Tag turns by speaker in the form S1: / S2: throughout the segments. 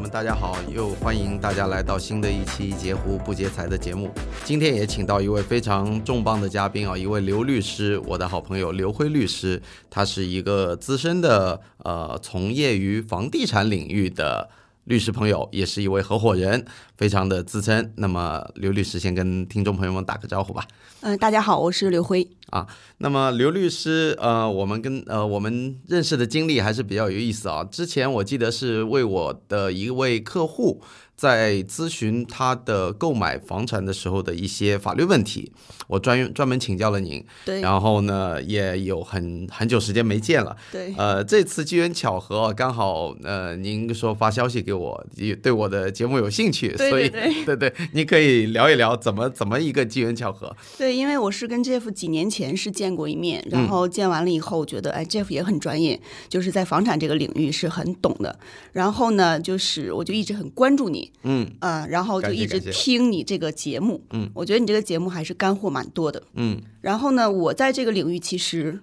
S1: 们大家好，又欢迎大家来到新的一期“截胡不截财”的节目。今天也请到一位非常重磅的嘉宾啊，一位刘律师，我的好朋友刘辉律师，他是一个资深的呃从业于房地产领域的律师朋友，也是一位合伙人，非常的资深。那么刘律师先跟听众朋友们打个招呼吧。
S2: 嗯、大家好，我是刘辉。
S1: 啊，那么刘律师，呃，我们跟呃我们认识的经历还是比较有意思啊。之前我记得是为我的一位客户在咨询他的购买房产的时候的一些法律问题，我专专门请教了您。
S2: 对
S1: 然后呢，也有很很久时间没见了。
S2: 对，
S1: 呃，这次机缘巧合啊，刚好呃，您说发消息给我，也对我的节目有兴趣，
S2: 对对
S1: 所以对对，您可以聊一聊怎么怎么一个机缘巧合。
S2: 对，因为我是跟 Jeff 几年前是见过一面，
S1: 嗯
S2: 然后见完了以后，我觉得哎，Jeff 也很专业，就是在房产这个领域是很懂的。然后呢，就是我就一直很关注你，
S1: 嗯
S2: 啊、然后就
S1: 感谢
S2: 一直
S1: 感谢
S2: 听你这个节目，
S1: 嗯，
S2: 我觉得你这个节目还是干货蛮多的。
S1: 嗯
S2: 然后呢，我在这个领域其实，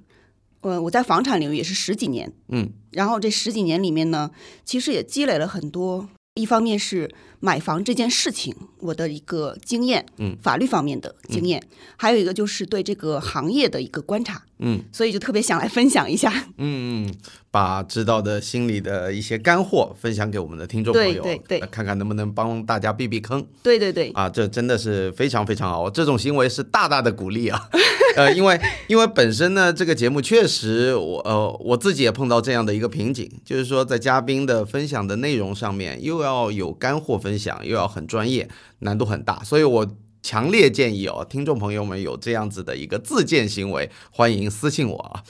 S2: 呃，我在房产领域也是十几年，
S1: 嗯
S2: 然后这十几年里面呢，其实也积累了很多。一方面是买房这件事情我的一个经验，
S1: 嗯，
S2: 法律方面的经验，还有一个就是对这个行业的一个观察，
S1: 嗯。
S2: 所以就特别想来分享一下。
S1: 嗯，嗯，把知道的心里的一些干货分享给我们的听众朋友，
S2: 对对对
S1: 呃看看能不能帮大家避避坑
S2: 对对对，
S1: 啊！这真的是非常非常好，这种行为是大大的鼓励啊！ 呃，因为因为本身呢，这个节目确实我呃我自己也碰到这样的一个瓶颈，就是说在嘉宾的分享的内容上面，又要有干货分享，又要很专业，难度很大，所以我。强烈建议哦，听众朋友们有这样子的一个自荐行为，欢迎私信我啊。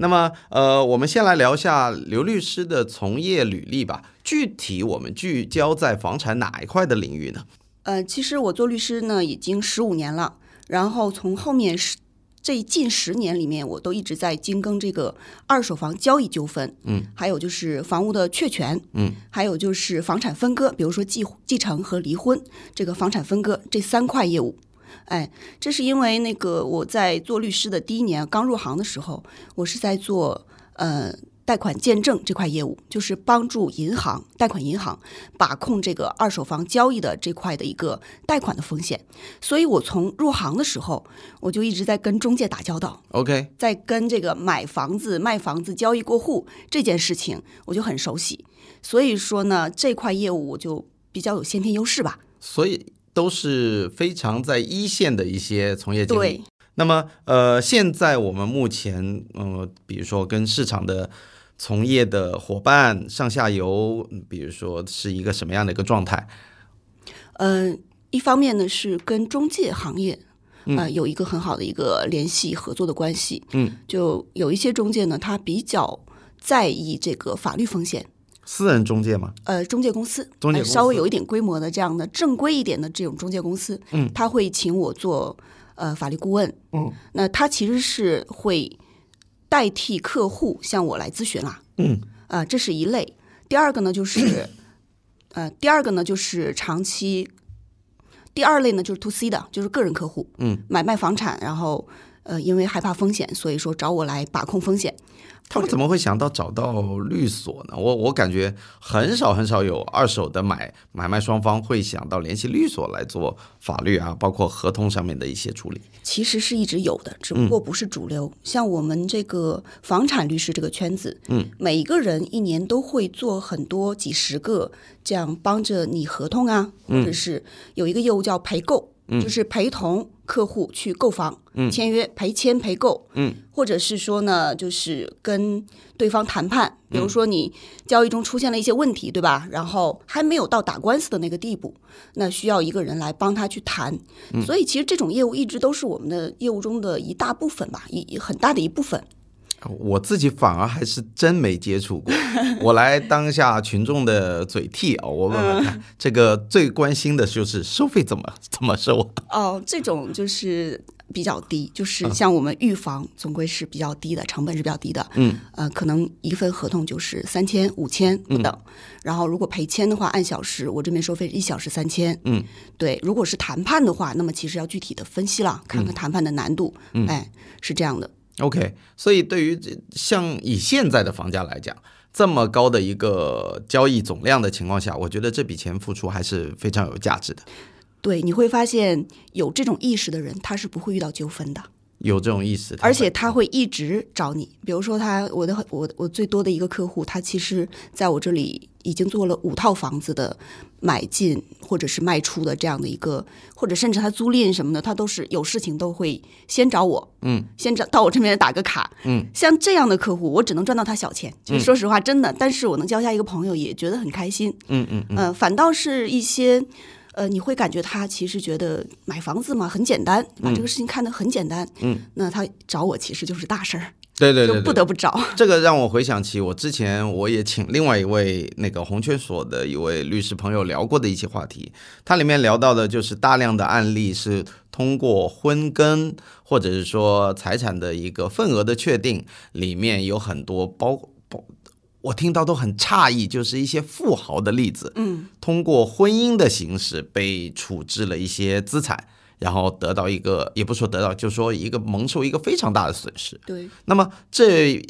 S1: 那么，呃，我们先来聊一下刘律师的从业履历吧。具体我们聚焦在房产哪一块的领域呢？
S2: 呃，其实我做律师呢已经十五年了，然后从后面十这近十年里面，我都一直在精耕这个二手房交易纠纷，
S1: 嗯，
S2: 还有就是房屋的确权，
S1: 嗯，
S2: 还有就是房产分割，比如说继继承和离婚这个房产分割这三块业务。哎，这是因为那个我在做律师的第一年刚入行的时候，我是在做呃贷款见证这块业务，就是帮助银行贷款银行把控这个二手房交易的这块的一个贷款的风险。所以我从入行的时候，我就一直在跟中介打交道，
S1: OK，
S2: 在跟这个买房子、卖房子、交易过户这件事情，我就很熟悉。所以说呢，这块业务我就比较有先天优势吧。
S1: 所以都是非常在一线的一些从业经
S2: 对
S1: 历。，那么，呃，现在我们目前，呃，比如说跟市场的从业的伙伴上下游，嗯比如说是一个什么样的一个状态？
S2: 嗯、一方面呢是跟中介行业。呃，有一个很好的一个联系合作的关系，
S1: 嗯，
S2: 就有一些中介呢，他比较在意这个法律风险，
S1: 私人中介吗？
S2: 呃，中介公司，
S1: 中介
S2: 呃
S1: 公
S2: 稍微
S1: 司
S2: 有一点规模的这样的正规一点的这种中介公司，
S1: 嗯，
S2: 他会请我做呃法律顾问，
S1: 嗯，
S2: 那他其实是会代替客户向我来咨询啦，
S1: 嗯，
S2: 啊、这是一类。第二个呢，就是呃，第二个呢就是长期，第二类呢就是 to C 的，就是个人客户，
S1: 嗯，
S2: 买卖房产，然后呃，因为害怕风险，所以说找我来把控风险。
S1: 他们怎么会想到找到律所呢？我我感觉很少很少有二手的买买卖双方会想到联系律所来做法律啊，包括合同上面的一些处理。
S2: 其实是一直有的，只不
S1: 嗯
S2: 过不是主流。像我们这个房产律师这个圈子，
S1: 嗯，
S2: 每一个人一年都会做很多几十个这样帮着你合同啊，或
S1: 嗯
S2: 者是有一个业务叫陪购，就是陪同客户去购房，签约陪签陪购，
S1: 嗯，
S2: 或者是说呢，就是跟对方谈判，比
S1: 嗯
S2: 如说你交易中出现了一些问题，对吧？然后还没有到打官司的那个地步，那需要一个人来帮他去谈。
S1: 嗯
S2: 所以其实这种业务一直都是我们的业务中的一大部分吧，一一很大的一部分。
S1: 我自己反而还是真没接触 过，我来当一下群众的嘴替啊，我问问
S2: 嗯
S1: 看，这个最关心的就是收费怎么怎么收啊？
S2: 哦，这种就是比较低，
S1: 嗯
S2: 就是像我们预防总归是比较低的，成本是比较低的。
S1: 嗯，
S2: 呃，可能一份合同就是三千、五千不等。
S1: 嗯
S2: 然后如果赔签的话，按小时，我这边收费是一小时三千。
S1: 嗯，
S2: 对。如果是谈判的话，那么其实要具体的分析了，
S1: 嗯
S2: 看看谈判的难度。嗯、哎，是这样的。
S1: OK，所以对于这像以现在的房价来讲，这么高的一个交易总量的情况下，我觉得这笔钱付出还是非常有价值的。
S2: 对，你会发现有这种意识的人，他是不会遇到纠纷的。
S1: 有这种意识，
S2: 而且他会一直找你。比如说他，我的我我最多的一个客户，他其实在我这里已经做了五套房子的买进或者是卖出的这样的一个，或者甚至他租赁什么的，他都是有事情都会先找我，
S1: 嗯，
S2: 先找到我这边打个卡，
S1: 嗯，
S2: 像这样的客户，我只能赚到他小钱，就是说实话，真的。但是我能交下一个朋友，也觉得很开心，
S1: 嗯嗯嗯，
S2: 呃，反倒是一些，呃，你会感觉他其实觉得买房子嘛很简单，把这个事情看得很简单，
S1: 嗯，
S2: 那他找我其实就是大事儿，
S1: 对对对
S2: 就
S1: 对
S2: 不得不找，
S1: 这个让我回想起我之前我也请另外一位那个红圈所的一位律师朋友聊过的一些话题，它里面聊到的就是大量的案例是通过婚耕或者是说财产的一个份额的确定，里面有很多包包。我听到都很诧异，就是一些富豪的例子，
S2: 嗯，
S1: 通过婚姻的形式被处置了一些资产，然后得到一个，也不说得到，就说一个蒙受一个非常大的损失。
S2: 对，
S1: 那么这，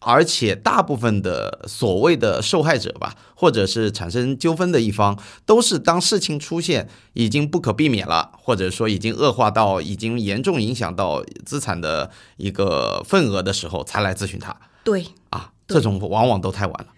S1: 而且大部分的所谓的受害者吧，或者是产生纠纷的一方，都是当事情出现已经不可避免了，或者说已经恶化到已经严重影响到资产的一个份额的时候，才来咨询他
S2: 对，
S1: 啊。这种往往都太晚了，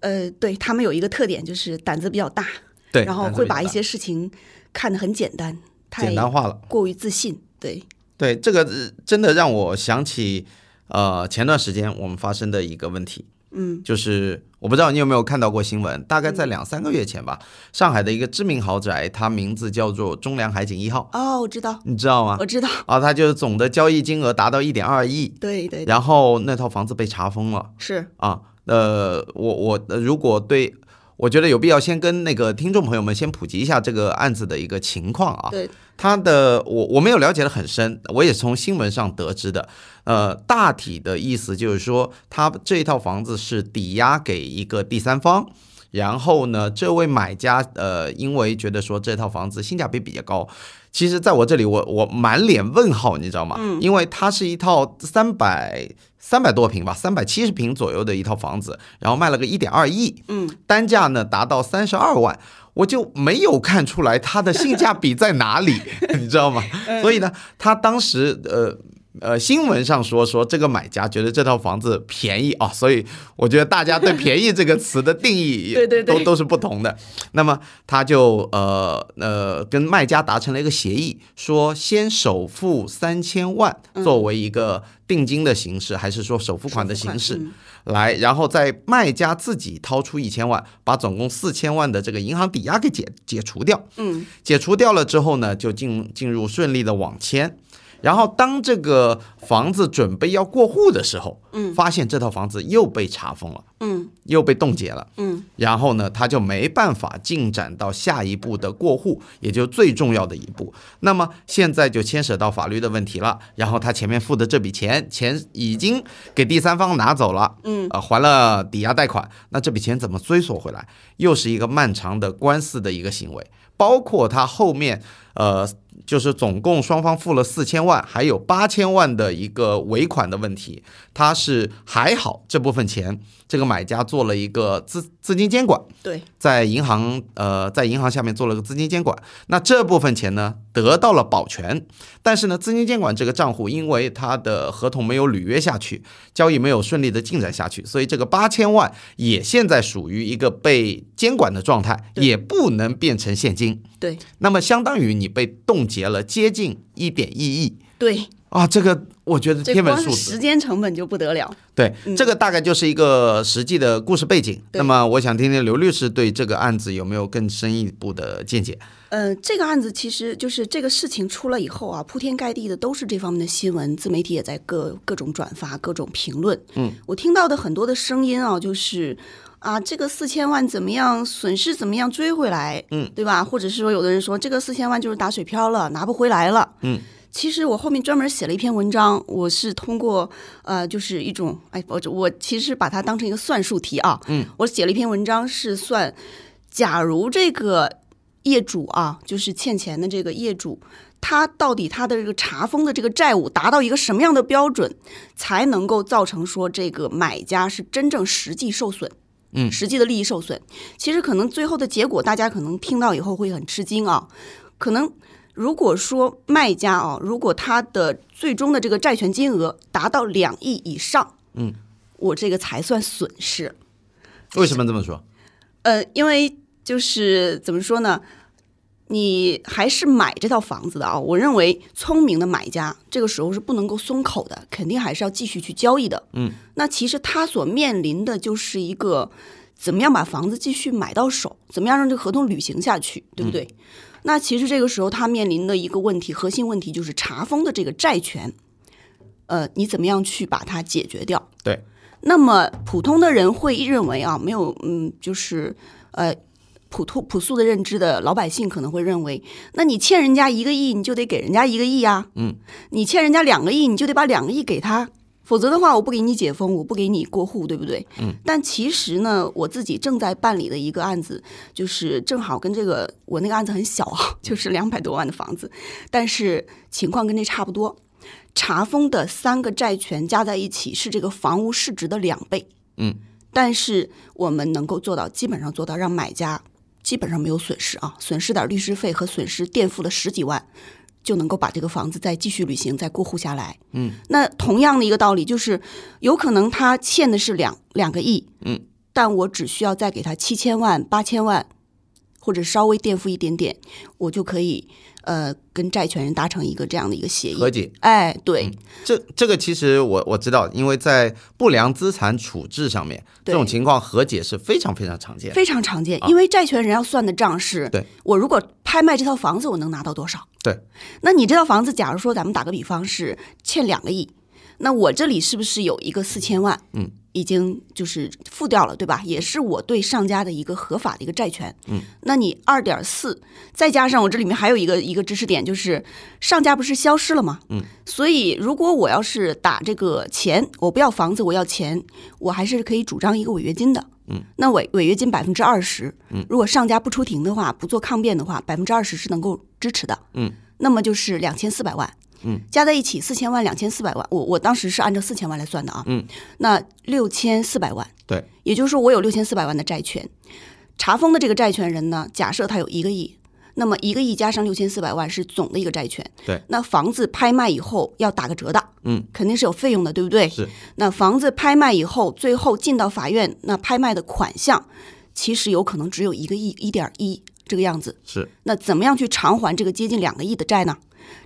S2: 呃，对他们有一个特点就是胆子比较大，
S1: 对，
S2: 然后
S1: 胆子
S2: 会
S1: 比较
S2: 把一
S1: 大
S2: 些事情看得很简单，太
S1: 简单化了。
S2: 过于自信，对，
S1: 对，这个呃真的让我想起，呃，前段时间我们发生的一个问题，
S2: 嗯，
S1: 就是我不知道你有没有看到过新闻，大概在两三个月前吧，上海的一个知名豪宅，它名字叫做中粮海景一号，
S2: 哦，我知道，
S1: 你知道吗
S2: 我？知道，
S1: 啊，它就是总的交易金额达到一点二亿，
S2: 对对对，
S1: 然后那套房子被查封了。
S2: 是，
S1: 啊，呃，我我呃如果对，我觉得有必要先跟那个听众朋友们先普及一下这个案子的一个情况啊。
S2: 对，
S1: 他的我我没有了解的很深，我也是从新闻上得知的。呃，大体的意思就是说，他这一套房子是抵押给一个第三方。然后呢，这位买家呃，因为觉得说这套房子性价比比较高，其实在我这里我我满脸问号，你知道吗？嗯，因为它是一套三百三百多平吧，三百七十平左右的一套房子，然后卖了个一点二亿，
S2: 嗯，
S1: 单价呢达到三十二万，我就没有看出来它的性价比在哪 里，你知道吗？
S2: 嗯
S1: 所以呢，他当时呃。呃，新闻上说说这个买家觉得这套房子便宜啊、所以我觉得大家对“便宜”这个词的定义也
S2: 对对对
S1: 都都是不同的。那么他就呃呃跟卖家达成了一个协议，说先首付三千万
S2: 嗯
S1: 作为一个定金的形式，还是说首付款的形式、
S2: 首付款嗯
S1: 来，然后再卖家自己掏出一千万，把总共四千万的这个银行抵押给解解除掉。
S2: 嗯，
S1: 解除掉了之后呢，就进进入顺利的网签。然后当这个房子准备要过户的时候，嗯，发现这套房子又被查封了，
S2: 嗯
S1: 又被冻结了。
S2: 嗯，
S1: 然后呢，他就没办法进展到下一步的过户，也就最重要的一步。那么现在就牵扯到法律的问题了。然后他前面付的这笔钱，钱已经给第三方拿走了，嗯，呃，还了抵押贷款，那这笔钱怎么追索回来？又是一个漫长的官司的一个行为，包括他后面，呃。就是总共双方付了四千万，还有八千万的一个尾款的问题，他是还好这部分钱，这个买家做了一个资资金监管，
S2: 对，
S1: 在银行呃在银行下面做了个资金监管，那这部分钱呢得到了保全，但是呢资金监管这个账户因为它的合同没有履约下去，交易没有顺利的进展下去，所以这个八千万也现在属于一个被监管的状态，
S2: 对
S1: 也不能变成现金，
S2: 对
S1: 那么相当于你被冻结了接近一点一亿
S2: 对，
S1: 啊，这个我觉得
S2: 这
S1: 天文
S2: 光
S1: 数
S2: 是
S1: 字
S2: 时。间成本就不得了，
S1: 对，这个大概就是一个实际的故事背景。
S2: 嗯对
S1: 那么，我想听听刘律师对这个案子有没有更深一步的见解？
S2: 呃，这个案子其实就是这个事情出了以后啊，铺天盖地的都是这方面的新闻，自媒体也在各各种转发、各种评论。嗯，我听到的很多的声音啊，就是啊，这个四千万怎么样，损失怎么样追回来，嗯，对吧？或者是说，有的人说这个四千万就是打水漂了，拿不回来了，嗯。其实我后面专门写了一篇文章，我是通过呃，就是一种哎，我我其实把它当成一个算术题啊，嗯，我写了一篇文章是算，假如这个业主啊，就是欠钱的这个业主，他到底他的这个查封的这个债务达到一个什么样的标准，才能够造成说这个买家是真正实际受损？嗯，实际的利益受损。其实可能最后的结果，大家可能听到以后会很吃惊啊。可能如果说卖家啊，如果他的最终的这个债权金额达到两亿以上，
S1: 嗯，
S2: 我这个才算损失。
S1: 为什么这么说？
S2: 呃，因为就是怎么说呢，你还是买这套房子的啊。我认为聪明的买家这个时候是不能够松口的，肯定还是要继续去交易的。
S1: 嗯，
S2: 那其实他所面临的就是一个怎么样把房子继续买到手，怎么样让这个合同履行下去，对不对？那其实这个时候他面临的一个问题，核心问题就是查封的这个债权，呃，你怎么样去把它解决掉？
S1: 对，
S2: 那么普通的人会认为啊，没有，嗯，就是呃，普通朴素的认知的老百姓可能会认为，那你欠人家一个亿，你就得给人家一个亿啊，
S1: 嗯，
S2: 你欠人家两个亿，你就得把两个亿给他，否则的话，我不给你解封，我不给你过户，对不对？嗯。但其实呢，我自己正在办理的一个案子，就是正好跟这个我那个案子很小啊，就是两百多万的房子，但是情况跟这差不多。查封的三个债权加在一起是这个房屋市值的两倍。
S1: 嗯，
S2: 但是我们能够做到，基本上做到让买家基本上没有损失啊，损失点律师费和损失垫付了十几万，就能够把这个房子再继续履行，再过户下来。
S1: 嗯，
S2: 那同样的一个道理就是，有可能他欠的是两两个亿，
S1: 嗯，
S2: 但我只需要再给他七千万、八千万，或者稍微垫付一点点，我就可以呃跟债权人达成一个这样的一个协议。
S1: 和解。
S2: 哎，对，
S1: 这这个其实我我知道，因为在不良资产处置上面，这
S2: 对
S1: 种情况和解是非常非常常见的。
S2: 非常常见，因为债权人要算的账是，
S1: 对
S2: 我如果拍卖这套房子，我能拿到多少？
S1: 对，
S2: 那你这套房子，假如说咱们打个比方是欠两个亿，那我这里是不是有一个四千万？
S1: 嗯，
S2: 已经就是付掉了，对吧？也是我对上家的一个合法的一个债权。
S1: 嗯，
S2: 那你二点四，再加上我这里面还有一个一个知识点，就是上家不是消失了吗？
S1: 嗯，
S2: 所以如果我要是打这个钱，我不要房子，我要钱，我还是可以主张一个违约金的。
S1: 嗯，
S2: 那违违约金百分之二十，
S1: 嗯，
S2: 如果上家不出庭的话，不做抗辩的话，百分之二十是能够支持的。
S1: 嗯，
S2: 那么就是两千四百万。
S1: 嗯，
S2: 加在一起四千万、两千四百万，我我当时是按照四千万来算的啊。
S1: 嗯，
S2: 那六千四百万，
S1: 对，
S2: 也就是说我有六千四百万的债权。查封的这个债权人呢，假设他有一个亿，那么一个亿加上六千四百万是总的一个债权。
S1: 对，
S2: 那房子拍卖以后要打个折的，
S1: 嗯，
S2: 肯定是有费用的，对不对？
S1: 是。
S2: 那房子拍卖以后，最后进到法院，那拍卖的款项其实有可能只有一个亿、一点一这个样子。
S1: 是
S2: 那怎么样去偿还这个接近两个亿的债呢？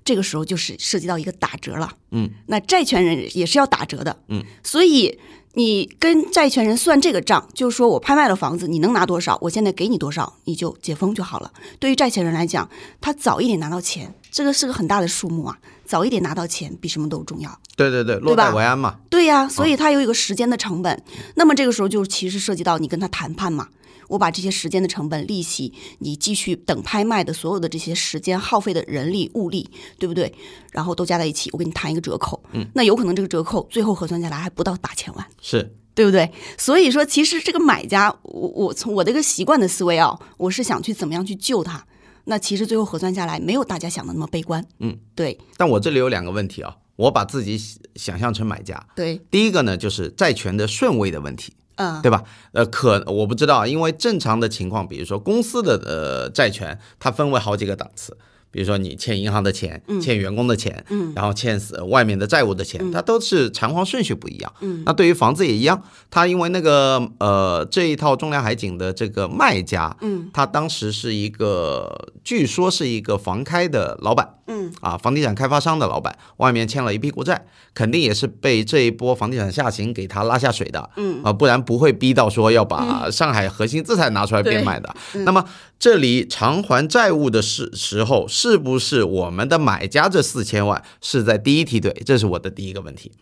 S2: 这个时候就是涉及到一个打折了。
S1: 嗯，
S2: 那债权人也是要打折的。
S1: 嗯，
S2: 所以你跟债权人算这个账，就是说我拍卖了房子，你能拿多少，我现在给你多少，你就解封就好了。对于债权人来讲，他早一点拿到钱，这个是个很大的数目啊，早一点拿到钱比什么都重要。
S1: 对对对，落
S2: 对吧
S1: 袋为安嘛。
S2: 对呀、所以它有一个时间的成本。那么这个时候就其实涉及到你跟他谈判嘛，我把这些时间的成本、利息，你继续等拍卖的所有的这些时间耗费的人力物力，对不对？然后都加在一起，我给你谈一个折扣。嗯，那有可能这个折扣最后核算下来还不到八千万。
S1: 是
S2: 对不对？所以说，其实这个买家，我我从我的一个习惯的思维啊，我是想去怎么样去救他。那其实最后核算下来，没有大家想的那么悲观。
S1: 嗯，
S2: 对
S1: 但我这里有两个问题啊，我把自己想想象成买家。
S2: 对，
S1: 第一个呢，就是债权的顺位的问题，
S2: 嗯，
S1: 对吧？呃，可我不知道，因为正常的情况，比如说公司的呃债权，它分为好几个档次。比如说你欠银行的钱，欠员工的钱，嗯，然后欠死外面的债务的钱，它都是偿还顺序不一样。嗯，那对于房子也一样，它因为那个呃这一套中粮海景的这个卖家，嗯，他当时是一个据说是一个房开的老板，嗯，啊房地产开发商的老板，外面欠了一屁股债，肯定也是被这一波房地产下行给他拉下水的，嗯，啊不然不会逼到说要
S2: 嗯
S1: 把上海核心资产拿出来变
S2: 对
S1: 卖的。那么这里偿还债务的时时候，是不是我们的买家这四千万是在第一梯队？这是我的第一个问题。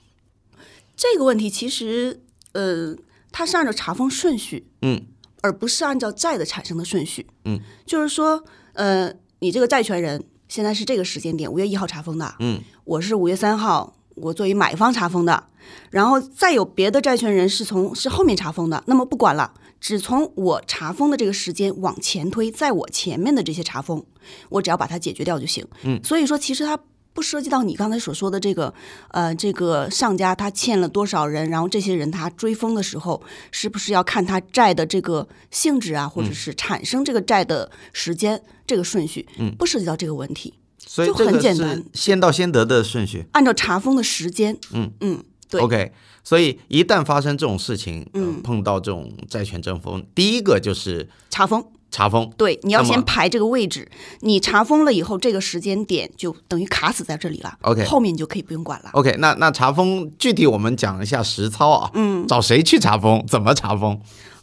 S2: 这个问题其实，呃，它是按照查封顺序，
S1: 嗯，
S2: 而不是按照债的产生的顺序，
S1: 嗯，
S2: 就是说，呃，你这个债权人现在是这个时间点，五月一号查封的，
S1: 嗯，
S2: 我是五月三号，我作为买方查封的，然后再有别的债权人是从是后面查封的，那么不管了，只从我查封的这个时间往前推，在我前面的这些查封，我只要把它解决掉就行，嗯，所以说其实它不涉及到你刚才所说的这个，呃，这个上家他欠了多少人，然后这些人他追封的时候，是不是要看他债的这个性质啊，或
S1: 嗯
S2: 者是产生这个债的时间、这个顺序，
S1: 嗯
S2: 不涉及到这个问题。
S1: 所以
S2: 就
S1: 这
S2: 很
S1: 个
S2: 简
S1: 是
S2: 单
S1: 先到先得的顺序。
S2: 按照查封的时间，
S1: 嗯
S2: 嗯，对
S1: OK，所以一旦发生这种事情，呃
S2: 嗯
S1: 碰到这种债权争锋，第一个就是
S2: 查封，
S1: 查封。
S2: 对，你要
S1: 那么
S2: 先排这个位置，你查封了以后，这个时间点就等于卡死在这里了。
S1: OK
S2: 后面你就可以不用管了。
S1: OK，那那查封具体我们讲一下实操啊，嗯，找谁去查封，怎么查 封，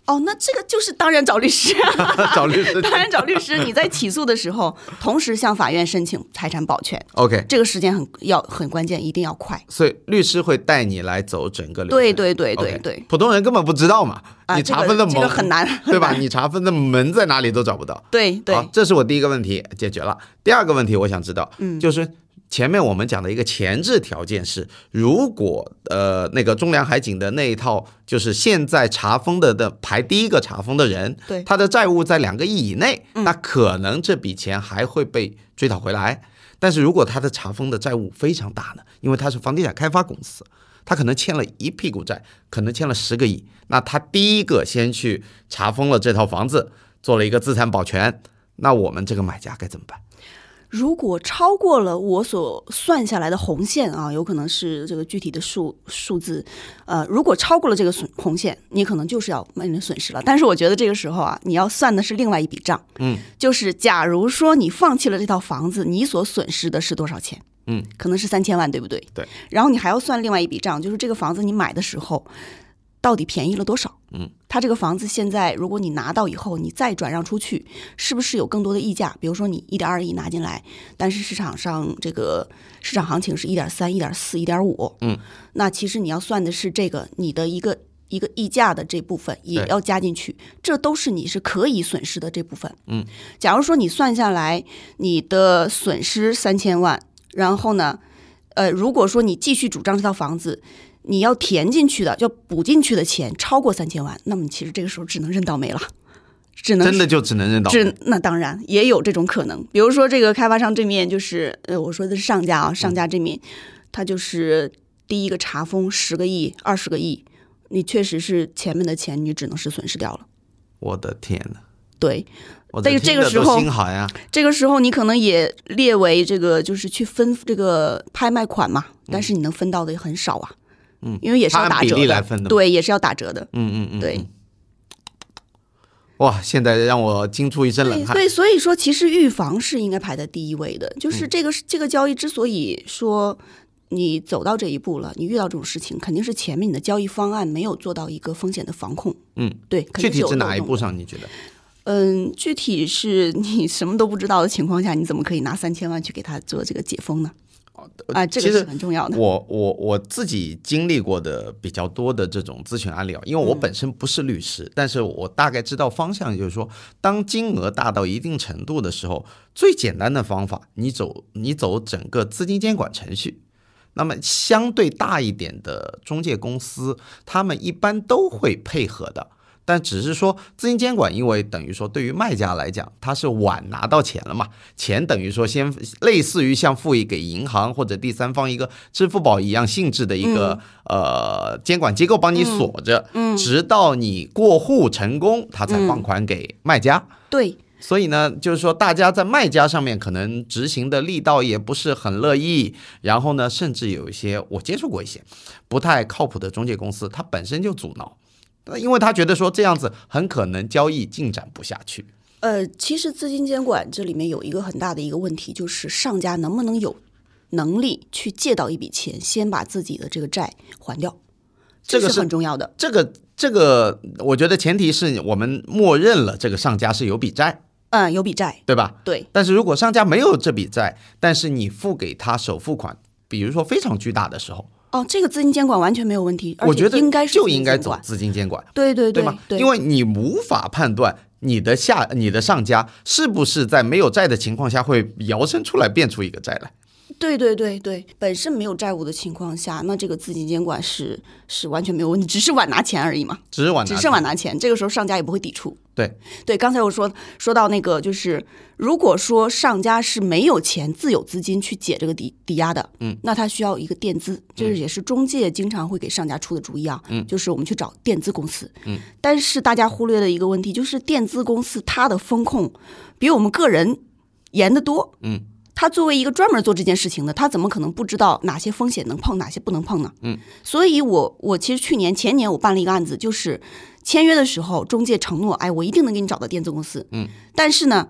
S2: 哦，那这个就是当然找律师啊，
S1: 找律师去。
S2: 当然找律师。你在起诉的时候，同时向法院申请财产保全，
S1: OK，
S2: 这个时间很要很关键，一定要快。
S1: 所以律师会带你来走整个流程。
S2: 对对对对
S1: OK
S2: 对，
S1: 普通人根本不知道嘛，
S2: 啊，
S1: 你
S2: 这
S1: 查
S2: 个
S1: 封的门、
S2: 这个很难，
S1: 对吧？你查封的门在哪里都找不到。
S2: 对
S1: 好
S2: 对，，
S1: 这是我第一个问题解决了。第二个问题，我想知道，嗯，就是前面我们讲的一个前置条件是，如果呃那个中粮海景的那一套，就是现在查封的的排第一个查封的人，
S2: 对嗯
S1: 他的债务在两个亿以内，那可能这笔钱还会被追讨回来。但是如果他的查封的债务非常大呢，因为他是房地产开发公司，他可能欠了一屁股债，可能欠了十个亿。那他第一个先去查封了这套房子，做了一个资产保全，那我们这个买家该怎么办？
S2: 如果超过了我所算下来的红线啊，有可能是这个具体的数数字，呃，如果超过了这个损红线，你可能就是要面临损失了。但是我觉得这个时候啊，你要算的是另外一笔账，
S1: 嗯，
S2: 就是假如说你放弃了这套房子，你所损失的是多少钱？
S1: 嗯，
S2: 可能是三千万，对不对？
S1: 对。
S2: 然后你还要算另外一笔账，就是这个房子你买的时候到底便宜了多少？
S1: 嗯，
S2: 它这个房子现在如果你拿到以后，你再转让出去，是不是有更多的溢价？比如说你一点二亿拿进来，但是市场上这个市场行情是一点三、一点四、一点五，
S1: 嗯，
S2: 那其实你要算的是这个你的一个一个溢价的这部分也
S1: 对
S2: 要加进去，这都是你是可以损失的这部分。
S1: 嗯，
S2: 假如说你算下来你的损失三千万，然后呢，呃，如果说你继续主张这套房子。你要填进去的，要补进去的钱超过三千万，那么其实这个时候只能认倒霉了，只能
S1: 真的就只能认倒霉。
S2: 这那当然也有这种可能，比如说这个开发商这面就是，呃，我说的是上家
S1: 嗯
S2: 啊，上家这面，他就是第一个查封十个亿、二十个亿，你确实是前面的钱你只能是损失掉了。
S1: 我的天呐，
S2: 对，
S1: 我的
S2: 这个
S1: 听
S2: 这个
S1: 着
S2: 时
S1: 都
S2: 候
S1: 心寒呀、啊
S2: 这个时候你可能也列为这个就是去分这个拍卖款嘛，但是你能分到的也很少啊，
S1: 嗯，
S2: 因为也是
S1: 他
S2: 要
S1: 按
S2: 打
S1: 比
S2: 折
S1: 例来分的嘛
S2: 对，也是要打折的，
S1: 嗯嗯嗯，
S2: 对。
S1: 哇，现在让我惊出一身冷
S2: 对
S1: 汗。嗯
S2: 对，所以说其实预防是应该排在第一位的。就是这个、这个交易之所以说你走到这一步了，你遇到这种事情，肯定是前面你的交易方案没有做到一个风险的防控。
S1: 嗯，
S2: 对，肯
S1: 具
S2: 定是
S1: 体
S2: 有
S1: 是
S2: 漏
S1: 哪一
S2: 洞
S1: 步上？你觉得？
S2: 嗯，具体是你什么都不知道的情况下，你怎么可以拿三千万去给他做这个解封呢？啊，这
S1: 哦呃其
S2: 个
S1: 实
S2: 是很重要的。
S1: 我我我自己经历过的比较多的这种咨询案例啊，因
S2: 嗯
S1: 为我本身不是律师，但是我大概知道方向，就是说，当金额大到一定程度的时候，最简单的方法，你走你走整个资金监管程序。那么相对大一点的中介公司，他们一般都会配合的。但只是说资金监管，因为等于说对于卖家来讲，他是晚拿到钱了嘛，钱等于说先类似于像付给银行或者第三方一个支付宝一样性质的一个、呃监管机构帮你锁着，嗯，直到你过户成功，他才放款给卖家。
S2: 对，
S1: 所以呢，就是说大家在卖家上面可能执行的力道也不是很乐意，然后呢，甚至有一些我接触过一些不太靠谱的中介公司，他本身就阻挠，那因为他觉得说这样子很可能交易进展不下去。
S2: 呃，其实资金监管这里面有一个很大的一个问题，就是上家能不能有能力去借到一笔钱，先把自己的这个债还掉，
S1: 这个
S2: 是
S1: 是
S2: 很重要的。
S1: 这个这个，我觉得前提是我们默认了这个上家是有笔债，
S2: 嗯，有笔债，
S1: 对吧？
S2: 对
S1: 但是如果上家没有这笔债，但是你付给他首付款，比如说非常巨大的时候，
S2: 哦，这个资金监管完全没有问题，而
S1: 我
S2: 且
S1: 觉得
S2: 应该是
S1: 就
S2: 资金
S1: 应该
S2: 监
S1: 走
S2: 管，
S1: 资金监管。
S2: 对对
S1: 对
S2: 对
S1: 吗？因为你无法判断你的下你的上家是不是在没有债的情况下会摇身出来变出一个债来。
S2: 对对对对，本身没有债务的情况下，那这个资金监管是是完全没有问题，只是晚拿钱而已嘛，
S1: 只是晚拿
S2: 只
S1: 钱，
S2: 是晚拿钱，这个时候上家也不会抵触。
S1: 对
S2: 对，刚才我说说到那个，就是如果说上家是没有钱自有资金去解这个抵抵押的，
S1: 嗯，
S2: 那他需要一个垫资，这是也是中介经常会给上家出的主意啊，嗯，就是我们去找垫资公司，
S1: 嗯，
S2: 但是大家忽略了一个问题，就是垫资公司它的风控比我们个人严得多，
S1: 嗯，
S2: 他作为一个专门做这件事情的，他怎么可能不知道哪些风险能碰，哪些不能碰呢？
S1: 嗯，
S2: 所以我我其实去年前年我办了一个案子，就是签约的时候中介承诺，哎，我一定能给你找到电子公司。
S1: 嗯，
S2: 但是呢，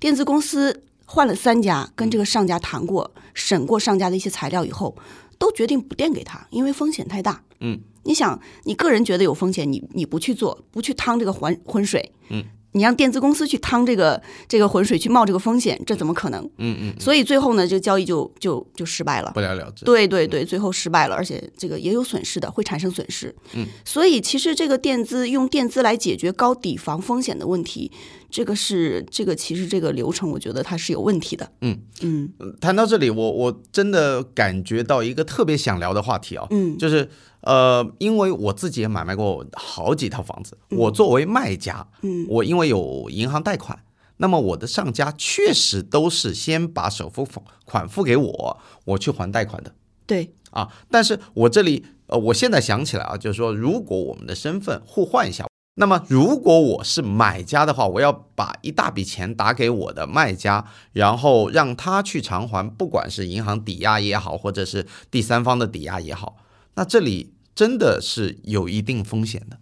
S2: 电子公司换了三家，跟这个上家谈过，审过上家的一些材料以后，都决定不垫给他，因为风险太大。
S1: 嗯，
S2: 你想，你个人觉得有风险，你你不去做，不去趟这个浑浑水，
S1: 嗯，
S2: 你让电子公司去趟这个这个浑水，去冒这个风险，这怎么可能？
S1: 嗯嗯，
S2: 所以最后呢，这个交易就就就失败了。
S1: 不了了之。
S2: 对对对，最后失败了，而且这个也有损失的，会产生损失。
S1: 嗯，
S2: 所以其实这个垫资用垫资来解决高抵防风险的问题，这个是这个其实这个流程，我觉得它是有问题的。
S1: 嗯
S2: 嗯
S1: 谈到这里，我我真的感觉到一个特别想聊的话题啊，
S2: 嗯
S1: 就是呃，因为我自己也买卖过好几套房子，我作为卖家，
S2: 嗯
S1: 我因为有银行贷款，那么我的上家确实都是先把首付款付给我，我去还贷款的
S2: 对，
S1: 啊。但是我这里呃，我现在想起来啊，就是说，如果我们的身份互换一下，那么如果我是买家的话，我要把一大笔钱打给我的卖家，然后让他去偿还，不管是银行抵押也好，或者是第三方的抵押也好，那这里真的是有一定风险的。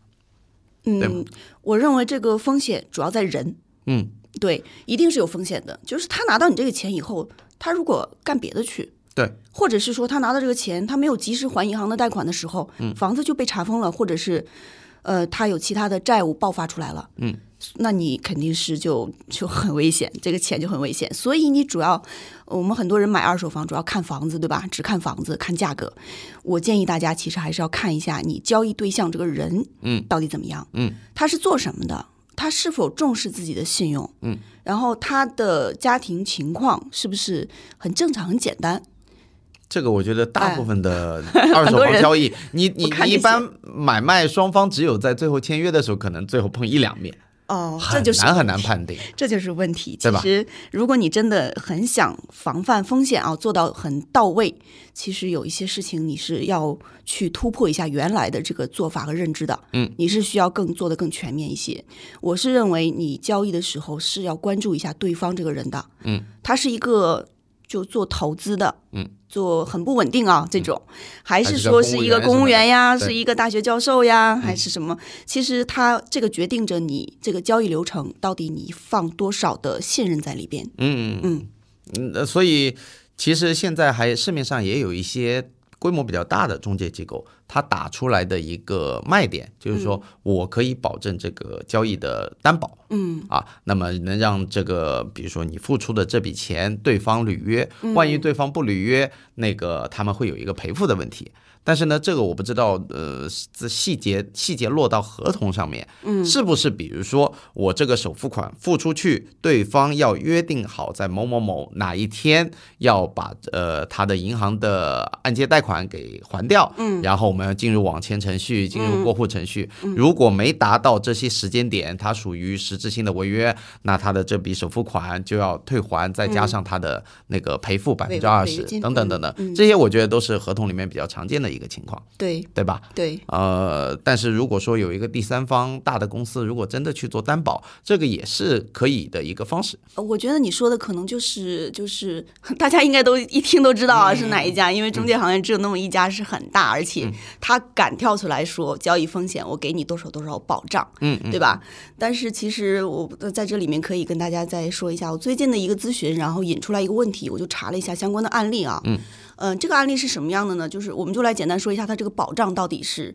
S1: 对吗
S2: 嗯，我认为这个风险主要在人，
S1: 嗯，
S2: 对，一定是有风险的。就是他拿到你这个钱以后，他如果干别的去，
S1: 对，
S2: 或者是说他拿到这个钱，他没有及时还银行的贷款的时候，
S1: 嗯
S2: 房子就被查封了，或者是呃他有其他的债务爆发出来了，
S1: 嗯，
S2: 那你肯定是就就很危险，这个钱就很危险。所以你主要我们很多人买二手房主要看房子，对吧？只看房子看价格，我建议大家其实还是要看一下你交易对象这个人，
S1: 嗯，
S2: 到底怎么样，
S1: 嗯，
S2: 他是做什么的。他是否重视自己的信用？
S1: 嗯，
S2: 然后他的家庭情况是不是很正常、很简单？
S1: 这个我觉得大部分的二
S2: 哎很
S1: 手
S2: 多
S1: 房
S2: 人
S1: 交易，你你
S2: 不看
S1: 你一
S2: 这些
S1: 般买卖双方只有在最后签约的时候，可能最后碰一两面，
S2: 哦，这
S1: 很
S2: 就是
S1: 难很难判定。
S2: 这就是问题。
S1: 对
S2: 其
S1: 吧
S2: 实，如果你真的很想防范风险啊，做到很到位，其实有一些事情你是要去突破一下原来的这个做法和认知的。
S1: 嗯，
S2: 你是需要更做的更全面一些。我是认为你交易的时候是要关注一下对方这个人的。
S1: 嗯，
S2: 他是一个就做投资的。
S1: 嗯。
S2: 做很不稳定啊，这种，还
S1: 还
S2: 是
S1: 是个
S2: 说
S1: 公
S2: 是
S1: 务
S2: 一个
S1: 员
S2: 公
S1: 什
S2: 务
S1: 么的
S2: 员呀，
S1: 对嗯
S2: 是一个大学教授呀，还是什么？其实它这个决定着你这个交易流程到底你放多少的信任在里边。
S1: 嗯
S2: 嗯
S1: 嗯，呃所以其实现在还市面上也有一些规模比较大的中介机构，它打出来的一个卖点就是说我可以保证这个交易的担保。
S2: 嗯，
S1: 啊，那么能让这个，比如说你付出的这笔钱，对方履约，万一对方不履约，那个他们会有一个赔付的问题。但是呢，这个我不知道，呃，这细节细节落到合同上面，嗯，是不是比如说我这个首付款付出去，对方要约定好在某某某哪一天要把呃他的银行的按揭贷款给还掉，嗯，然后我们要进入网签程序，进
S2: 嗯
S1: 入过户程序，如果没达到这些时间点，它属于实质性的违约，那他的这笔首付款就要退还，再加上他的那个赔付百分
S2: 违
S1: 之二
S2: 违
S1: 十
S2: 约金嗯
S1: 等等等等，这些我觉得都是合同里面比较常见的一个情况，
S2: 对
S1: 对吧？
S2: 对，
S1: 呃，但是如果说有一个第三方大的公司，如果真的去做担保，这个也是可以的一个方式。
S2: 呃我觉得你说的可能就是就是 大家应该都一听都知道啊
S1: 嗯
S2: 是哪一家，因为中介行业只有那么一家是很大，而且他敢跳出来说交易风险，我给你多少多少保障，
S1: 嗯
S2: 对吧？但是其实我呃在这里面可以跟大家再说一下，我最近的一个咨询，然后引出来一个问题，我就查了一下相关的案例啊。嗯，呃，这个案例是什么样的呢？就是我们就来简单说一下它这个保障到底是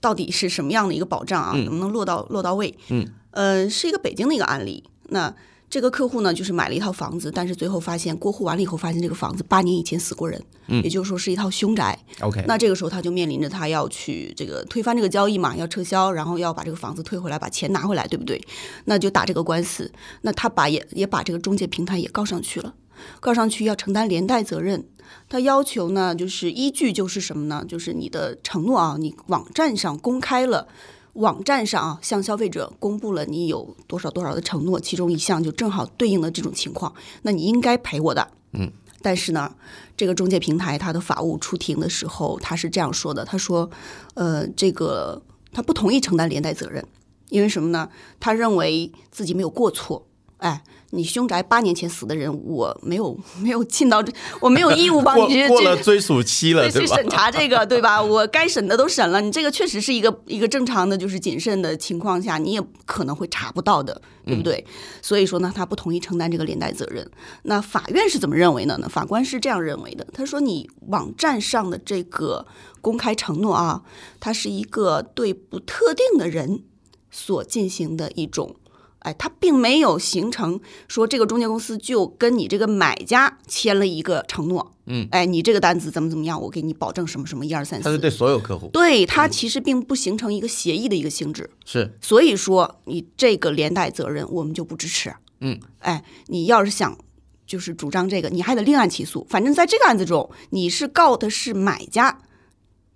S2: 到底是什么样的一个保障啊？能不能落到落到位？
S1: 嗯，
S2: 呃，是一个北京的一个案例。那这个客户呢，就是买了一套房子，但是最后发现过户完了以后，发现这个房子八年以前死过人，嗯、也就是说是一套凶宅。
S1: OK，
S2: 那这个时候他就面临着他要去这个推翻这个交易嘛，要撤销，然后要把这个房子退回来，把钱拿回来，对不对？那就打这个官司，那他把也也把这个中介平台也告上去了。告上去要承担连带责任。他要求呢，就是依据就是什么呢？就是你的承诺啊，你网站上公开了。网站上啊，向消费者公布了你有多少多少的承诺，其中一项就正好对应了这种情况，那你应该赔我的。
S1: 嗯，
S2: 但是呢，这个中介平台它的法务出庭的时候，他是这样说的，他说，呃，这个他不同意承担连带责任，因为什么呢？他认为自己没有过错。哎，你凶宅八年前死的人，我没有没有尽到这，我没有义务帮
S1: 过
S2: 你去
S1: 过
S2: 去
S1: 了追溯期了，
S2: 对，
S1: 对
S2: 去
S1: 吧？
S2: 审查这个，对吧？我该审的都审了，你这个确实是一个一个正常的，就是谨慎的情况下，你也可能会查不到的，对
S1: 嗯
S2: 不对？所以说呢，他不同意承担这个连带责任。那法院是怎么认为的呢？法官是这样认为的，他说你网站上的这个公开承诺啊，它是一个对不特定的人所进行的一种。哎，它并没有形成说这个中介公司就跟你这个买家签了一个承诺，哎，你这个单子怎么怎么样，我给你保证什么什么一二三
S1: 嗯他是
S2: 四。
S1: 对所嗯有客户，
S2: 对，它其实并不形成一个协议的一个性质，
S1: 是
S2: 所以说你这个连带责任我们就不支持。
S1: 嗯，
S2: 哎，你要是想就是主张这个，你还得另案起诉。反正在这个案子中，你是告的是买家，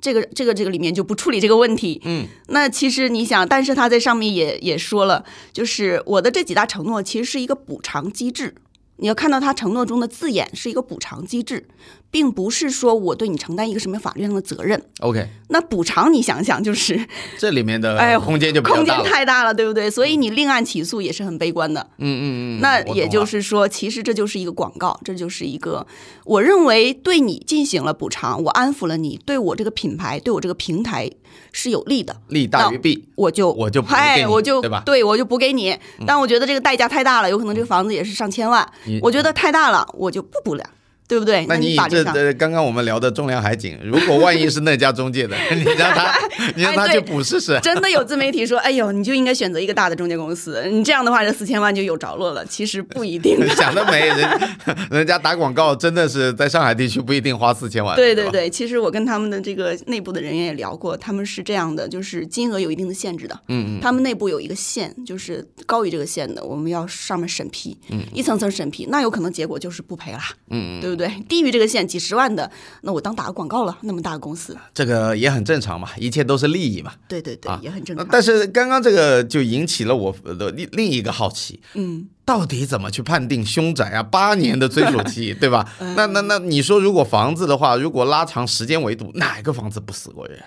S2: 这个这个这个里面就不处理这个问题。
S1: 嗯，
S2: 那其实你想，但是他在上面也也说了，就是我的这几大承诺其实是一个补偿机制。你要看到他承诺中的字眼是一个补偿机制，并不是说我对你承担一个什么法律上的责任。
S1: OK，
S2: 那补偿，你想想，就是
S1: 这里面的
S2: 哎
S1: 空间就比较
S2: 空
S1: 大
S2: 间
S1: 了。嗯
S2: 太大了，对不对？所以你另案起诉也是很悲观的。
S1: 嗯嗯嗯，
S2: 那
S1: 我
S2: 也
S1: 懂
S2: 就
S1: 了
S2: 是说，其实这就是一个广告，这就是一个我认为对你进行了补偿，我安抚了你，对我这个品牌，对我这个平台是有利的，
S1: 利大于弊，
S2: 我就
S1: 我就补给
S2: 嗨，
S1: 你
S2: 我就
S1: 对吧嗯
S2: 我就补给你。但我觉得这个代价太大了，有可能这个房子也是上千万
S1: 你，
S2: 我觉得太大了，我就不补了，对不对？
S1: 那
S2: 你
S1: 以
S2: 法律
S1: 这
S2: 上。
S1: 呃，刚刚我们聊的重量海景，如果万一是那家中介的， 你让他，你让他
S2: 哎
S1: 去
S2: 对
S1: 补试试。，
S2: 真的有自媒体说：“哎呦，你就应该选择一个大的中介公司，你这样的话，这四千万就有着落了。”其实不一定的
S1: 想得美，人 人家打广告真的是在上海地区不一定花四千万。
S2: 对对
S1: 吧，
S2: 对，其实我跟他们的这个内部的人员也聊过，他们是这样的，就是金额有一定的限制的。
S1: 嗯嗯，
S2: 他们内部有一个线，就是高于这个线的，我们要上面审批，嗯，一层层审批，那有可能结果就是不赔啦，
S1: 嗯
S2: 嗯，对不对？低于这个线几十万的，那我当打个广告了，那么大个公司，
S1: 这个也很正常嘛，一切都是利益嘛。
S2: 对对对，
S1: 啊
S2: 也很正
S1: 呃
S2: 常。
S1: 但是刚刚这个就引起了我的另另一个好奇，
S2: 嗯，
S1: 到底怎么去判定凶宅啊？八年的追溯期，对吧？那那那你说，如果房子的话，如果拉长时间维度，哪个房子不死过人？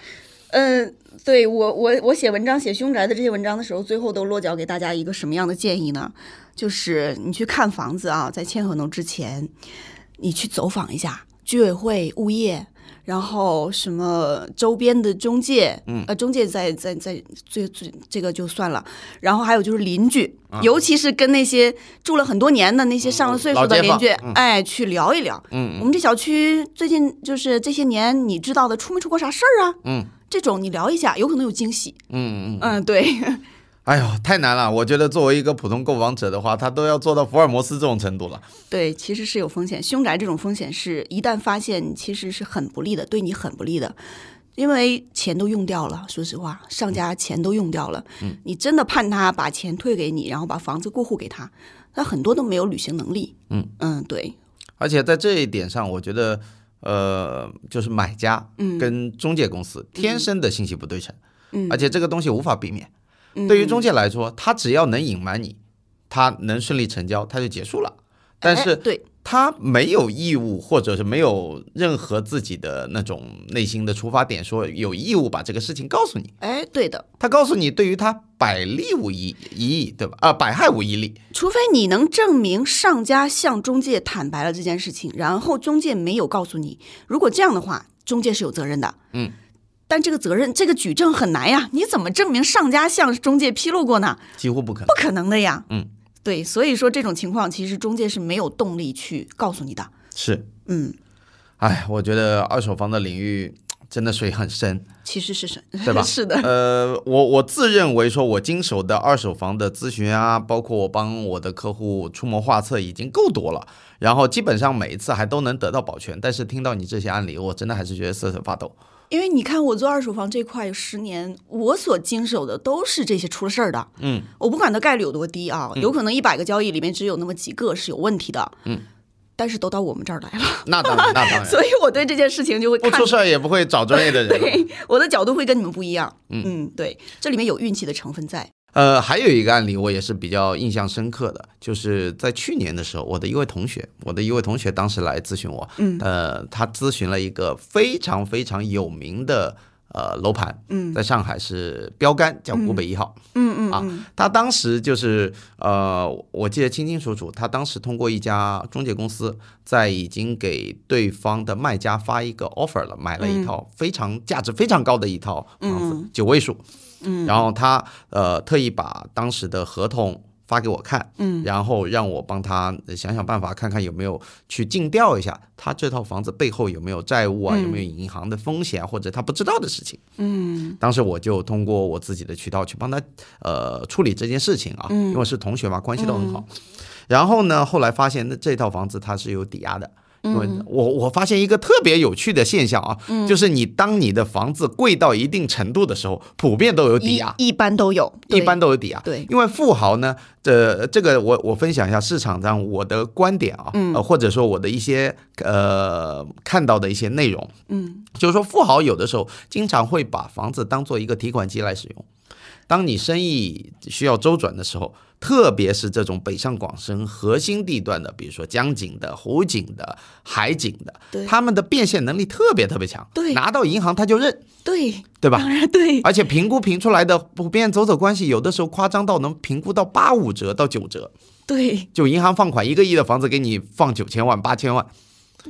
S2: 嗯，对我我我写文章写凶宅的这些文章的时候，最后都落脚给大家一个什么样的建议呢？就是你去看房子啊，在签合同之前，你去走访一下居委会、物业，然后什么周边的中介，嗯，呃，中介在在在最最这个就算了，然后还有就是邻居，
S1: 啊
S2: 尤其是跟那些住了很多年的那些上了岁数
S1: 嗯老
S2: 的
S1: 街
S2: 邻
S1: 坊
S2: 居，哎，去聊一聊，
S1: 嗯
S2: 我们这小区最近就是这些年你知道的，出没出过啥事儿啊？
S1: 嗯，
S2: 这种你聊一下，有可能有惊喜。
S1: 嗯嗯。
S2: 嗯，对，
S1: 哎呦，太难了！我觉得作为一个普通购房者的话，他都要做到福尔摩斯这种程度了。
S2: 对，其实是有风险。凶宅这种风险是一旦发现，其实是很不利的，对你很不利的，因为钱都用掉了。说实话，上家钱都用掉了，嗯、你真的判他把钱退给你，然后把房子过户给他，他很多都没有履行能力。
S1: 嗯
S2: 嗯，对，
S1: 而且在这一点上，我觉得，呃，就是买家跟中介公司天生的信息不对称，
S2: 嗯
S1: 而且这个东西无法避免。对于中介来说，他只要能隐瞒你，他能顺利成交，他就结束了。但
S2: 哎
S1: 是
S2: 对，
S1: 他没有义务，或者是没有任何自己的那种内心的出发点，说有义务把这个事情告诉你。
S2: 哎，对的，
S1: 他告诉你，对于他百利无一一益，对吧？啊、百害无一利。
S2: 除非你能证明上家向中介坦白了这件事情，然后中介没有告诉你，如果这样的话，中介是有责任的。
S1: 嗯。
S2: 但这个责任，这个举证很难呀！你怎么证明上家向中介披露过呢？
S1: 几乎不可能
S2: 不。可能的呀。
S1: 嗯，
S2: 对，所以说这种情况，其实中介是没有动力去告诉你的。
S1: 是，
S2: 嗯，
S1: 哎，我觉得二手房的领域真的水很深。
S2: 其实是是，
S1: 对吧
S2: 是的，
S1: 呃，我我自认为说，我经手的二手房的咨询啊，包括我帮我的客户出谋划策已经够多了，然后基本上每一次还都能得到保全。但是听到你这些案例，我真的还是觉得瑟瑟发抖。
S2: 因为你看，我做二手房这块十年，我所经手的都是这些出了事儿的。
S1: 嗯，
S2: 我不管它概率有多低啊，有可能一百个交易里面只有那么几个是有问题的。嗯，但是都到我们这儿来了，
S1: 那当然，那当然，
S2: 所以我对这件事情就会
S1: 哎不
S2: 看
S1: 出事儿也不会找专业的人。
S2: 对我的角度会跟你们不一样。嗯，对，这里面有运气的成分在。
S1: 呃，还有一个案例我也是比较印象深刻的，就是在去年的时候，我的一位同学，我的一位同学当时来咨询我，嗯，呃，他咨询了一个非常非常有名的呃楼盘，嗯，在上海是标杆，叫古北一号，
S2: 嗯嗯
S1: 啊，他当时就是呃，我记得清清楚楚，他当时通过一家中介公司，在已经给对方的卖家发一个 offer 了，买了一套非常价值非常高的一套房子，九位数。嗯，然后他呃特意把当时的合同发给我看，嗯，然后让我帮他想想办法，看看有没有去尽调一下他这套房子背后有没有债务啊，有没有银行的风险或者他不知道的事情。嗯，当时我就通过我自己的渠道去帮他呃处理这件事情啊，因为是同学嘛，关系都很好。然后呢，后来发现那这套房子它是有抵押的。因为我我发现一个特别有趣的现象啊，就是你当你的房子贵到一定程度的时候，普遍都有抵
S2: 嗯一
S1: 押，
S2: 一般都有，
S1: 啊一
S2: 对
S1: 般都有抵押。
S2: 对
S1: 因为富豪呢，这这个我我分享一下市场上我的观点啊，
S2: 嗯
S1: 呃或者说我的一些呃看到的一些内容，嗯，就是说富豪有的时候经常会把房子当做一个提款机来使用。当你生意需要周转的时候，特别是这种北上广深核心地段的，比如说江景的、湖景的、海景的，
S2: 对
S1: 他们的变现能力特别特别强，
S2: 对
S1: 拿到银行他就认，
S2: 对
S1: 对吧？
S2: 当然对，
S1: 而且评估评出来的普遍走走关系，有的时候夸张到能评估到八五折到九折，
S2: 对
S1: 就银行放款一个亿的房子给你放九千万、八千万，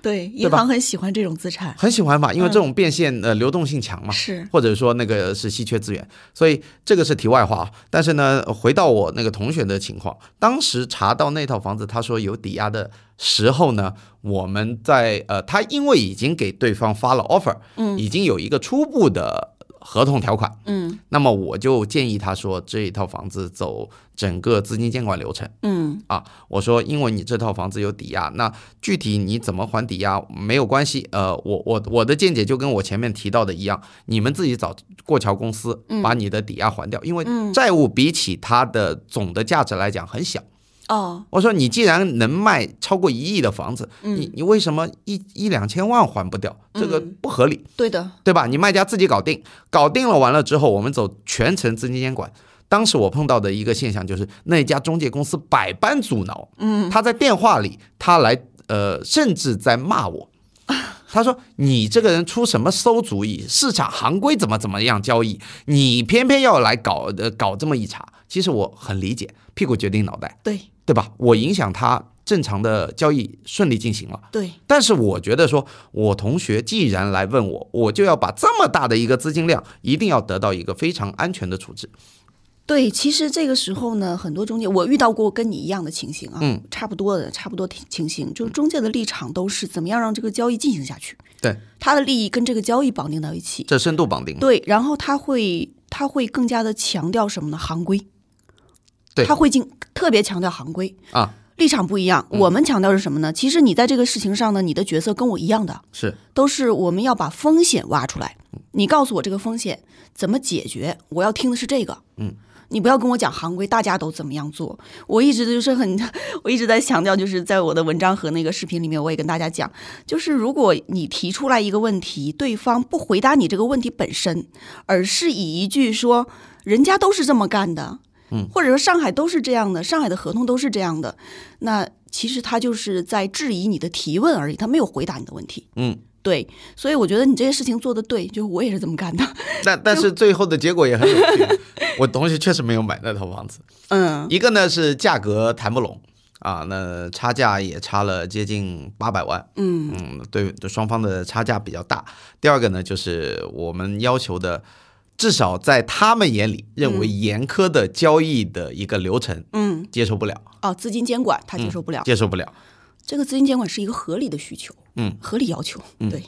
S2: 对，银
S1: 吧
S2: 行很喜欢这种资产，
S1: 很喜欢吧？因为这种变现、呃流动性强嘛，
S2: 是
S1: 或者说那个是稀缺资源，所以这个是题外话啊。但是呢，回到我那个同学的情况，当时查到那套房子，他说有抵押的时候呢，我们在呃，他因为已经给对方发了 offer，嗯，已经有一个初步的合同条款，
S2: 嗯
S1: 那么我就建议他说，这一套房子走整个资金监管流程
S2: 嗯
S1: 啊。我说，因为你这套房子有抵押，那具体你怎么还抵押没有关系。呃，我我我的见解就跟我前面提到的一样，你们自己找过桥公司把你的抵押还掉，因为债务比起它的总的价值来讲很小。
S2: 哦
S1: 我说，你既然能卖超过一亿的房子，你你为什么一一两千万还不掉？这个不合理。
S2: 对的，
S1: 对吧？你卖家自己搞定，搞定了完了之后，我们走全程资金监管。当时我碰到的一个现象就是，那家中介公司百般阻挠，嗯，他在电话里，他来，呃，甚至在骂我，他说你这个人出什么馊主意？市场行规怎么怎么样交易，你偏偏要来搞呃搞这么一茬。其实我很理解，屁股决定脑袋，
S2: 对
S1: 对吧？我影响他正常的交易顺利进行了，
S2: 对
S1: 但是我觉得说，我同学既然来问我，我就要把这么大的一个资金量，一定要得到一个非常安全的处置。
S2: 对。其实这个时候呢，很多中介我遇到过跟你一样的情形啊，
S1: 嗯，
S2: 差不多的差不多情情形，就是中介的立场都是怎么样让这个交易进行下去，
S1: 对，嗯
S2: 他的利益跟这个交易绑定到一起，
S1: 这深度绑定，
S2: 对，然后他会他会更加的强调什么呢？行规，
S1: 对
S2: 他会进特别强调行规
S1: 啊，
S2: 立场不一样。
S1: 嗯
S2: 我们强调是什么呢？其实你在这个事情上呢，你的角色跟我一样的，啊
S1: 是
S2: 都是我们要把风险挖出来。你告诉我这个风险怎么解决，我要听的是这个。嗯。你不要跟我讲行规，大家都怎么样做。我一直就是很， 我一直在强调，就是在我的文章和那个视频里面，我也跟大家讲，就是如果你提出来一个问题，对方不回答你这个问题本身，而是以一句说人家都是这么干的，嗯，或者说上海都是这样的，上海的合同都是这样的，那其实他就是在质疑你的提问而已，他没有回答你的问题。
S1: 嗯，
S2: 对，所以我觉得你这些事情做的对，就我也是这么干的。
S1: 但但是最后的结果也很有趣。我同学确实没有买那套房子，
S2: 嗯，
S1: 一个呢是价格谈不拢啊，那差价也差了接近八百万，嗯对，就双方的差价比较大。第二个呢，就是我们要求的，至少在他们眼里认为严苛的交易的一个流程，
S2: 嗯，
S1: 接受不了，
S2: 哦，资金监管他接受不了，
S1: 接受不了。
S2: 这个资金监管是一个合理的需求，
S1: 嗯，
S2: 合理要求，对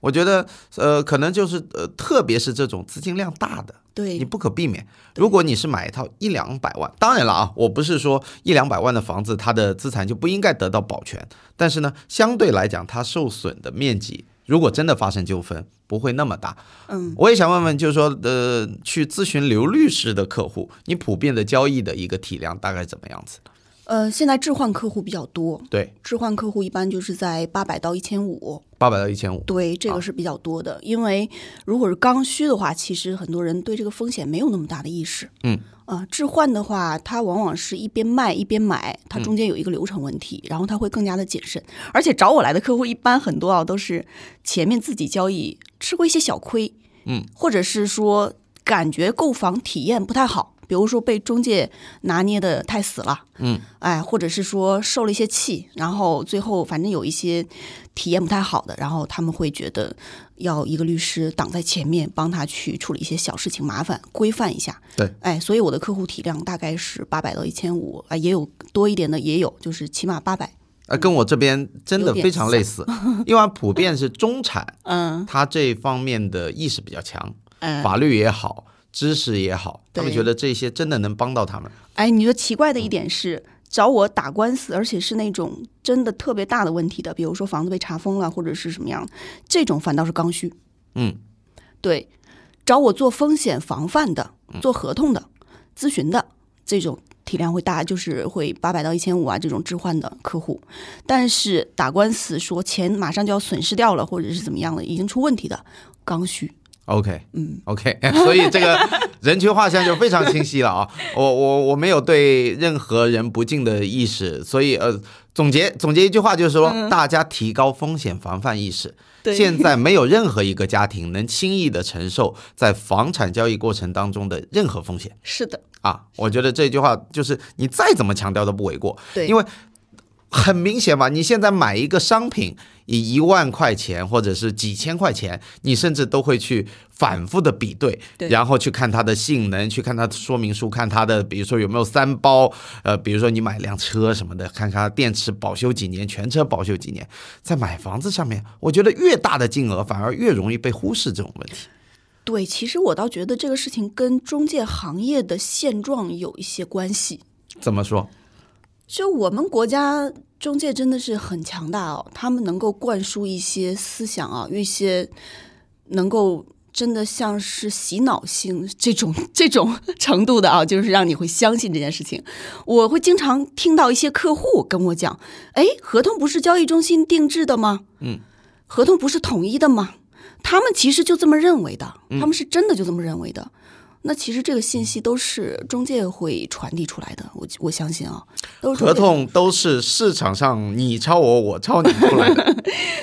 S1: 我觉得，呃，可能就是呃，特别是这种资金量大的，你
S2: 对
S1: 不可避免。如果你是买一套一两百万，当然了啊，我不是说一两百万的房子，它的资产就不应该得到保全，但是呢，相对来讲，它受损的面积，如果真的发生纠纷，不会那么大。嗯，我也想问问，就是说，呃，去咨询刘律师的客户，你普遍的交易的一个体量大概怎么样子？
S2: 呃，现在置换客户比较多，
S1: 对，
S2: 置换客户一般就是在八百到一千五，
S1: 八百到一千五，啊
S2: 对，这个是比较多的。因为如果是刚需的话，其实很多人对这个风险没有那么大的意识。
S1: 嗯，
S2: 啊、置换的话，它往往是一边卖一边买，
S1: 嗯
S2: 它中间有一个流程问题，然后它会更加的谨慎。而且找我来的客户一般很多啊，都是前面自己交易吃过一些小亏，
S1: 嗯，
S2: 或者是说感觉购房体验不太好，比如说被中介拿捏的太死了，
S1: 嗯，
S2: 哎，或者是说受了一些气，然后最后反正有一些体验不太好的，然后他们会觉得要一个律师挡在前面，帮他去处理一些小事情麻烦，规范一下。
S1: 对，
S2: 哎，所以我的客户体量大概是八百到一千五，啊，也有多一点的，也有，就是起码八百。
S1: 呃，跟我这边真的
S2: 有点
S1: 非常类似，因为普遍是中产，
S2: 嗯，
S1: 他这方面的意识比较强，
S2: 哎，
S1: 法律也好，知识也好，他们
S2: 对
S1: 觉得这些真的能帮到他们。
S2: 哎，你说奇怪的
S1: 嗯
S2: 一点是，找我打官司，而且是那种真的特别大的问题的，比如说房子被查封了，或者是什么样，这种反倒是刚需。
S1: 嗯，
S2: 对，找我做风险防范的、
S1: 嗯
S2: 做合同的、咨询的这种体量会大，就是会八百到一千五啊这种置换的客户。但是打官司说钱马上就要损失掉了，或者是怎么样了，已经出问题的刚需。
S1: OK，
S2: 嗯
S1: ，OK，所 以这个人群画像就非常清晰了啊！我我我没有对任何人不敬的意识，所以呃，总结总结一句话就是说，大家提高风险防范意识。
S2: 嗯对
S1: 现在没有任何一个家庭能轻易的承受在房产交易过程当中的任何风险
S2: 是的，
S1: 啊！我觉得这句话就是你再怎么强调都不为过，
S2: 对，
S1: 因为很明显嘛，你现在买一个商品，以一万块钱或者是几千块钱，你甚至都会去反复的比对，
S2: 对
S1: 然后去看它的性能，去看它的说明书，看它的比如说有没有三包，呃，比如说你买辆车什么的，看看它电池保修几年，全车保修几年。在买房子上面，我觉得越大的金额反而越容易被忽视这种问题。
S2: 对，其实我倒觉得这个事情跟中介行业的现状有一些关系。
S1: 怎么 说？
S2: 就我们国家中介真的是很强大哦，他们能够灌输一些思想啊，一些能够真的像是洗脑性这种 这种程度的啊，就是让你会相信这件事情。我会经常听到一些客户跟我讲：“哎，合同不是交易中心定制的吗？
S1: 嗯，
S2: 合同不是统一的吗？”他们其实就这么认为的，
S1: 嗯
S2: 他们是真的就这么认为的。那其实这个信息都是中介会传递出来的，我我相信啊，都是中介
S1: 合同都是市场上你抄我，我抄你出来 的。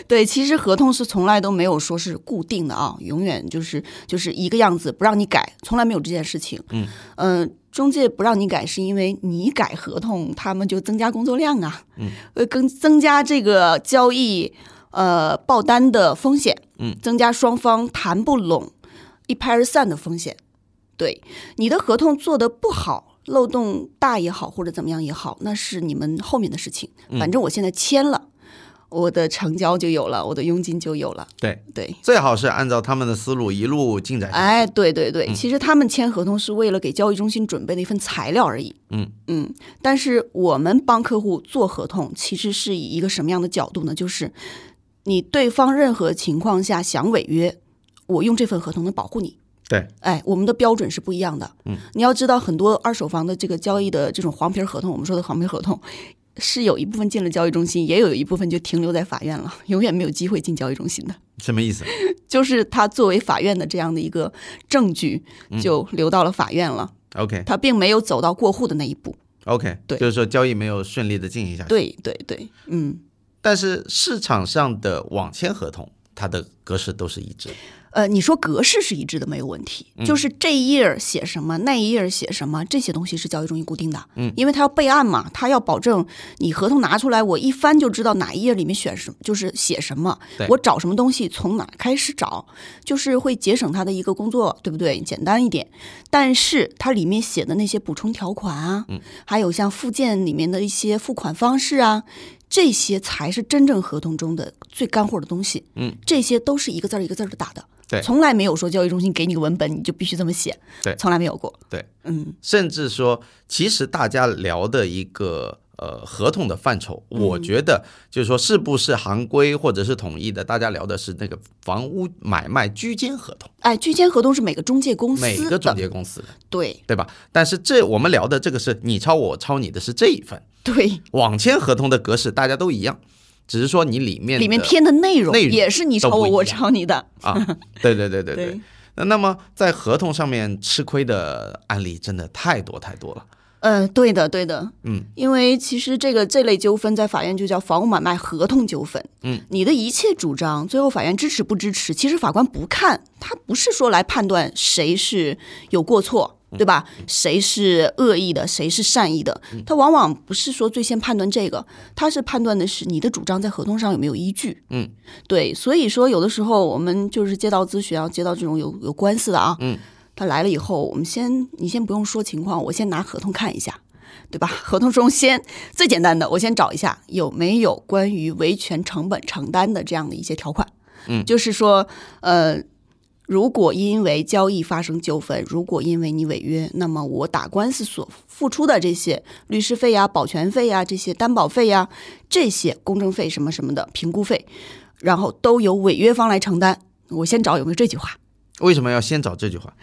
S2: 对，其实合同是从来都没有说是固定的啊，永远就是就是一个样子，不让你改，从来没有这件事情。
S1: 嗯
S2: 呃中介不让你改，是因为你改合同，他们就增加工作量啊，嗯，呃，更增加这个交易呃爆单的风险，
S1: 嗯，
S2: 增加双方谈不拢、一拍而散的风险。对，你的合同做得不好，漏洞大也好，或者怎么样也好，那是你们后面的事情。
S1: 嗯
S2: 反正我现在签了。我的成交就有了，我的佣金就有了。
S1: 对，
S2: 对，
S1: 最好是按照他们的思路一路进展下去。
S2: 哎，对对对，其实他们签合同是为了给交易中心准备的一份材料而已。
S1: 嗯
S2: 嗯，但是我们帮客户做合同，其实是以一个什么样的角度呢？就是你对方任何情况下想违约，我用这份合同能保护你。
S1: 对，
S2: 哎，我们的标准是不一样的。嗯，你要知道，很多二手房的这个交易的这种黄皮儿合同，我们说的黄皮儿合同，是有一部分进了交易中心，也有一部分就停留在法院了，永远没有机会进交易中心的。
S1: 什么意思？
S2: 就是他作为法院的这样的一个证据，就留到了法院了，
S1: OK
S2: 他并没有走到过户的那一步。
S1: OK，
S2: 对
S1: 就是说交易没有顺利的进行下去。
S2: 对对对，嗯，
S1: 但是市场上的网签合同，它的格式都是一致的。
S2: 呃，你说格式是一致的没有问题，
S1: 嗯
S2: 就是这一页儿写什么，那一页儿写什么，这些东西是交易中心固定的，嗯，因为他要备案嘛，他要保证你合同拿出来，我一翻就知道哪一页里面选什么，就是写什么
S1: 对，
S2: 我找什么东西，从哪开始找，就是会节省他的一个工作，对不对？简单一点，但是它里面写的那些补充条款啊，
S1: 嗯
S2: 还有像附件里面的一些付款方式啊，这些才是真正合同中的最干货的东西。
S1: 嗯，
S2: 这些都是一个字儿一个字儿的打的。
S1: 对
S2: 从来没有说交易中心给你个文本，你就必须这么写。
S1: 对
S2: 从来没有过。
S1: 对，
S2: 嗯，
S1: 甚至说，其实大家聊的一个呃合同的范畴，
S2: 嗯
S1: 我觉得就是说是不是行规或者是统一的，大家聊的是那个房屋买卖居间合同，
S2: 哎，居间合同是每个中介公司的，
S1: 每个中介公司的，
S2: 对
S1: 对吧？但是这我们聊的这个是你抄我，我抄你的是这一份，
S2: 对，
S1: 网签合同的格式大家都一样，只是说你里面
S2: 里面
S1: 的
S2: 填的内容
S1: 内容
S2: 也是你
S1: 都
S2: 抄
S1: 不
S2: 我，
S1: 一
S2: 我
S1: 样
S2: 抄你的。
S1: 啊， 对对对对对。
S2: 对
S1: 那那么在合同上面吃亏的案例真的太多太多了。
S2: 呃，对的，对的，
S1: 嗯，
S2: 因为其实这个这类纠纷在法院就叫房屋买卖合同纠纷，
S1: 嗯，
S2: 你的一切主张，最后法院支持不支持，其实法官不看，他不是说来判断谁是有过错，
S1: 嗯
S2: 对吧？谁是恶意的，谁是善意的，
S1: 嗯
S2: 他往往不是说最先判断这个，他是判断的是你的主张在合同上有没有依据，
S1: 嗯，
S2: 对，所以说有的时候我们就是接到咨询啊，接到这种有有官司的啊，
S1: 嗯。
S2: 他来了以后，我们先你先不用说情况，我先拿合同看一下，对吧？ 合同中先最简单的，我先找一下有没有关于维权成本承担的这样的一些条款。
S1: 嗯
S2: 就是说，呃，如果因为交易发生纠纷，如果因为你违约，那么我打官司所付出的这些律师费呀、保全费呀、这些担保费呀、这些公证费什么什么的评估费，然后都由违约方来承担。我先找有没有这句话。
S1: 为什么要先找这句话？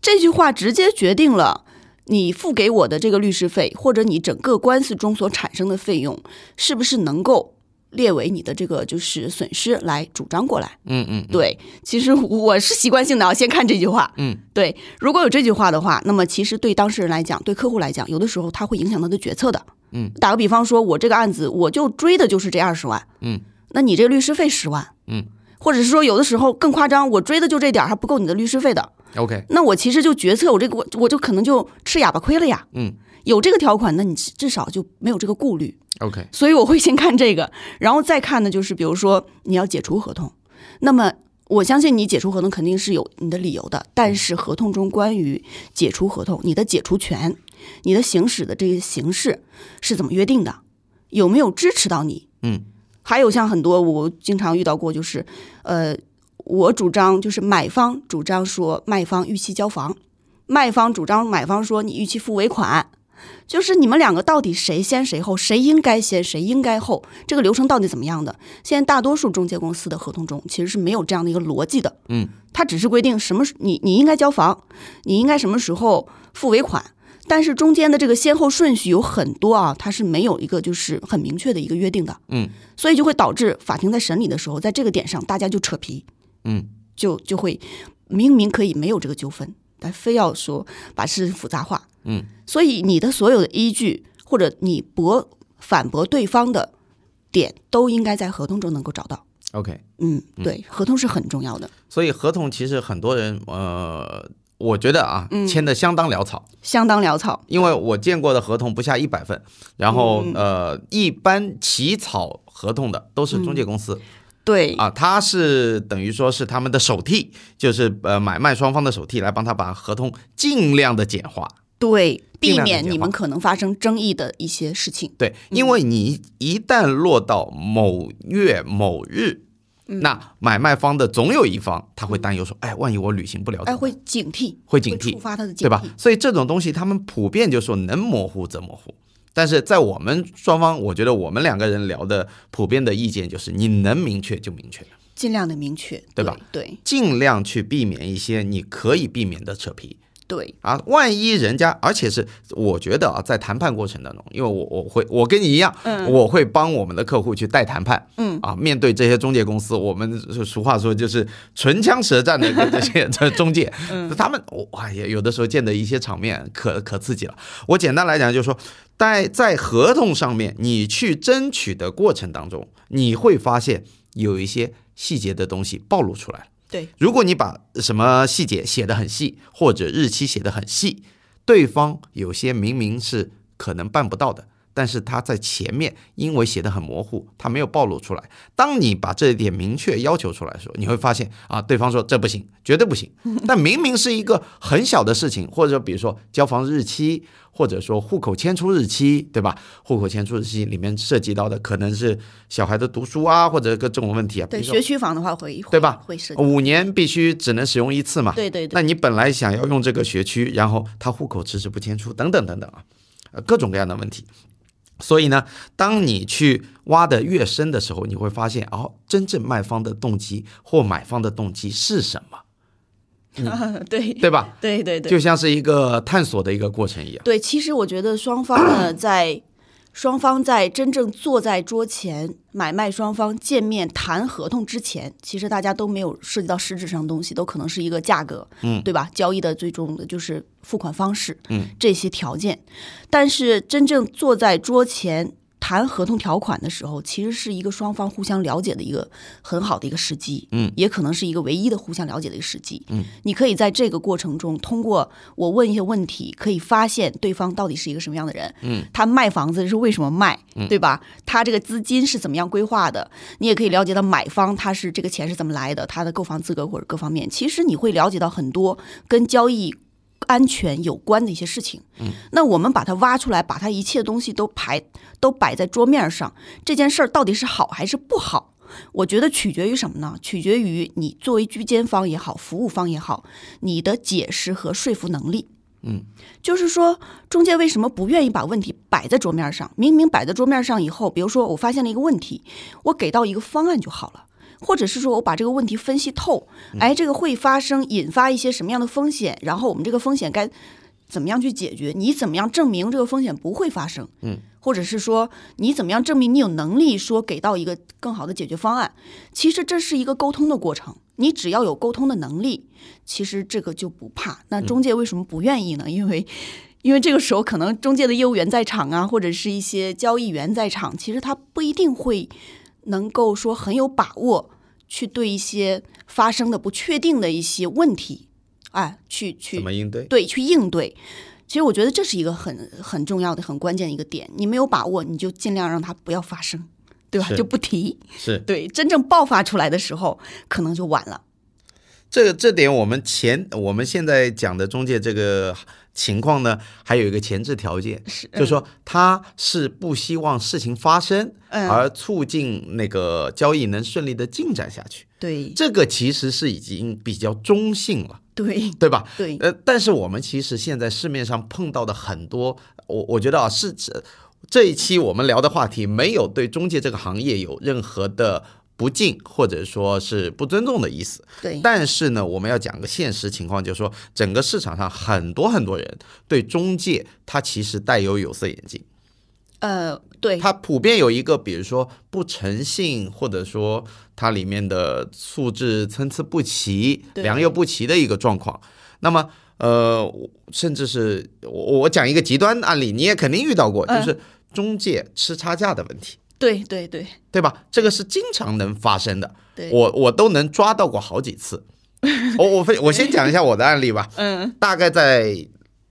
S2: 这句话直接决定了你付给我的这个律师费，或者你整个官司中所产生的费用，是不是能够列为你的这个就是损失来主张过来。
S1: 嗯嗯，嗯
S2: 对，其实我是习惯性的要先看这句话。
S1: 嗯，
S2: 对，如果有这句话的话，那么其实对当事人来讲，对客户来讲，有的时候他会影响他的决策的。
S1: 嗯，
S2: 打个比方说，我这个案子我就追的就是这二十万。
S1: 嗯，
S2: 那你这律师费十万。
S1: 嗯，
S2: 或者是说有的时候更夸张，我追的就这点儿还不够你的律师费的。
S1: OK，
S2: 那我其实就决策，我这个我我就可能就吃哑巴亏了呀。
S1: 嗯
S2: 有这个条款，那你至至少就没有这个顾虑。
S1: OK，
S2: 所以我会先看这个，然后再看的就是，比如说你要解除合同，那么我相信你解除合同肯定是有你的理由的，但是合同中关于解除合同、你的解除权、你的行使的这个形式是怎么约定的，有没有支持到你？
S1: 嗯
S2: 还有像很多我经常遇到过，就是呃，我主张就是买方主张说卖方逾期交房，卖方主张买方说你逾期付尾款，就是你们两个到底谁先谁后，谁应该先谁应该后，这个流程到底怎么样的？现在大多数中介公司的合同中其实是没有这样的一个逻辑的，
S1: 嗯，
S2: 它只是规定什么时你你应该交房，你应该什么时候付尾款。但是中间的这个先后顺序有很多啊，它是没有一个就是很明确的一个约定的。
S1: 嗯
S2: 所以就会导致法庭在审理的时候，在这个点上大家就扯皮，
S1: 嗯
S2: 就就会明明可以没有这个纠纷，但非要说把事情复杂化。
S1: 嗯，
S2: 所以你的所有的依据或者你驳反驳对方的点，都应该在合同中能够找到。
S1: OK。
S2: 嗯，对，合同是很重要的，
S1: 所以合同其实很多人呃，我觉得啊，
S2: 嗯
S1: 签的相当潦草，
S2: 相当潦草。
S1: 因为我见过的合同不下一百份，然后、
S2: 嗯
S1: 呃，一般起草合同的都是
S2: 嗯
S1: 中介公司、
S2: 对，
S1: 啊，他是等于说是他们的手替，就是呃买卖双方的手替来帮他把合同尽量的简化。
S2: 对，
S1: 尽
S2: 避
S1: 量地
S2: 免
S1: 简
S2: 你们
S1: 化
S2: 可能发生争议的一些事情。
S1: 对，因
S2: 嗯
S1: 为你一旦落到某月某日，
S2: 嗯
S1: 那买卖方的总有一方他会担忧说，哎，万一我履行不了怎么
S2: 哎，
S1: 办，
S2: 会警惕，
S1: 会警
S2: 触
S1: 惕，
S2: 发他的
S1: 对
S2: 警惕，
S1: 吧？所以这种东西他们普遍就说能模糊则模糊。但是在我们双方，我觉得我们两个人聊的普遍的意见就是，你能明确就明确，
S2: 尽量的明确，
S1: 对吧？
S2: 对
S1: 尽量去避免一些你可以避免的扯皮。
S2: 对，
S1: 啊，万一人家，而且是我觉得啊，在谈判过程当中，因为我我会我跟你一样，我会帮我们的客户去带谈判，嗯啊，面对这些中介公司，我们呃俗话说就是唇枪舌战的 跟这些这中介，他们我哎呀，有的时候见的一些场面可可刺激了。我简单来讲就是说，在在合同上面你去争取的过程当中，你会发现有一些细节的东西暴露出来了。
S2: 对
S1: 如果你把呃什么细节写得很细，或者日期写得很细，对方有些明明是可能办不到的，但是他在前面因为写得很模糊，他没有暴露出来。当你把这一点明确要求出来的时候，你会发现啊，对方说这不行，绝对不行。但明明是一个很小的事情，或者比如说交房日期，或者说户口迁出日期，对吧？户口迁出日期里面涉及到的可能是小孩的读书啊，或者各种问题啊，比
S2: 对，
S1: 如说
S2: 学区房的话会
S1: 对吧哦
S2: 会涉及，
S1: 五年必须只能使用一次嘛。
S2: 对对对
S1: 那你本来想要用这个学区，然后他户口迟迟不迁出，等等等等啊，呃，各种各样的问题。所以呢，当你去挖得越深的时候，你会发现哦，真正卖方的动机或买方的动机是什么，
S2: 对
S1: 对吧？
S2: 对对对啊
S1: 就像是一个探索的一个过程一样。
S2: 对，其实我觉得双方呢在双方在真正坐在桌前，买卖双方见面谈合同之前，其实大家都没有涉及到实质上的东西，都可能是一个价格，嗯，对吧？交易的最终的就是付款方式，嗯，这些条件。但是真正坐在桌前谈合同条款的时候，其实是一个双方互相了解的一个很好的一个时机，嗯，也可能是一个唯一的互相了解的一个时机，嗯，你可以在这个过程中，通过我问一些问题，可以发现对方到底是一个什么样的人，嗯，他卖房子是为什么卖，对吧？他这个资金是怎么样规划的？你也可以了解到买方他是这个钱是怎么来的，他的购房资格或者各方面，其实你会了解到很多跟交易安全有关的一些事情。嗯，那我们把它挖出来，把它一切东西都排都摆在桌面上，这件事儿到底是好还是不好？我觉得取决于什么呢？取决于你作为居间方也好，服务方也好，你的解释和说服能力。就是说，中介为什么不愿意把问题摆在桌面上？明明摆在桌面上以后，比如说我发现了一个问题，我给到一个方案就好了，或者是说我把这个问题分析透，哎，这个会发生引发一些什么样的风险，然后我们这个风险该怎么样去解决？你怎么样证明这个风险不会发生？嗯，或者是说你怎么样证明你有能力说给到一个更好的解决方案？其实这是一个沟通的过程，你只要有沟通的能力，其实这个就不怕。那中介为什么不愿意呢？因为因为这个时候可能中介的业务员在场啊，或者是一些交易员在场，其实他不一定会能够说很有把握去对一些发生的不确定的一些问题，哎，去去
S1: 怎么应对？
S2: 对，去应对。其实我觉得这是一个很很重要的、很关键的一个点。你没有把握，你就尽量让它不要发生，对吧？
S1: 是
S2: 就不提。
S1: 是
S2: 对，真正爆发出来的时候，可能就晚了。
S1: 这个这点，我们前我们现在讲的中介这个情况呢，还有一个前置条件，
S2: 是，
S1: 就是说他是不希望事情发生，
S2: 嗯
S1: 而促进那个交易能顺利的进展下去。
S2: 对
S1: 这个其实是已经比较中性了，
S2: 对
S1: 对吧？
S2: 对，
S1: 呃，但是我们其实现在市面上碰到的很多，我我觉得啊，是这这一期我们聊的话题没有对中介这个行业有任何的不敬或者说是不尊重的意思。
S2: 对，
S1: 但是呢，我们要讲个现实情况，就是说整个市场上很多很多人对中介他其实带有有色眼镜，
S2: 呃，对，
S1: 他普遍有一个比如说不诚信，或者说它里面的素质参差不齐、
S2: 对
S1: 良莠不齐的一个状况。那么呃，甚至是我我讲一个极端案例，你也肯定遇到过，就
S2: 嗯
S1: 是中介吃差价的问题。
S2: 对，对，对，
S1: 对吧？这个是经常能发生的，
S2: 对
S1: 我我都能抓到过好几次。我我分我先讲一下我的案例吧，嗯，大概在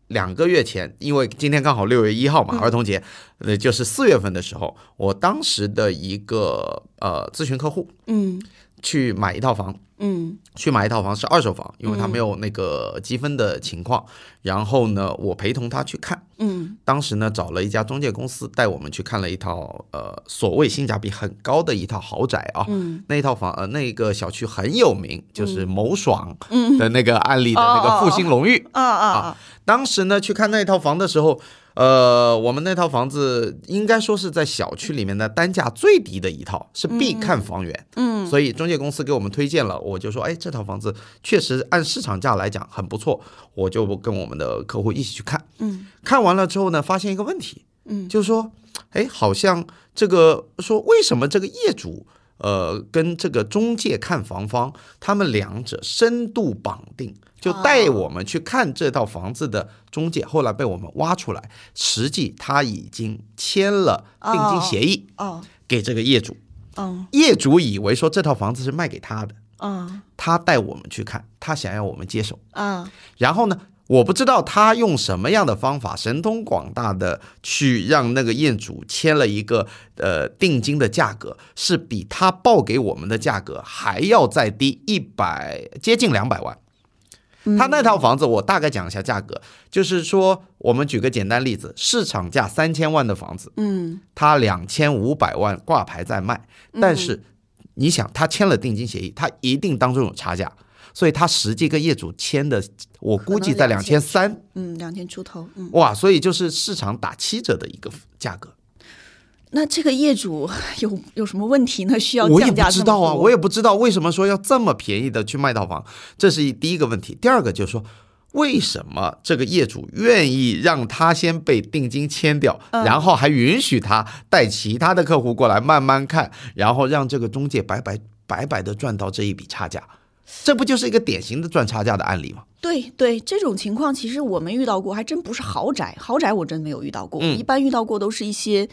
S1: 两个月前，因为今天刚好六月一号嘛，儿童节，呃，就是四月份的时候，我当时的一个呃咨询客户
S2: 嗯
S1: 去买一套房，
S2: 嗯
S1: 去买一套房是二手房，因为他没有那个积分的情况，然后呢，我陪同他去看。
S2: 嗯
S1: 当时呢，找了一家中介公司带我们去看了一套呃所谓性价比很高的一套豪宅啊，
S2: 嗯
S1: 那一套房呃那个小区很有名，就是某爽的那个案例的那个复兴龙域。
S2: 嗯啊啊啊，
S1: 当时呢去看那套房的时候，呃，我们那套房子应该说是在小区里面的单价最低的一套，是必看房源。嗯，所以中介公司给我们推荐了，我就说，哎，这套房子确实按市场价来讲很不错，我就跟我们的客户一起去看。
S2: 嗯
S1: 看完了之后呢，发现一个问题，
S2: 嗯，
S1: 就是说，哎，好像这个说为什么这个业主，呃，跟这个中介看房方，他们两者深度绑定，就
S2: 哦
S1: 带我们去看这套房子的中介，后来被我们挖出来，实际他已经签了定金协议
S2: 哦，
S1: 给这个业主，
S2: 嗯
S1: 业主以为说这套房子是卖给他的，
S2: 嗯
S1: 他带我们去看，他想要我们接手。
S2: 啊，
S1: 然后呢，我不知道他用什么样的方法，神通广大的去让那个业主签了一个呃定金的价格，是比他报给我们的价格还要再低一百，接近两百万。他那套房子，我大概讲一下价格，就是说，我们举个简单例子，市场价三千万的房子，
S2: 嗯
S1: 他两千五百万挂牌在卖，但是你想，他签了定金协议，他一定当中有差价，所以他实际跟业主签的，我估计在
S2: 可能
S1: 两千三，
S2: 嗯，两千出头，嗯，
S1: 哇，所以就是市场打七折的一个价格。
S2: 那这个业主 有有什么问题呢？需要
S1: 我也不
S2: 降价
S1: 知
S2: 这么
S1: 道啊，
S2: 多
S1: 我也不知道为什么说要这么便宜的去卖套房，这是一第一个问题。第二个就是说，为什么这个业主愿意让他先被定金签掉，
S2: 嗯
S1: 然后还允许他带其他的客户过来慢慢看，然后让这个中介白白白白的赚到这一笔差价？这不就是一个典型的赚差价的案例吗？
S2: 对对，这种情况其实我们遇到过，还真不是豪宅，豪宅我真没有遇到过，
S1: 嗯
S2: 一般遇到过都是一些，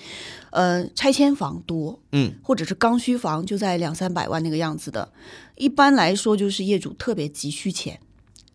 S2: 呃，拆迁房多，
S1: 嗯，
S2: 或者是刚需房，就在两三百万那个样子的。一般来说，就是业主特别急需钱，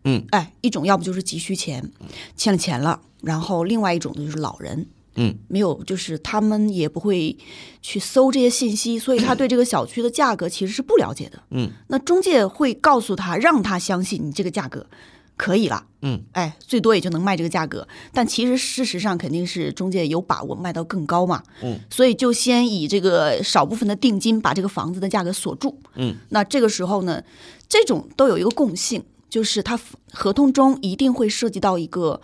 S1: 嗯，
S2: 哎，一种要不就是急需钱，欠了钱了，然后另外一种就是老人。
S1: 嗯，
S2: 没有，就是他们也不会去搜这些信息，所以他对这个小区的价格其实是不了解的。
S1: 嗯，
S2: 那中介会告诉他，让他相信你这个价格可以了。
S1: 嗯，
S2: 哎，最多也就能卖这个价格，但其实事实上肯定是中介有把握卖到更高嘛。
S1: 嗯，
S2: 所以就先以这个少部分的定金把这个房子的价格锁住。
S1: 嗯，
S2: 那这个时候呢，这种都有一个共性，就是它合同中一定会涉及到一个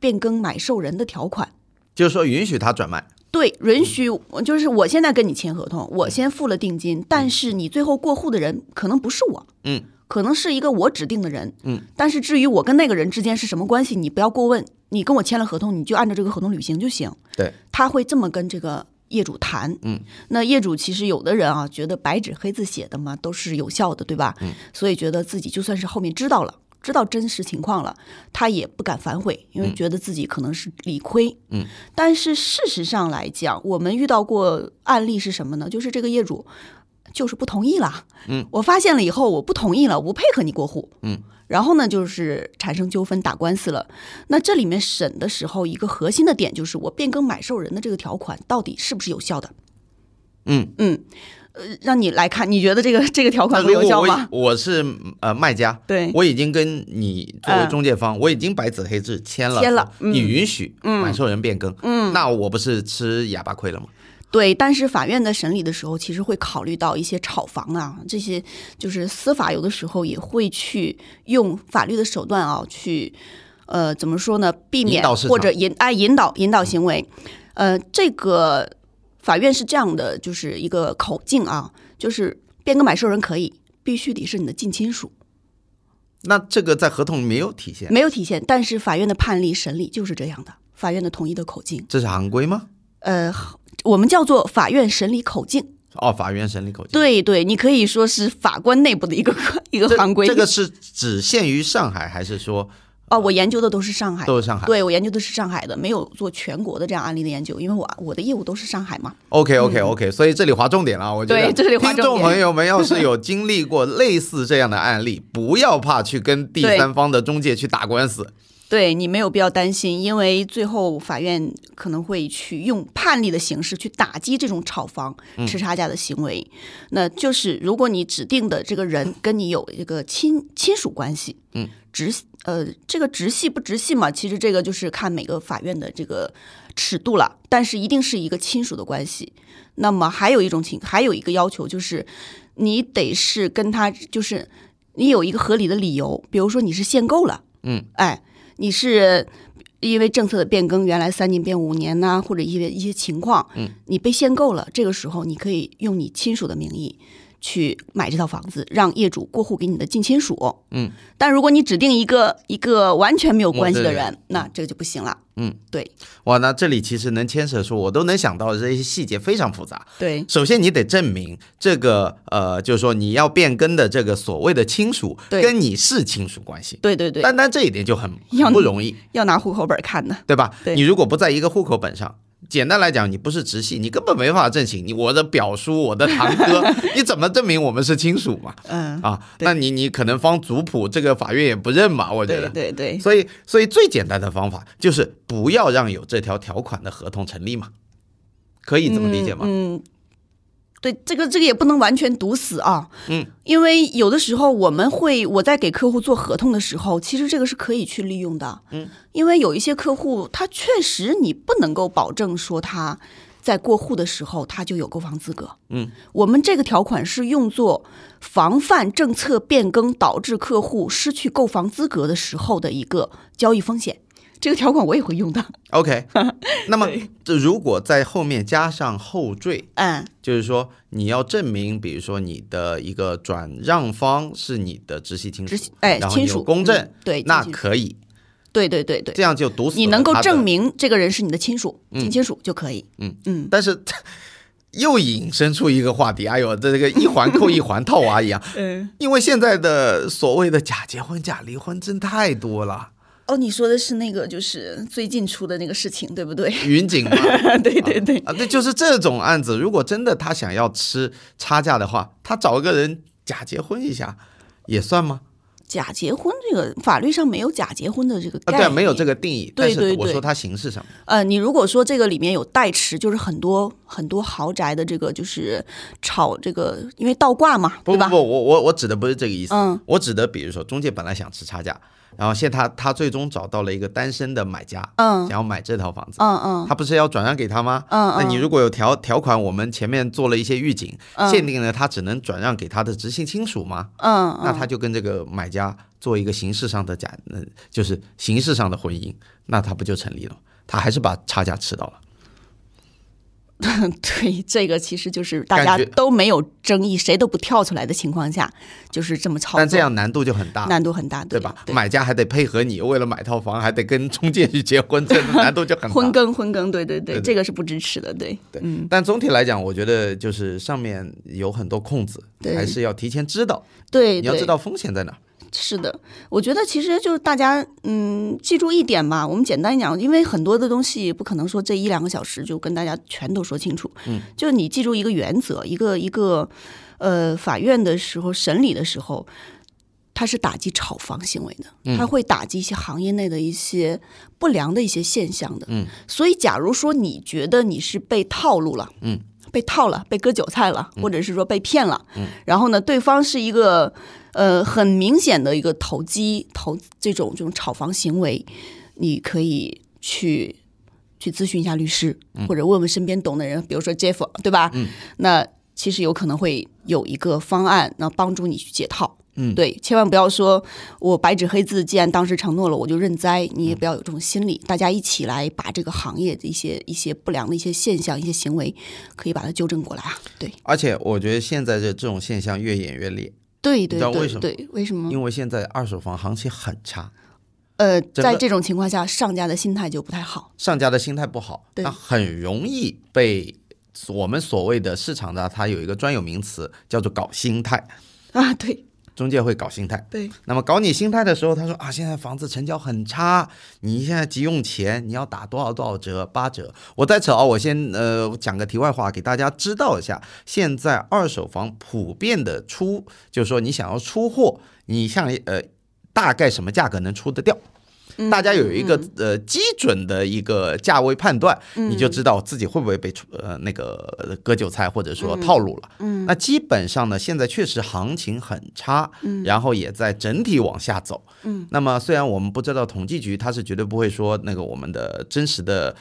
S2: 变更买受人的条款。
S1: 就是说允许他转卖，
S2: 对，允许就是我现在跟你签合同，我先付了定金，但是你最后过户的人可能不是我，
S1: 嗯，
S2: 可能是一个我指定的人，
S1: 嗯，
S2: 但是至于我跟那个人之间是什么关系，你不要过问，你跟我签了合同，你就按照这个合同履行就行。
S1: 对，
S2: 他会这么跟这个业主谈，
S1: 嗯，
S2: 那业主其实有的人啊，觉得白纸黑字写的嘛都是有效的，对吧？嗯，所以觉得自己就算是后面知道了。知道真实情况了，他也不敢反悔，因为觉得自己可能是理亏。
S1: 嗯，
S2: 但是事实上来讲，我们遇到过案例是什么呢？就是这个业主就是不同意了。
S1: 嗯，
S2: 我发现了以后，我不同意了，我不配合你过户。
S1: 嗯，
S2: 然后呢，就是产生纠纷打官司了。那这里面审的时候，一个核心的点就是我变更买受人的这个条款到底是不是有效的？
S1: 嗯
S2: 嗯，呃，让你来看，你觉得这个这个条款
S1: 那
S2: 会
S1: 如
S2: 啊有
S1: 果
S2: 效
S1: 我
S2: 吗？
S1: 我是呃卖家，
S2: 对，
S1: 我已经跟你作为
S2: 哎嗯
S1: 中介方，我已经白纸黑字签了，
S2: 签了嗯
S1: 你允许买受人变更，嗯，那我不是吃哑巴亏了吗？
S2: 对，但是法院在审理的时候，其实会考虑到一些炒房啊，这些就是司法有的时候也会去用法律的手段啊，去呃怎么说呢，避
S1: 引
S2: 免
S1: 导市场
S2: 或者引哎引导引导行为。呃，这个法院是这样的，就是一个口径啊，就是变更买受人可以，必须得是你的近亲属，
S1: 那这个在合同里没有体现，
S2: 没有体现。但是法院的判例审理就是这样的，法院的统一的口径，
S1: 这是行规吗？
S2: 呃，我们叫做法院审理口径。
S1: 哦，法院审理口径，
S2: 对对，你可以说是法官内部的一个一个
S1: 这
S2: 行规。
S1: 这个是只限于上海，还是说
S2: 哦，我研究的都是上海，
S1: 都是上海
S2: 对我研究的是上海的，没有做全国的这样案例的研究，因为我我的业务都是上海嘛。
S1: ？OK OK OK，、所以这里划重点了啊，我觉得
S2: 嗯对这里划
S1: 听
S2: 重点
S1: 众朋友们要是有经历过类似这样的案 例，不要怕去跟第三方的中介去打官司，
S2: 对你没有必要担心，因为最后法院可能会去用判例的形式去打击这种炒房、
S1: 嗯
S2: 吃差价的行为。那就是如果你指定的这个人跟你有这个亲亲属关系，
S1: 嗯，
S2: 直呃这个直系不直系嘛，其实这个就是看每个法院的这个尺度了，但是一定是一个亲属的关系。那么还有一种情，还有一个要求就是，你得是跟他就是你有一个合理的理由，比如说你是限购了。哎，你是因为政策的变更，原来三年变五年呐、或者因为一些情况，嗯，你被限购了，这个时候你可以用你亲属的名义。去买这套房子，让业主过户给你的近亲属。
S1: 嗯，
S2: 但如果你指定一个一个完全没有关系的
S1: 陌生
S2: 人，那这个就不行了。
S1: 嗯，
S2: 对
S1: 哇，那这里其实能牵扯出我都能想到的这些细节非常复杂，
S2: 对
S1: 首先，你得证明这个呃，就是说你要变更的这个所谓的亲属
S2: 对
S1: 跟你是亲属关系，
S2: 对对对，
S1: 单单这一点就很
S2: 要
S1: 很不容易，
S2: 要拿户口本看的。
S1: 对吧？
S2: 对
S1: 你如果不在一个户口本上，简单来讲，你不是直系，你根本没法证明你我的表叔、我的堂 哥，你怎么证明我们是亲属嘛？
S2: 嗯，
S1: 啊，
S2: 对
S1: 那你你可能方族谱，这个法院也不认嘛，我觉
S2: 对
S1: 得。
S2: 对对
S1: 所以，所以最简单的方法就是不要让有这条条款的合同成立嘛，可以这么理解吗？
S2: 嗯，嗯对，这个这个也不能完全堵死啊。
S1: 嗯，
S2: 因为有的时候我们会，我在给客户做合同的时候，其实这个是可以去利用的。嗯，因为有一些客户，他确实你不能够保证说他在过户的时候他就有购房资格。
S1: 嗯，
S2: 我们这个条款是用作防范政策变更导致客户失去购房资格的时候的一个交易风险。这个条款我也会用的。
S1: OK，那么这如果在后面加上后缀，
S2: 嗯，
S1: 就是说你要证明，比如说你的一个转让方是你的直系亲
S2: 直
S1: 属
S2: 系，哎
S1: 然后你
S2: 亲
S1: 有
S2: 属
S1: 公证，
S2: 嗯对
S1: 那
S2: 亲属
S1: 可以。
S2: 对对对对，
S1: 这样就堵死了
S2: 你能够
S1: 他的
S2: 证明这个人是你的亲属、近亲属就可以。
S1: 嗯
S2: 嗯，
S1: 但是 又引申出一个话题，哎呦，这这个一环扣一环套娃一 样，因为现在的所谓的假结婚、假离婚真太多了，
S2: 哦，你说的是那个就是最近出的那个事情，对不对？
S1: 云锦嘛，
S2: 对对对，
S1: 啊，对，就是这种案子，如果真的他想要吃差价的话，他找一个人假结婚一下也算吗？
S2: 假结婚这个法律上没有假结婚的这个概
S1: 啊，
S2: 念，
S1: 对，没有这个定义，
S2: 对对
S1: 但是我
S2: 对
S1: 说他形式上面，
S2: 呃，你如果说这个里面有代持，就是很多很多豪宅的这个就是炒这个，因为倒挂嘛，
S1: 不
S2: 对
S1: 不
S2: 吧？
S1: 不，我我我指的不是这个意思，
S2: 嗯
S1: 我指的比如说中介本来想吃差价，然后现在他他最终找到了一个单身的买家，
S2: 嗯
S1: 想要买这套房子，
S2: 嗯嗯
S1: 他不是要转让给他吗？
S2: 嗯
S1: 那你
S2: 嗯
S1: 如果有条条款，我们前面做了一些预警，
S2: 嗯
S1: 限定了他只能转让给他的直系亲属吗？
S2: 嗯，
S1: 那他就跟这个买家做一个形式上的假，嗯，就是形式上的婚姻，那他不就成立了吗？他还是把差价吃到了。
S2: 对这个其实就是大家
S1: 感觉
S2: 都没有争议，谁都不跳出来的情况下，就是这么炒作，
S1: 但这样难度就很大，
S2: 难度很大，
S1: 对
S2: 吧
S1: 吧？？买家还得配合你，为了买套房还得跟中介去结婚，这难度就很
S2: 婚
S1: 大。
S2: 耕婚耕，对对
S1: 对
S2: 对，
S1: 对
S2: 这个是不支持的，对。
S1: 对，但总体来讲，我觉得就是上面有很多空子，
S2: 对
S1: 还是要提前知道，
S2: 对，
S1: 你要
S2: 对
S1: 知道风险在哪儿。
S2: 是的，我觉得其实就是大家嗯记住一点吧，我们简单一讲，因为很多的东西不可能说这一两个小时就跟大家全都说清楚。嗯，就是你记住一个原则，一个一个呃，法院的时候审理的时候，它是打击炒房行为
S1: 嗯
S2: 的，它会打击一些行业内的一些不良的一些现象的。
S1: 嗯，
S2: 所以假如说你觉得你是被套路了，
S1: 嗯。
S2: 被套了，被割韭菜了，或者是说被骗了，
S1: 嗯
S2: 然后呢，对方是一个呃很明显的一个投机投这种这种炒房行为，你可以去去咨询一下律师，
S1: 嗯
S2: 或者问问身边懂的人，比如说 Jeff，对吧？嗯，那其实有可能会有一个方案，然后帮助你去解套。
S1: 嗯
S2: 对，千万不要说我白纸黑字，既然当时承诺了，我就认栽。你
S1: 嗯
S2: 也不要有这种心理，大家一起来把这个行业的一些一些不良的一些现象、一些行为，可以把它纠正过来啊。对，
S1: 而且我觉得现在这这种现象越演越烈，
S2: 对
S1: 知
S2: 对
S1: 道为
S2: 对
S1: 什么
S2: 对，为什么？
S1: 因为现在二手房行情很差。
S2: 呃，
S1: 个
S2: 在这种情况下，上家的心态就不太好。
S1: 上家的心态不好，
S2: 对
S1: 那很容易被我们所谓的市场呢，它有一个专有名词叫做搞心态，
S2: 啊，对
S1: 中介会搞心态。
S2: 对，
S1: 那么搞你心态的时候，他说啊，现在房子成交很差，你现在急用钱，你要打多少多少折，八折。我在此啊，我先呃讲个题外话，给大家知道一下，现在二手房普遍的出，就是说你想要出货，你像呃大概什么价格能出得掉。大家有一个呃基准的一个价位判断，你就知道自己会不会被出呃那个呃割韭菜或者说套路了。嗯，那基本上呢，现在确实行情很差，嗯，然后也在整体往下走。嗯，那么虽然我们不知道统计局它是绝对不会说那个我们的真实的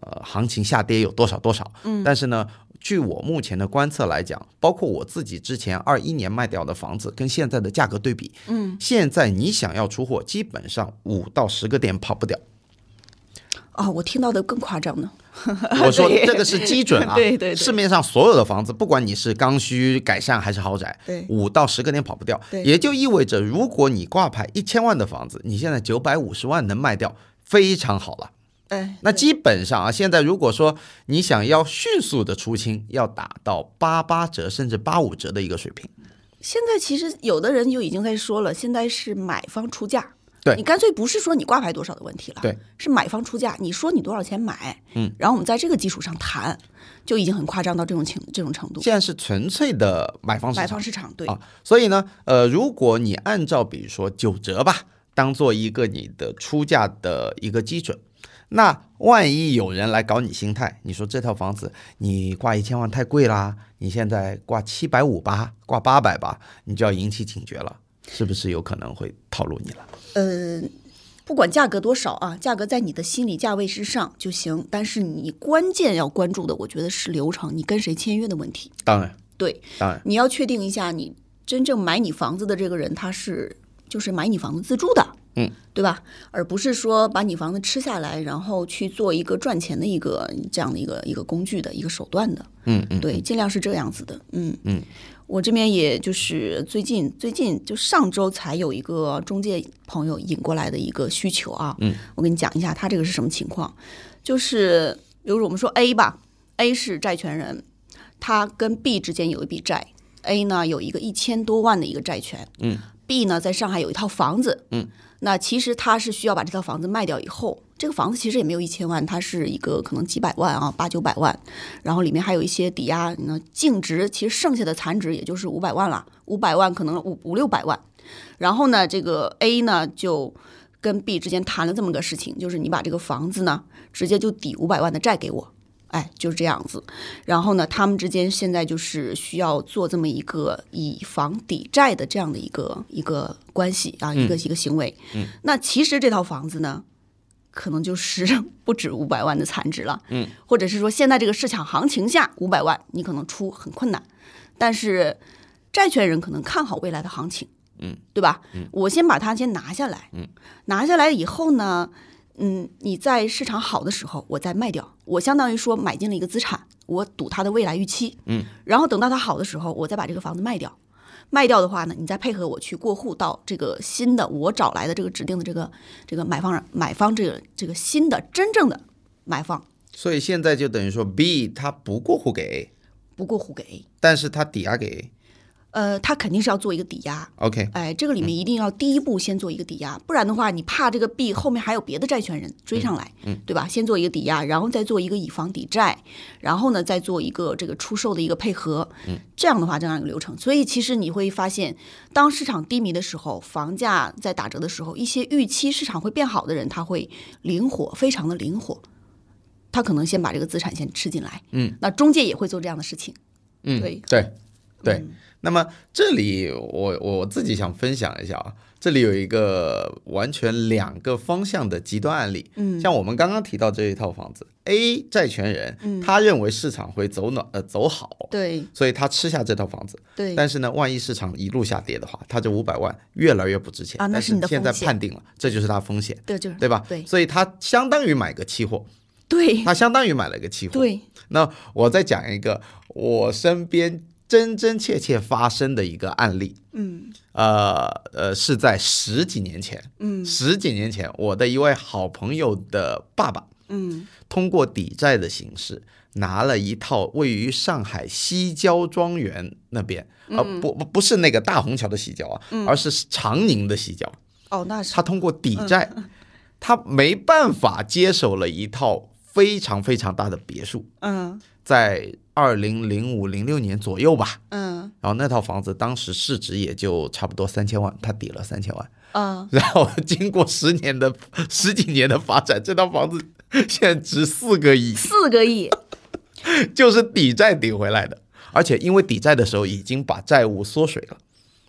S1: 呃行情下跌有多少多少，嗯，但是呢。据我目前的观测来讲，包括我自己之前二一年卖掉的房子跟现在的价格对比，嗯，现在你想要出货，基本上五到十个点跑不 掉。
S2: 啊、我听到的更夸张呢。
S1: 我说
S2: 对
S1: 这个是基准啊，
S2: 对对对
S1: 市面上所有的房子，不管你是刚需、改善还是豪宅，
S2: 对
S1: 五到十个点跑不掉。
S2: 对
S1: 也就意味着，如果你挂牌一千万的房子，你现在九百五十万能卖掉，非常好了。
S2: 哎，
S1: 那基本上啊，现在如果说你想要迅速的出清，要打到八八折甚至八五折的一个水平。
S2: 现在其实有的人就已经在说了，现在是买方出价。
S1: 对
S2: 你干脆不是说你挂牌多少的问题了，
S1: 对，
S2: 是买方出价，你说你多少钱买，嗯，然后我们在这个基础上谈，就已经很夸张到这种情这种程度。
S1: 现在是纯粹的买方市
S2: 买
S1: 场，
S2: 方市场对，
S1: 啊，所以呢，呃，如果你按照比如说九折吧，当做一个你的出价的一个基准，那万一有人来搞你心态，你说这套房子你挂一千万太贵啦，你现在挂七百五吧，挂八百吧，你就要引起警觉了，是不是有可能会套路你了？
S2: 呃，不管价格多少啊，价格在你的心理价位之上就行，但是你关键要关注的，我觉得是流程，你跟谁签约的问题。
S1: 当然，
S2: 对，
S1: 当然，
S2: 你要确定一下，你真正买你房子的这个人，他是就是买你房子自住的，
S1: 嗯，
S2: 对吧？而不是说把你房子吃下来，然后去做一个赚钱的一个这样的一个一个工具的一个手段的。
S1: 嗯嗯，
S2: 对，尽量是这样子的。嗯嗯，我这边也就是最近最近就上周才有一个中介朋友引过来的一个需求啊。
S1: 嗯，
S2: 我跟你讲一下他这个是什么情况，就是比如说我们说 A 吧，A 是债权人，他跟 B 之间有一笔债，A 呢有一个一千多万的一个债权。
S1: 嗯。
S2: B 呢，在上海有一套房子，
S1: 嗯，
S2: 那其实他是需要把这套房子卖掉以后，这个房子其实也没有一千万，它是一个可能几百万啊，八九百万，然后里面还有一些抵押，那净值其实剩下的残值也就是五百万了，五百万可能五五六百万。然后呢，这个 A 呢就跟 B 之间谈了这么个事情，就是你把这个房子呢直接就抵五百万的债给我，哎，就是这样子。然后呢，他们之间现在就是需要做这么一个以房抵债的这样的一个一个关系啊，一个一个行为。
S1: 嗯
S2: 那其实这套房子呢，可能就是 不止五百万的残值了，
S1: 嗯，
S2: 或者是说现在这个市场行情下，五百万你可能出很困难，但是债权人可能看好未来的行情，
S1: 嗯，
S2: 对吧？我先把它先拿下来，
S1: 嗯，
S2: 拿下来以后呢，嗯，你在市场好的时候我再卖掉，我相当于说买进了一个资产，我赌它的未来预期，
S1: 嗯，
S2: 然后等到它好的时候，我再把这个房子卖掉。卖掉的话呢，你再配合我去过户到这个新的我找来的这个指定的这个这个买方人买方这个这个新的真正的买方
S1: 所以现在就等于说 B 他不过户给 A，
S2: 不过户给 A，
S1: 但是他抵押给 A。
S2: 呃，他肯定是要做一个抵押。
S1: OK，
S2: 哎，这个里面
S1: 嗯
S2: 一定要第一步先做一个抵押，不然的话，你怕这个 B 后面还有别的债权人追
S1: 嗯
S2: 上来，对吧？先做一个抵押，然后再做一个以房抵债，然后呢再做一个这个出售的一个配合，
S1: 嗯
S2: 这样的话这样一个流程。所以其实你会发现，当市场低迷的时候，房价在打折的时候，一些预期市场会变好的人，他会灵活，非常的灵活，他可能先把这个资产先吃进来，
S1: 嗯，
S2: 那中介也会做这样的事情，
S1: 嗯，
S2: 对
S1: 对对嗯那么这里我我自己想分享一下啊，这里有一个完全两个方向的极端案例。嗯，像我们刚刚提到这一套房子，A 债权人，
S2: 嗯
S1: 他认为市场会走暖呃走好，
S2: 对
S1: 所以他吃下这套房子。
S2: 对
S1: 但是呢，万一市场一路下跌的话，他这五百万越来越不值钱
S2: 啊那
S1: 但
S2: 是你的
S1: 现在
S2: 风险
S1: 判定了，这就是他风险，
S2: 对，就是
S1: 对吧？
S2: 对
S1: 所以他相当于买个期货，
S2: 对
S1: 他相当于买了个期货。
S2: 对，
S1: 那我再讲一个我身边真真切切发生的一个案例，
S2: 嗯
S1: 呃呃，是在十几年前，
S2: 嗯
S1: 十几年前，我的一位好朋友的爸爸
S2: 嗯
S1: 通过抵债的形式。拿了一套位于上海西郊庄园那边，而
S2: 嗯
S1: 不不不是那个大虹桥的西郊啊，而是长宁的西郊。
S2: 哦，那是
S1: 他通过抵债，
S2: 嗯
S1: 他没办法接手了一套非常非常大的别墅，
S2: 嗯
S1: 在二零零五零六年左右吧。
S2: 嗯
S1: 然后那套房子当时市值也就差不多三千万，他抵了三千万。
S2: 啊，
S1: 然后经过十年的十几年的发展，这套房子现在值四个亿，
S2: 四个亿，
S1: 就是抵债抵回来的。而且因为抵债的时候已经把债务缩水了。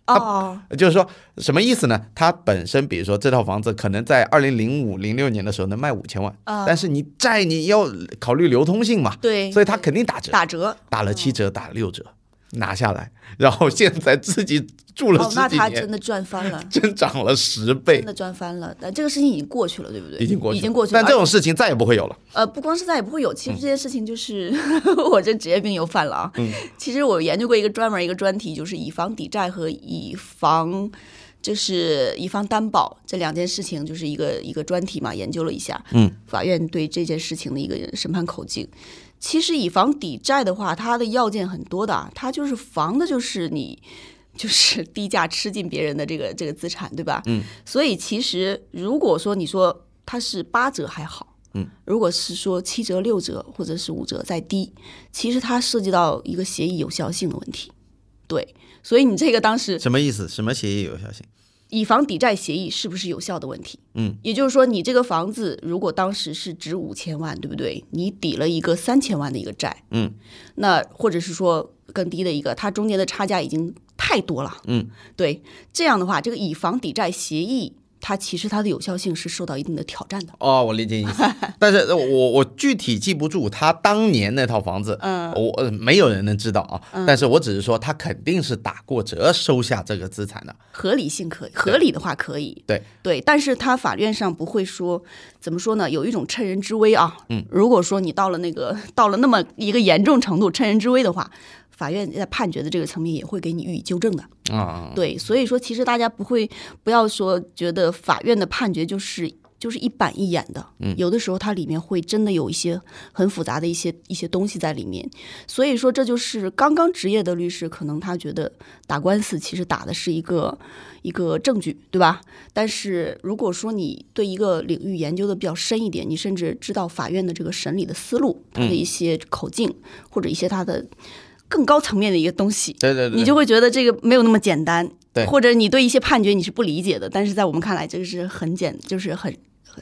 S2: 哦，
S1: 就是说什么意思呢？它本身，比如说这套房子可能在二零零五零六年的时候能卖五千万，
S2: 啊
S1: 但是你债你要考虑流通性嘛，
S2: 对
S1: 所以它肯定打折，
S2: 打折，
S1: 打了七
S2: 嗯
S1: 折，打了六折，拿下来，然后现在自己住了
S2: 哦，
S1: 十
S2: 那
S1: 几
S2: 他
S1: 年，，
S2: 真的赚翻了
S1: 真涨了十倍
S2: 真，的赚翻了。但这个事情已经过去了，对不对？
S1: 已经过去，
S2: 已经过去了。
S1: 但这
S2: 而
S1: 种事嗯情再也不会有了。
S2: 呃，不光是再也不会有，其实这件事情就是、 我这职业病又犯了啊。
S1: 嗯
S2: 其实我研究过一个专门一个专题，就是以房抵债和以房。就是以房担保这两件事情，就是一个一个专题嘛，研究了一下，
S1: 嗯，
S2: 法院对这件事情的一个审判口径。其实以房抵债的话，它的要件很多的啊，它就是防的就是你 就是低价吃进别人的这个这个资产，对吧？
S1: 嗯，
S2: 所以其实如果说你说它是八折还好，
S1: 嗯，
S2: 如果是说七折、六折或者是五折再低，其实它涉及到一个协议有效性的问题，对，所以你这个当时
S1: 什么意思？什么协议有效性？
S2: 以房抵债协议是不是有效的问题。
S1: 嗯，
S2: 也就是说，你这个房子如果当时是值五千万，对不对？你抵了一个三千万的一个债，
S1: 嗯，
S2: 那或者是说更低的一个，它中间的差价已经太多了，
S1: 嗯，
S2: 对。这样的话，这个以房抵债协议。它其实它的有效性是受到一定的挑战的。
S1: 哦，我理解 你意思，但是呃我我具体记不住他当年那套房子，
S2: 嗯
S1: 我呃没有人能知道啊，但是我只是说他肯定是打过折收下这个资产的，
S2: 合理性可以，合理的话可以，
S1: 对
S2: 对，但是他法院上不会说怎么说呢？有一种趁人之危啊，嗯，如果说你到了那个 到了那么一个严重程度趁人之危的话，法院在判决的这个层面也会给你予以纠正的，
S1: 啊、
S2: 对，所以说其实大家不会不要说觉得法院的判决就是。就是一板一眼的，嗯，有的时候它里面会真的有一些很复杂的一些一些东西在里面，所以说这就是刚刚职业的律师，可能他觉得打官司其实打的是一个一个证据，对吧？但是如果说你对一个领域研究的比较深一点，你甚至知道法院的这个审理的思路，它的一些口径、或者一些它的更高层面的一个东西，
S1: 对对对，
S2: 你就会觉得这个没有那么简单，
S1: 对
S2: 或者你对一些判决你是不理解的，但是在我们看来，这个是很简，就是很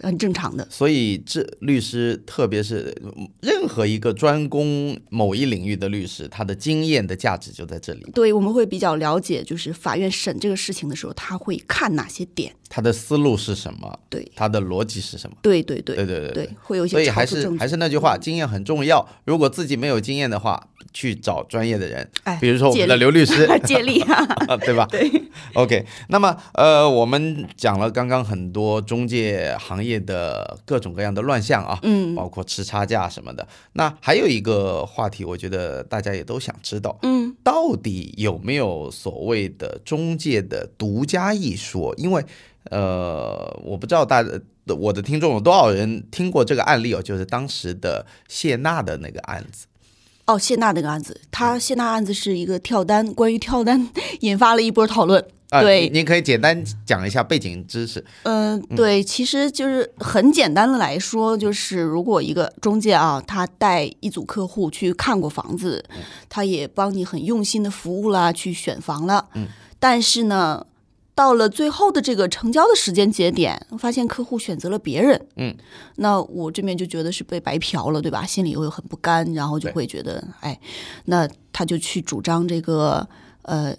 S2: 很正常的。
S1: 所以这律师，特别是嗯任何一个专攻某一领域的律师，他的经验的价值就在这里，
S2: 对，我们会比较了解，就是法院审这个事情的时候，他会看哪些点。
S1: 他的思路是什么，
S2: 对，
S1: 他的逻辑是什么，
S2: 对对对
S1: 对对对
S2: 对，会有一
S1: 所
S2: 些
S1: 以
S2: 超
S1: 还
S2: 出
S1: 是
S2: 证据。
S1: 还是那句话，经验很重要。如果自己没有经验的话，去找专业的人，
S2: 哎
S1: 比如说我
S2: 借
S1: 们的
S2: 力
S1: 刘律 师，
S2: 借力啊，
S1: 对吧？对。OK，那么呃，我们讲了刚刚很多中介行业的各种各样的乱象啊，
S2: 嗯
S1: 包括吃差价什么的。那还有一个话题，我觉得大家也都想知道，
S2: 嗯，
S1: 到底有没有所谓的中介的独家一说？因为呃，我不知道大我的听众有多少人听过这个案例哦，就是当时的谢娜的那个案子。
S2: 哦，谢娜那个案子，
S1: 嗯
S2: 他谢娜案子是一个跳单，关于跳单 引发了一波讨论。
S1: 啊，
S2: 对
S1: 您可以简单讲一下背景知识。
S2: 嗯，对，其实就是很简单的来说，就是如果一个中介啊，他带一组客户去看过房子，他也帮你很用心的服务啦，去选房了，嗯，但是呢，到了最后的这个成交的时间节点，发现客户选择了别人，
S1: 嗯，
S2: 那我这边就觉得是被白嫖了，对吧？心里会很不甘，然后就
S1: 对
S2: 会觉得，哎，那他就去主张这个，呃。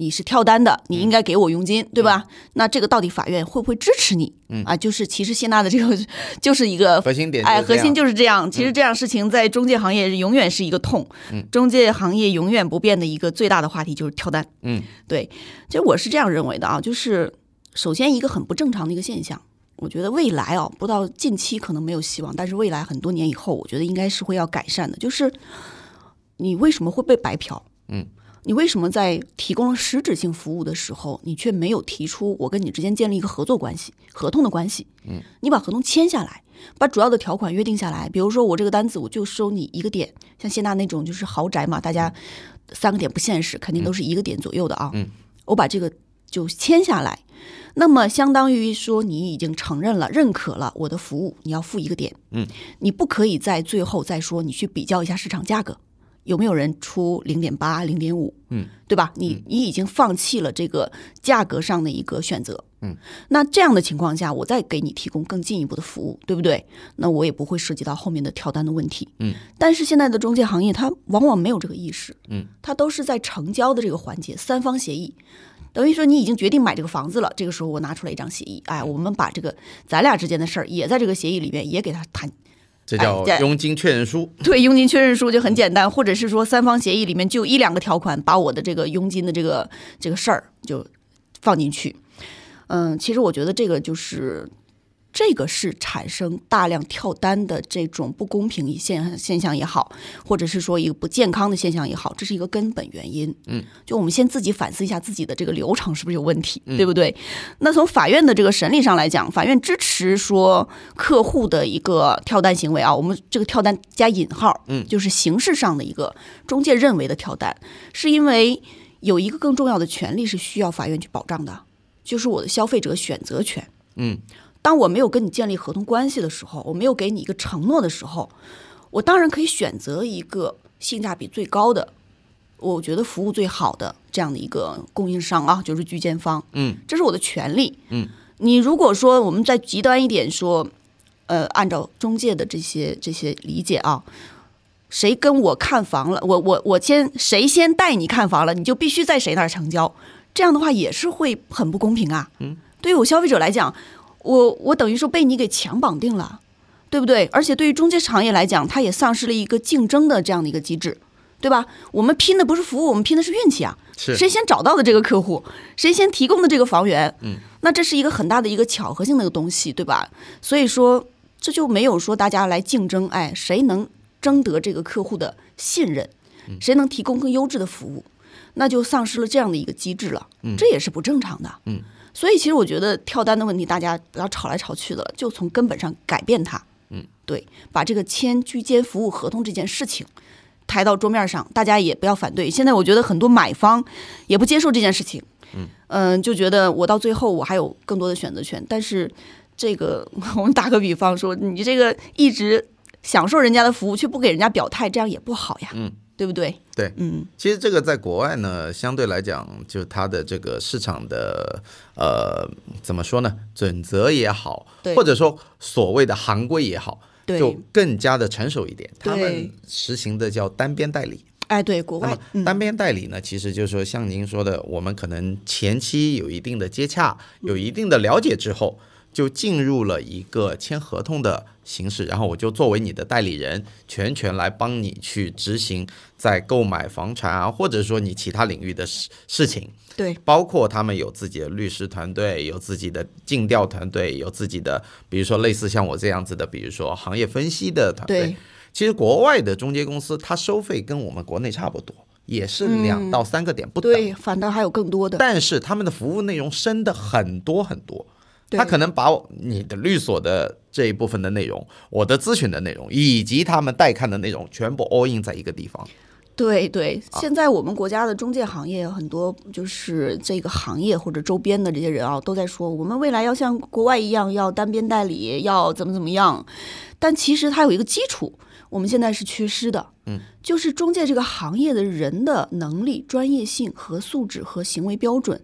S2: 你是跳单的，你应该给我佣金，对吧？那这个到底法院会不会支持你？嗯啊，就是其实谢娜的这个就是一个
S1: 核心点
S2: 哎，
S1: 是这
S2: 核
S1: 样嗯
S2: 心就是这样。其实这样事情在中介行业永远是一个痛，中介行业永远不变的一个最大的话题就是跳单。
S1: 嗯，
S2: 对，其实我是这样认为的啊，就是首先一个很不正常的一个现象。我觉得未来啊，不到近期可能没有希望，但是未来很多年以后，我觉得应该是会要改善的。就是你为什么会被白嫖？
S1: 嗯，
S2: 你为什么在提供了实质性服务的时候，你却没有提出我跟你之间建立一个合作关系、合同的关系？嗯，你把合同签下来，把主要的条款约定下来。比如说我这个单子我就收你一个点，像谢娜那种就是豪宅嘛，大家三个点不现实，肯定都是一个点左右的啊。
S1: 嗯，
S2: 我把这个就签下来，那么相当于说你已经承认了、认可了我的服务，你要付一个点。
S1: 嗯，
S2: 你不可以在最后再说你去比较一下市场价格，有没有人出零点八、零点五？
S1: 嗯，
S2: 对吧？你你已经放弃了这个价格上的一个选择。
S1: 嗯，
S2: 那这样的情况下，我再给你提供更进一步的服务，对不对？那我也不会涉及到后面的跳单的问题。
S1: 嗯，
S2: 但是现在的中介行业，它往往没有这个意识。
S1: 嗯，
S2: 它都是在成交的这个环节，三方协议。等于说你已经决定买这个房子了，这个时候我拿出来一张协议，哎，我们把这个咱俩之间的事儿也在这个协议里面也给他谈，
S1: 这叫
S2: 哎对
S1: 佣金确认书。
S2: 对，佣金确认书就很简单，或者是说三方协议里面就一两个条款，把我的这个佣金的这个这个事儿就放进去。嗯，其实我觉得这个就是这个是产生大量跳单的这种不公平现现象也好，或者是说一个不健康的现象也好，这是一个根本原因。嗯，就我们先自己反思一下自己的这个流程是不是有问题，对不对？那从法院的这个审理上来讲，法院支持说客户的一个跳单行为啊，我们这个跳单加引号，嗯，就是形式上的一个中介认为的跳单，是因为有一个更重要的权利是需要法院去保障的，就是我的消费者选择权。
S1: 嗯，
S2: 当我没有跟你建立合同关系的时候，我没有给你一个承诺的时候，我当然可以选择一个性价比最高的，我觉得服务最好的这样的一个供应商啊，就是居间方。
S1: 嗯，
S2: 这是我的权利。嗯，你如果说我们再极端一点说，呃，按照中介的这些这些理解啊。谁跟我看房了，我我我先谁先带你看房了，你就必须在谁那儿成交，这样的话也是会很不公平啊。嗯，对于我消费者来讲，我我等于说被你给强绑定了，对不对？而且对于中介行业来讲，它也丧失了一个竞争的这样的一个机制，对吧？我们拼的不是服务，我们拼的是运气啊。
S1: 是
S2: 谁先找到的这个客户，谁先提供的这个房源，嗯，那这是一个很大的一个巧合性的一个东西，对吧？所以说这就没有说大家来竞争，哎，谁能争得这个客户的信任，谁能提供更优质的服务，那就丧失了这样的一个机制了，这也是不正常的，
S1: 嗯。
S2: 所以其实我觉得跳单的问题，大家不要吵来吵去的了，就从根本上改变它，嗯，对，把这个签居间服务合同这件事情。抬到桌面上，大家也不要反对。现在我觉得很多买方也不接受这件事情，嗯、就觉得我到最后我还有更多的选择权。但是这个 我们打个比方说，你这个一直享受人家的服务，却不给人家表态，这样也不好呀，
S1: 嗯，
S2: 对不对？
S1: 对
S2: 嗯，
S1: 其实这个在国外呢，相对来讲，就它的这个市场的呃，怎么说呢，准则也好，
S2: 对
S1: 或者说所谓的行规也好，
S2: 对，
S1: 就更加的成熟一点。他们
S2: 对
S1: 实行的叫单边代理。
S2: 哎，对，国
S1: 那
S2: 外
S1: 么，单边代理呢，其实就是说像您说的，我们可能前期有一定的接洽，
S2: 嗯
S1: 有一定的了解之后，就进入了一个签合同的形式，然后我就作为你的代理人，全权来帮你去执行在购买房产啊，或者说你其他领域的事事情。
S2: 对，
S1: 包括他们有自己的律师团队，有自己的尽调团队，有自己的，比如说类似像我这样子的，比如说行业分析的团队
S2: 对。
S1: 其实国外的中介公司，它收费跟我们国内差不多，也是两到三个点不等，
S2: 对，反倒还有更多的，
S1: 但是他们的服务内容深的很多很多。
S2: 对
S1: 他可能把我你的律所的这一部分的内容，我的咨询的内容，以及他们带看的内容，全部 all in 在一个地方。
S2: 对对，现在我们国家的中介行业很多，就是这个行业或者周边的这些人啊，都在说我们未来要像国外一样，要单边代理，要怎么怎么样。但其实它有一个基础，我们现在是缺失的，嗯，就是中介这个行业的人的能力、专业性和素质和行为标准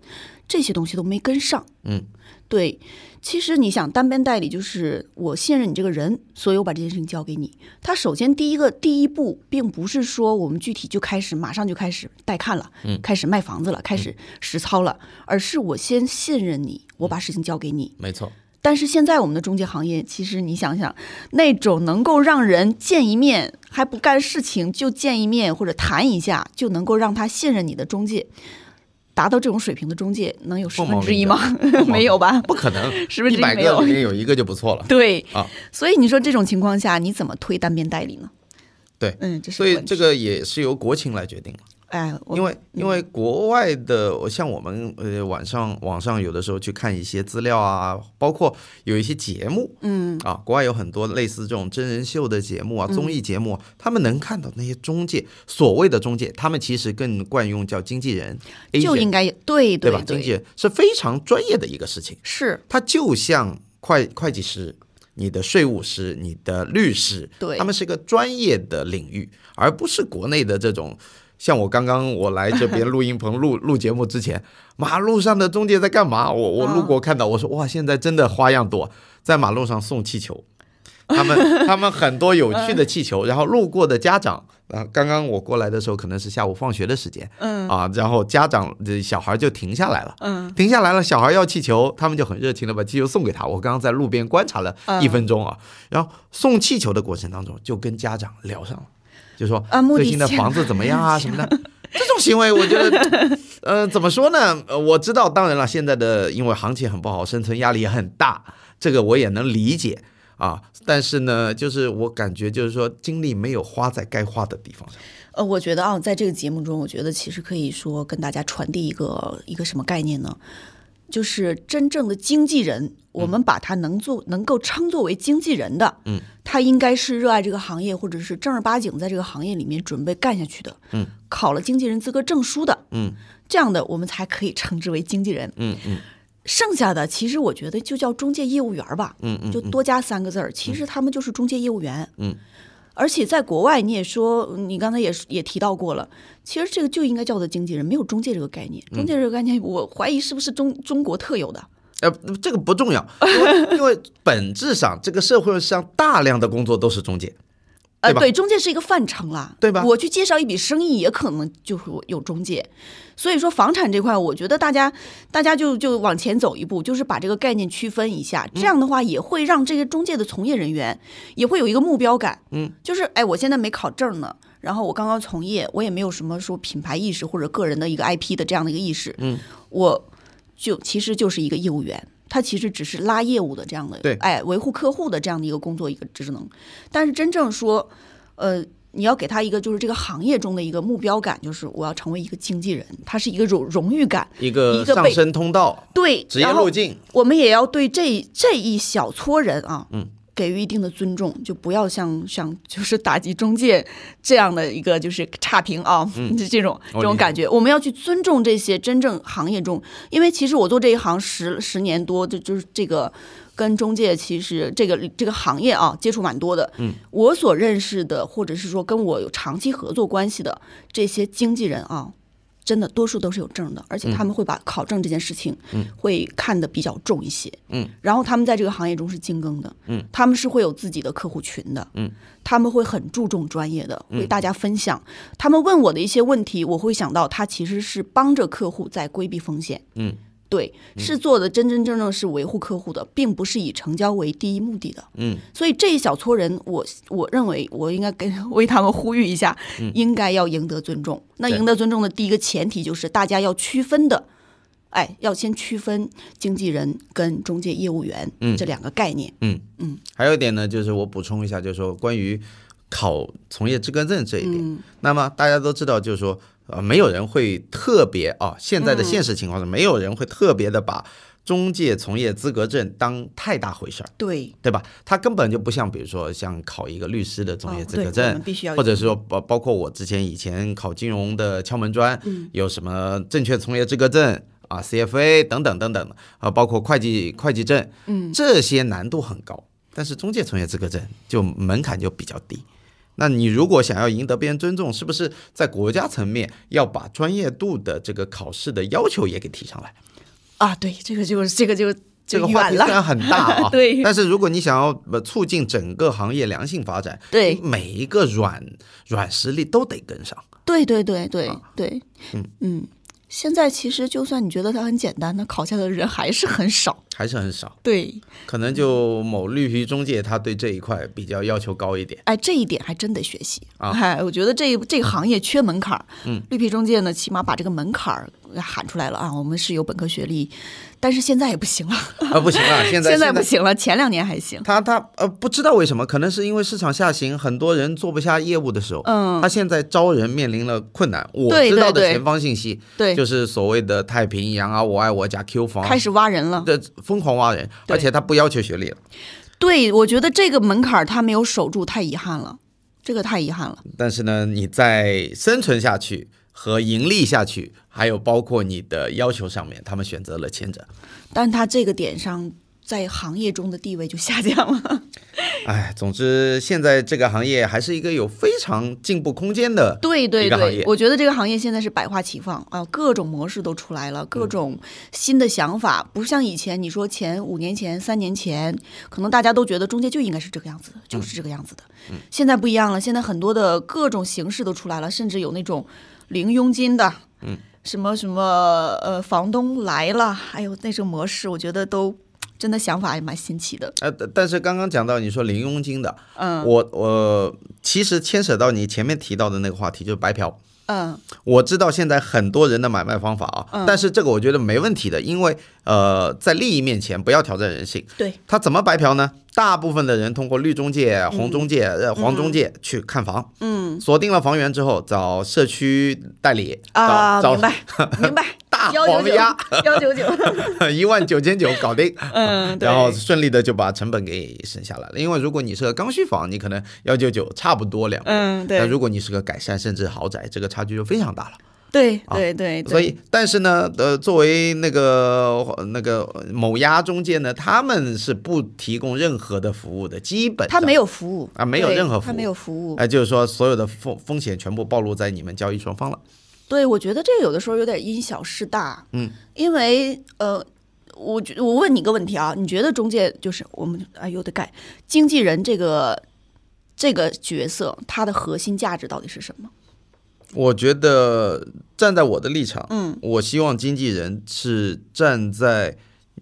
S2: 这些东西都没跟上，
S1: 嗯，
S2: 对。其实你想单边代理，就是我信任你这个人，所以我把这件事情交给你。他首先第一个第一步，并不是说我们具体就开始马上就开始带看了，嗯，开始卖房子了，开
S1: 嗯
S2: 始实操了，而是我先信任你，我把事情交给你，
S1: 没错，
S2: 但是现在我们的中介行业，其实你想想，那种能够让人见一面还不干事情就见一面或者谈一下就能够让他信任你的中介，达到这种水平的中介，能有十
S1: 凤毛
S2: 分之一
S1: 麟
S2: 吗？ 没有吧？
S1: 不可能，
S2: 十分之
S1: 一
S2: 一
S1: 百
S2: 没
S1: 个
S2: 有
S1: 里。面有一个就不错了。
S2: 对
S1: 啊，
S2: 所以你说这种情况下，你怎么推单边代理呢？
S1: 对
S2: 嗯，这是
S1: 所以
S2: 个问
S1: 这
S2: 题
S1: 个也是由国情来决定的。
S2: 哎，我
S1: 因为因为国外的，我像我们呃晚上网上有的时候去看一些资料啊，包括有一些节目，嗯啊，国外有很多类似这种真人秀的节目啊、
S2: 嗯
S1: 综艺节目啊，他们能看到那些中介，所谓的中介，他们其实更惯用叫经纪人
S2: 就
S1: agent，
S2: 应该对
S1: 对吧？
S2: 对
S1: 经纪人是非常专业的一个事情，
S2: 是
S1: 它就像会会计师。你的税务师、你的律师，
S2: 对
S1: 他们是一个专业的领域，而不是国内的这种。像我刚刚我来这边录音棚录录节目之前，马路上的中介在干嘛？我我路过看到，我说哇，现在真的花样多，在马路上送气球，他们他们很多有趣的气球，然后路过的家长啊、刚刚我过来的时候可能是下午放学的时间，嗯啊，然后家长这小孩就停下来了，嗯，停下来了，小孩要气球，他们就很热情的把气球送给他。我刚刚在路边观察了一分钟啊，然后送气球的过程当中就跟家长聊上了，就说
S2: 啊目的
S1: 最近的
S2: 性
S1: 房子怎么样 啊什么的。这种行为，我觉得，呃，怎么说呢？呃，我知道，当然了，现在的因为行情很不好，生存压力也很大，这个我也能理解啊。但是呢，就是我感觉就是说，精力没有花在该花的地方上。
S2: 呃，我觉得啊，在这个节目中，我觉得其实可以说跟大家传递一个一个什么概念呢？就是真正的经纪人，我们把他能做、能够称作为经纪人的，嗯，他应该是热爱这个行业，或者是正儿八经在这个行业里面准备干下去的，嗯，考了经纪人资格证书的，
S1: 嗯，
S2: 这样的我们才可以称之为经纪人，
S1: 嗯嗯
S2: 剩下的其实我觉得就叫中介业务员儿吧，
S1: 嗯嗯
S2: 就多加三个字儿。其实他们就是中介业务员，
S1: 嗯。
S2: 而且在国外，你也说，你刚才也也提到过了，其实这个就应该叫做经纪人，没有中介这个概念。
S1: 嗯
S2: 中介这个概念，我怀疑是不是中中国特有的？
S1: 呃，这个不重 要，因为因为本质上这个社会上大量的工作都是中介，对
S2: 呃，
S1: 吧
S2: 对，中介是一个范畴啦，
S1: 对吧
S2: 我去介绍一笔生意，也可能就是有中介。所以说，房产这块，我觉得大家大家就就往前走一步，就是把这个概念区分一下。
S1: 嗯
S2: 这样的话，也会让这些中介的从业人员也会有一个目标感。
S1: 嗯，
S2: 就是哎，我现在没考证呢，然后我刚刚从业，我也没有什么说品牌意识或者个人的一个 IP 的这样的一个意识。
S1: 嗯，
S2: 我就其实就是一个业务员。他其实只是拉业务的这样的，
S1: 对
S2: 哎，维护客户的这样的一个工作一个职能，但是真正说，呃，你要给他一个就是这个行业中的一个目标感，就是我要成为一个经纪人，他是一个荣荣誉感，
S1: 一个
S2: 一个
S1: 上
S2: 被
S1: 升通道、
S2: 对，
S1: 职业
S2: 然
S1: 路
S2: 后
S1: 径，
S2: 我们也要对这这一小撮人啊，
S1: 嗯，
S2: 给予一定的尊重，就不要像像就是打击中介这样的一个就是差评啊，就 这种
S1: 哦
S2: 这
S1: 理
S2: 种
S1: 解
S2: 感觉，我们要去尊重这些真正行业中，因为其实我做这一行十十年多，就就是这个。跟中介其实这个这个行业啊接触蛮多的，嗯，我所认识的或者是说跟我有长期合作关系的这些经纪人啊，真的多数都是有证的，
S1: 嗯
S2: 而且他们会把考证这件事情，会看得比较重一些，
S1: 嗯，
S2: 然后他们在这个行业中是精耕的，
S1: 嗯，
S2: 他们是会有自己的客户群的，
S1: 嗯，
S2: 他们会很注重专业的，为大家分享，他们问我的一些问题，我会想到他其实是帮着客户在规避风险，
S1: 嗯，
S2: 对，是做的真真正正是维护客户的，并不是以成交为第一目的的，
S1: 嗯，
S2: 所以这一小撮人，我我认为我应该给为他们呼吁一下，应该要赢得尊重。那
S1: 嗯对
S2: 赢得尊重的第一个前提就是大家要区分的，哎，要先区分经纪人跟中介业务员这两个概念。
S1: 还有一点呢，就是我补充一下，就是说关于考从业资格证这一点，那么大家都知道，就是说呃，没有人会特别啊，现在的现实情况是，没有人会特别的把中介从业资格证当太大回事儿。
S2: 对，
S1: 对吧？它根本就不像，比如说像考一个律师的从业
S2: 哦
S1: 资格
S2: 对我
S1: 证
S2: 们，必须要
S1: 或者说包包括我之前以前考金融的敲门砖，有什么证券从业资格证啊、CFA 等等等等的啊，包括会计会计证，嗯，这些难度很高，但是中介从业资格证就门槛就比较低。那你如果想要赢得别人尊重，是不是在国家层面要把专业度的这个考试的要求也给提上来？
S2: 啊，对，这个就是这个就
S1: 这
S2: 就
S1: 个话
S2: 远
S1: 题虽
S2: 了。
S1: 然很大啊，
S2: 对
S1: 但是如果你想要呃促进整个行业良性发展，
S2: 对
S1: 每一个软软实力都得跟上。
S2: 对对对对
S1: 啊
S2: 对，嗯现在其实就算你觉得它很简单，那考下的人还是很少。
S1: 还是很少，
S2: 对，
S1: 可能就某绿皮中介他对这一块比较要求高一 点。
S2: 哎，这一点还真得学习
S1: 啊
S2: 哎，我觉得这这个行业缺门槛儿。嗯，绿皮中介呢，起码把这个门槛儿喊出来了啊。我们是有本科学历，但是现在也不行了，
S1: 啊，不行了，现在
S2: 现在不。行了，前两年还行。
S1: 他他呃不知道为什么，可能是因为市场下行，很多人做不下业务的时候，
S2: 嗯
S1: 他现在招人面临了困难。我
S2: 对
S1: 知道
S2: 对
S1: 的
S2: 对
S1: 前方信息
S2: 对，
S1: 就是所谓的太平洋啊，我爱我家 Q 房，
S2: 开始挖人了。
S1: 这疯狂挖人，
S2: 对
S1: 而且他不要求学历了。
S2: 对，我觉得这个门槛儿他没有守住，太遗憾了，这个太遗憾了。
S1: 但是呢，你在生存下去和盈利下去，还有包括你的要求上面，他们选择了前者。
S2: 但他这个点上，在行业中的地位就下降了。
S1: 哎，总之现在这个行业还是一个有非常进步空间的。
S2: 对
S1: 一
S2: 对
S1: 个行业
S2: 对，我觉得这个行业现在是百花齐放啊，各种模式都出来
S1: 嗯
S2: 了，各种新的想法，不像以前，你说前五年前、三年前，可能大家都觉得中介就应该是这个样子的，就是这个样子的。
S1: 嗯
S2: 现在不一样了，现在很多的各种形式都出来了，甚至有那种零佣金的，嗯，什么什么呃，房东来了，哎呦，那种模式，我觉得都真的想法也蛮新奇的。
S1: 呃，但但是刚刚讲到你说零佣金的，呃
S2: 嗯
S1: 我我其实牵扯到你前面提到的那个话题，就是白嫖。
S2: 嗯，
S1: 我知道现在很多人的买卖方法啊，但是这个我觉得没问题的，因为呃，在利益面前不要挑战人性。
S2: 对，
S1: 他怎么白嫖呢？大部分的人通过绿中
S2: 嗯
S1: 介、红中介、呃黄中介去看房，嗯，锁定了房源之后，找社区代理
S2: 啊，
S1: 找
S2: 明
S1: 找
S2: 白明白，
S1: 大
S2: 幺
S1: 黄
S2: 九九
S1: 鸭，
S2: 幺 九九，
S1: 一万九千九搞定，
S2: 嗯， 对
S1: 然后顺利的就把成本给省下来了。因为如果你是个刚需房，你可能幺九九差不多两个人，
S2: 嗯，
S1: 但
S2: 对，
S1: 如果你是个改善甚至豪宅，这个差距就非常大了。
S2: 对
S1: 啊
S2: 对对，对
S1: 所以，但是呢，呃，作为那个那个某鸭中介呢，他们是不提供任何的服务的，基本
S2: 他
S1: 上
S2: 没有服务
S1: 啊没有
S2: 对
S1: 任何服
S2: 他没
S1: 务
S2: 有服务。
S1: 哎，就是说所有的风风险全部暴露在你们交易双方了。
S2: 对，我觉得这个有的时候有点因小失大，嗯，因为呃。我觉我问你一个问题啊，你觉得中介就是我们哎呦我的盖经纪人这个这个角色它的核心价值到底是什么？
S1: 我觉得站在我的立场，
S2: 嗯，
S1: 我希望经纪人是站在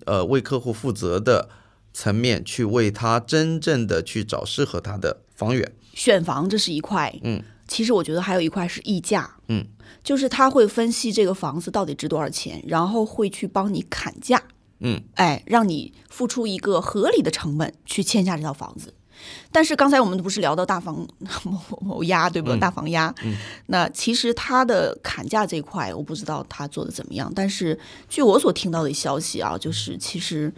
S1: 呃为客户负责的层面去为他真正的去找适合他的房源。
S2: 选房这是一块，
S1: 嗯，
S2: 其实我觉得还有一块是溢价，
S1: 嗯，
S2: 就是他会分析这个房子到底值多少钱，然后会去帮你砍价，
S1: 嗯，
S2: 哎，让你付出一个合理的成本去签下这套房子。但是刚才我们不是聊到大房 某某押对
S1: 嗯
S2: 吧？大房押，那其实他的砍价这一块，我不知道他做的怎么样。但是据我所听到的消息啊，就是其实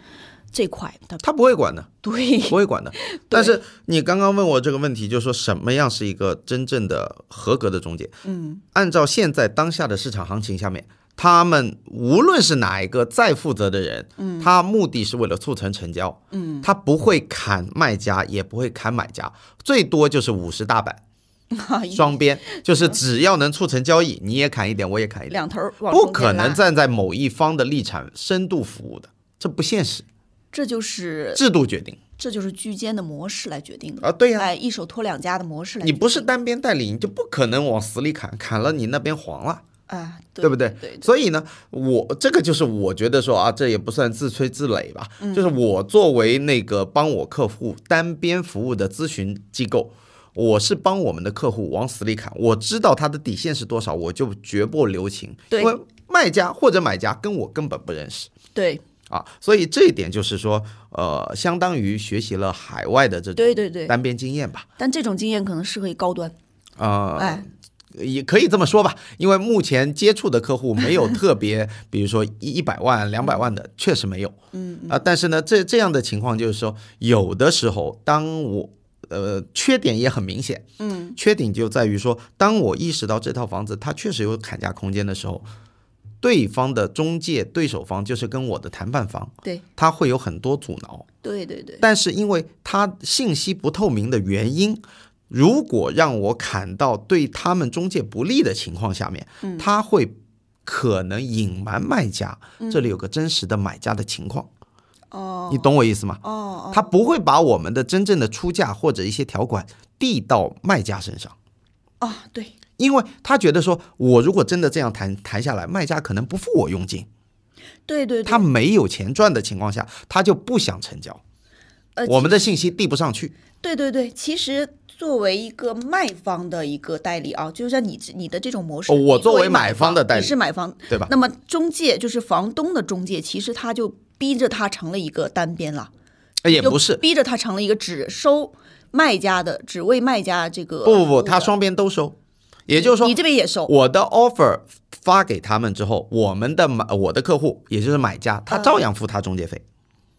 S2: 这块他
S1: 他不会管的，
S2: 对
S1: 不会管的。但是你刚刚问我这个问题，就是说什么样是一个真正的合格的中介？嗯，按照现在当下的市场行情下面，他们无论是哪一个再负责的人，嗯，他目的是为了促成成交，嗯，他不会砍卖家，也不会砍买家，最多就是五十大 板。双边就是只要能促成交易，你也砍一点，我也砍一点，
S2: 两头儿往
S1: 不
S2: 中间
S1: 可能
S2: 拉
S1: 站在某一方的立场深度服务的，这不现实，
S2: 这就是
S1: 制度决定
S2: 这就是居间的模式来决定的
S1: 啊，对呀、
S2: 哎，一手托两家的模式来
S1: 你
S2: 决定，
S1: 不是单边代理，你就不可能往死里砍，砍了你那边黄了，
S2: 啊，
S1: 对不对
S2: 对？对
S1: 所以呢，我这个就是我觉得说啊，这也不算自吹自擂吧，
S2: 嗯
S1: 就是我作为那个帮我客户单边服务的咨询机构。我是帮我们的客户往死里砍，我知道他的底线是多少，我就绝不留情，因
S2: 对
S1: 为卖家或者买家跟我根本不认识
S2: 对
S1: 啊，所以这一点就是说，呃，相当于学习了海外的这种
S2: 对对对，
S1: 单边经验吧，
S2: 但这种经验可能适合于高端，
S1: 啊、
S2: 哎，
S1: 也可以这么说吧，因为目前接触的客户没有特 别，比如说一一百万、两百万的，确实没有。嗯啊、但是呢，这这样的情况就是说，有的时候当我呃缺点也很明显，嗯，缺点就在于说，当我意识到这套房子它确实有砍价空间的时候，对方的中介对手方就是跟我的谈判方，
S2: 对
S1: 他会有很多阻挠。
S2: 对对对，
S1: 但是因为它信息不透明的原因，如果让我砍到对他们中介不利的情况下面，
S2: 嗯
S1: 他会可能隐瞒卖家，这里有个真实的买家的情况，
S2: 嗯哦
S1: 你懂我意思吗？
S2: 哦，
S1: 他不会把我们的真正的出价或者一些条款递到卖家身上。
S2: 哦啊，对
S1: 因为他觉得说，我如果真的这样谈谈下来，卖家可能不付我佣金，
S2: 对对，对
S1: 他没有钱赚的情况下，他就不想成交，
S2: 呃
S1: 我们的信息递不上去。
S2: 对对对，其实。作为一个卖方的一个代理啊，就像你你的这种模式，
S1: 哦我
S2: 你
S1: 作为
S2: 为
S1: 买方的代理
S2: 你是买方，
S1: 对吧
S2: 那么中介就是房东的中介，其实他就逼着他成了一个单边了，
S1: 哎也
S2: 就
S1: 不是，
S2: 逼着他成了一个只收卖家的，只为卖家这
S1: 不
S2: 个
S1: 不不，
S2: 服务
S1: 他
S2: 的
S1: 双边都收，也就是说
S2: 你，这边也收，
S1: 我的 offer 发给他们之后，我们的买我的客户，也就是买家，
S2: 嗯
S1: 他照样付他中介费，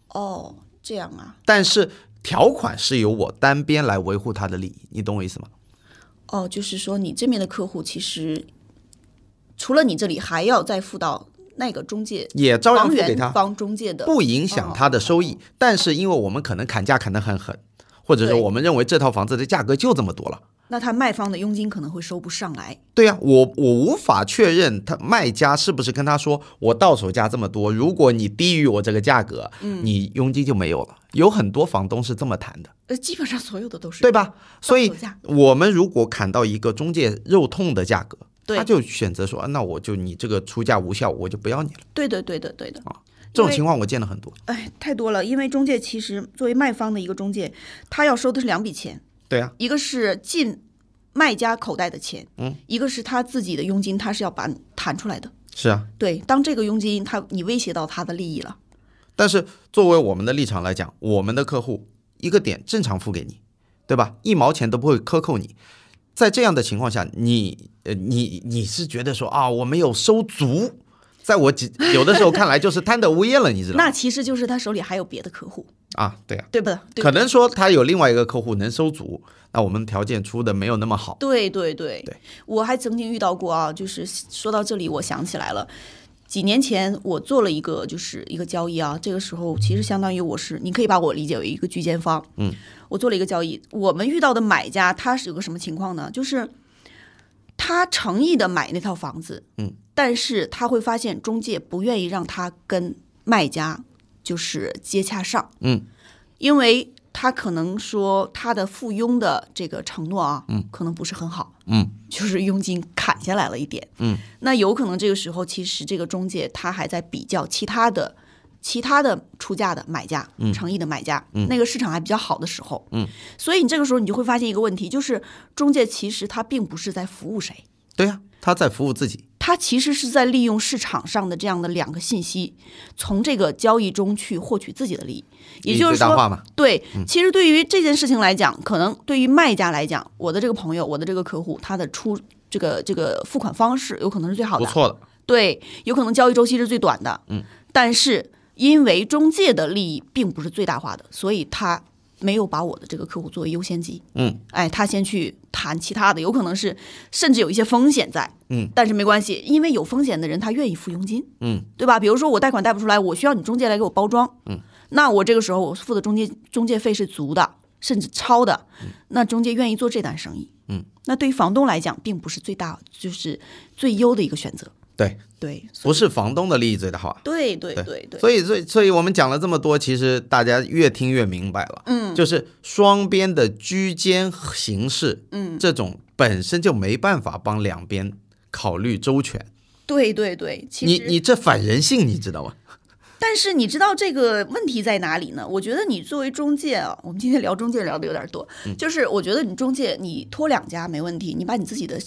S2: 哦，这样啊，
S1: 但是条款是由我单边来维护他的利益，你懂我意思吗？
S2: 哦，就是说你这边的客户其实除了你这里，还要再付到那个中介
S1: 也照样
S2: 房
S1: 付给
S2: 源
S1: 他，
S2: 方中介的，
S1: 不影
S2: 哦
S1: 响他的收益。但是因为我们可能砍价砍得很狠，或者说
S2: 对
S1: 我们认为这套房子的价格就这么多了。
S2: 那他卖方的佣金可能会收不上来。
S1: 对呀、我我无法确认他卖家是不是跟他说我到手价这么多，如果你低于我这个价格，
S2: 嗯
S1: 你佣金就没有了。有很多房东是这么谈的，
S2: 呃，基本上所有的都是
S1: 对吧？所以
S2: 到手价
S1: 我们如果砍到一个中介肉痛的价格，
S2: 对
S1: 他就选择说，啊那我就你这个出价无效，我就不要你了。
S2: 对的，对的，对的。
S1: 这种
S2: 因为
S1: 情况我见了很多。
S2: 哎，太多了，因为中介其实作为卖方的一个中介，他要收的是两笔钱，
S1: 对啊，
S2: 一个是进卖家口袋的钱，嗯，一个是他自己的佣金，他是要把弹出来的。
S1: 是啊，
S2: 对，当这个佣金他你威胁到他的利益了，
S1: 但是作为我们的立场来讲，我们的客户一个点正常付给你，对吧？一毛钱都不会克扣你。在这样的情况下，你呃，你你是觉得说啊，我没有收足，在我几有的时候看来就是贪得无厌了，你知道吗
S2: 那其实就是他手里还有别的客户，
S1: 啊，对啊，
S2: 对吧？对
S1: 可能说他有另外一个客户能收足，那我们条件出的没有那么好，
S2: 对对对
S1: 对
S2: 我还曾经遇到过啊，就是说到这里，我想起来了。几年前，我做了一个就是一个交易啊，这个时候其实相当于我是，你可以把我理解为一个居间方，嗯，我做了一个交易，我们遇到的买家他是有个什么情况呢？就是他诚意的买那套房子，嗯，但是他会发现中介不愿意让他跟卖家就是接洽上，
S1: 嗯，
S2: 因为他可能说他的附庸的这个承诺啊，嗯，可能不是很好，
S1: 嗯，
S2: 就是佣金砍下来了一点，
S1: 嗯，
S2: 那有可能这个时候其实这个中介他还在比较其他的。其他的出价的买家，诚意的买家，那个市场还比较好的时候，
S1: 嗯，
S2: 所以你这个时候你就会发现一个问题，就是中介其实他并不是在服务谁，
S1: 对呀、他在服务自己。
S2: 他其实是在利用市场上的这样的两个信息，从这个交易中去获取自己的利益。也就是
S1: 利益最大化
S2: 说
S1: 嘛，
S2: 对，其实对于这件事情来讲，可能对于卖家来讲，我的这个朋友，我的这个客户，他的出这个这个付款方式有可能是最好
S1: 不
S2: 的，
S1: 错的，
S2: 对，有可能交易周期是最短的，嗯，但是因为中介的利益并不是最大化的，所以他没有把我的这个客户作为优先级，
S1: 嗯，
S2: 哎，他先去谈其他的，有可能是甚至有一些风险在，
S1: 嗯，
S2: 但是没关系，因为有风险的人他愿意付佣金，
S1: 嗯，
S2: 对吧？比如说我贷款贷不出来，我需要你中介来给我包装，嗯，那我这个时候我付的中介中介费是足的，甚至超的，那中介愿意做这单生意，
S1: 嗯，
S2: 那对于房东来讲，并不是最大就是最优的一个选择。
S1: 对，
S2: 对
S1: 不是房东的利益最大化。
S2: 对对
S1: 对
S2: 对对，
S1: 所以，所以，所以我们讲了这么多，其实大家越听越明白了。嗯，就是双边的居间形式，嗯，这种本身就没办法帮两边考虑周全。
S2: 对对对，其
S1: 你
S2: 实
S1: 你这反人性，你知道吗？
S2: 但是你知道这个问题在哪里呢？我觉得你作为中介啊，我们今天聊中介聊的有点多， 就是我觉得你中介你拖两家没问题，你把你自己的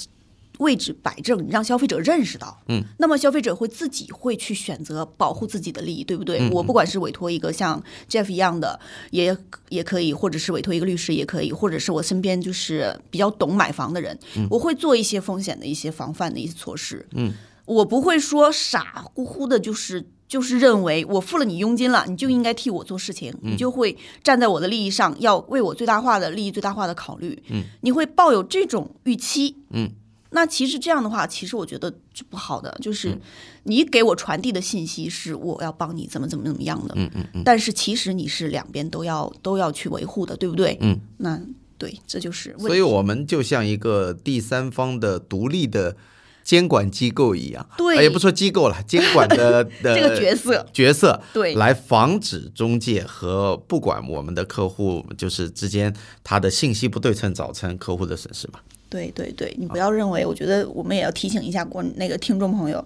S2: 位置摆正，你让消费者认识到，嗯，那么消费者会自己会去选择保护自己的利益，对不对？我不管是委托一个像 Jeff 一样的，也也可以，或者是委托一个律师也可以，或者是我身边就是比较懂买房的人，我会做一些风险的一些防范的一些措施，嗯，我不会说傻乎乎的，就是。就是认为我付了你佣金了，你就应该替我做事情，
S1: 嗯
S2: 你就会站在我的利益上，要为我最大化的利益最大化的考虑。嗯，你会抱有这种预期。
S1: 嗯，
S2: 那其实这样的话，其实我觉得是不好的，就是你给我传递的信息是我要帮你怎么怎么怎么样的。嗯嗯嗯。但是其实你是两边都要都要去维护的，对不对？
S1: 嗯。
S2: 那对，这就是问
S1: 所以我们就像一个第三方的独立的监管机构一样，
S2: 对
S1: 呃也不说机构了，监管的的
S2: 这个角色。
S1: 角色，
S2: 对
S1: 来防止中介和不管我们的客户就是之间他的信息不对称造成客户的损失嘛。
S2: 对对对，你不要认为，我觉得我们也要提醒一下观那个听众朋友，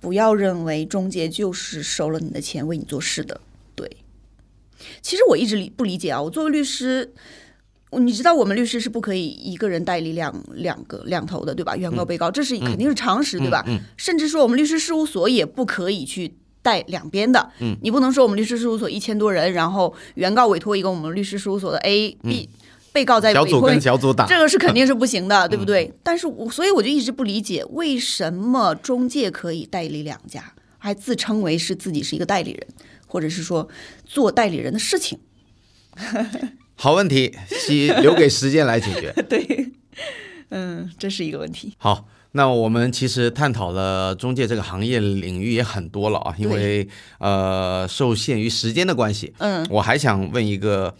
S2: 不要认为中介就是收了你的钱为你做事的。对，其实我一直理不理解啊，我作为律师。你知道我们律师是不可以一个人代理两两个两头的，对吧？原
S1: 嗯
S2: 告、被告，这是肯定是常识，对吧？甚至说我们律师事务所也不可以去带两边的。嗯，你不能说我们律师事务所一千多人，然后原告委托一个我们律师事务所的 A、B，被告在
S1: 嗯小
S2: 委
S1: 组
S2: 托
S1: 跟小组打，
S2: 这个是肯定是不行
S1: 嗯
S2: 的，对不对？但是我所以我就一直不理解，为什么中介可以代理两家，还自称为是自己是一个代理人，或者是说做代理人的事情？
S1: 好问题，希留给时间来解 决。
S2: 对，嗯，这是一个问题。
S1: 好，那我们其实探讨了中介这个行业领域也很多了啊，因为呃受限于时间的关系，
S2: 嗯，
S1: 我还想问一个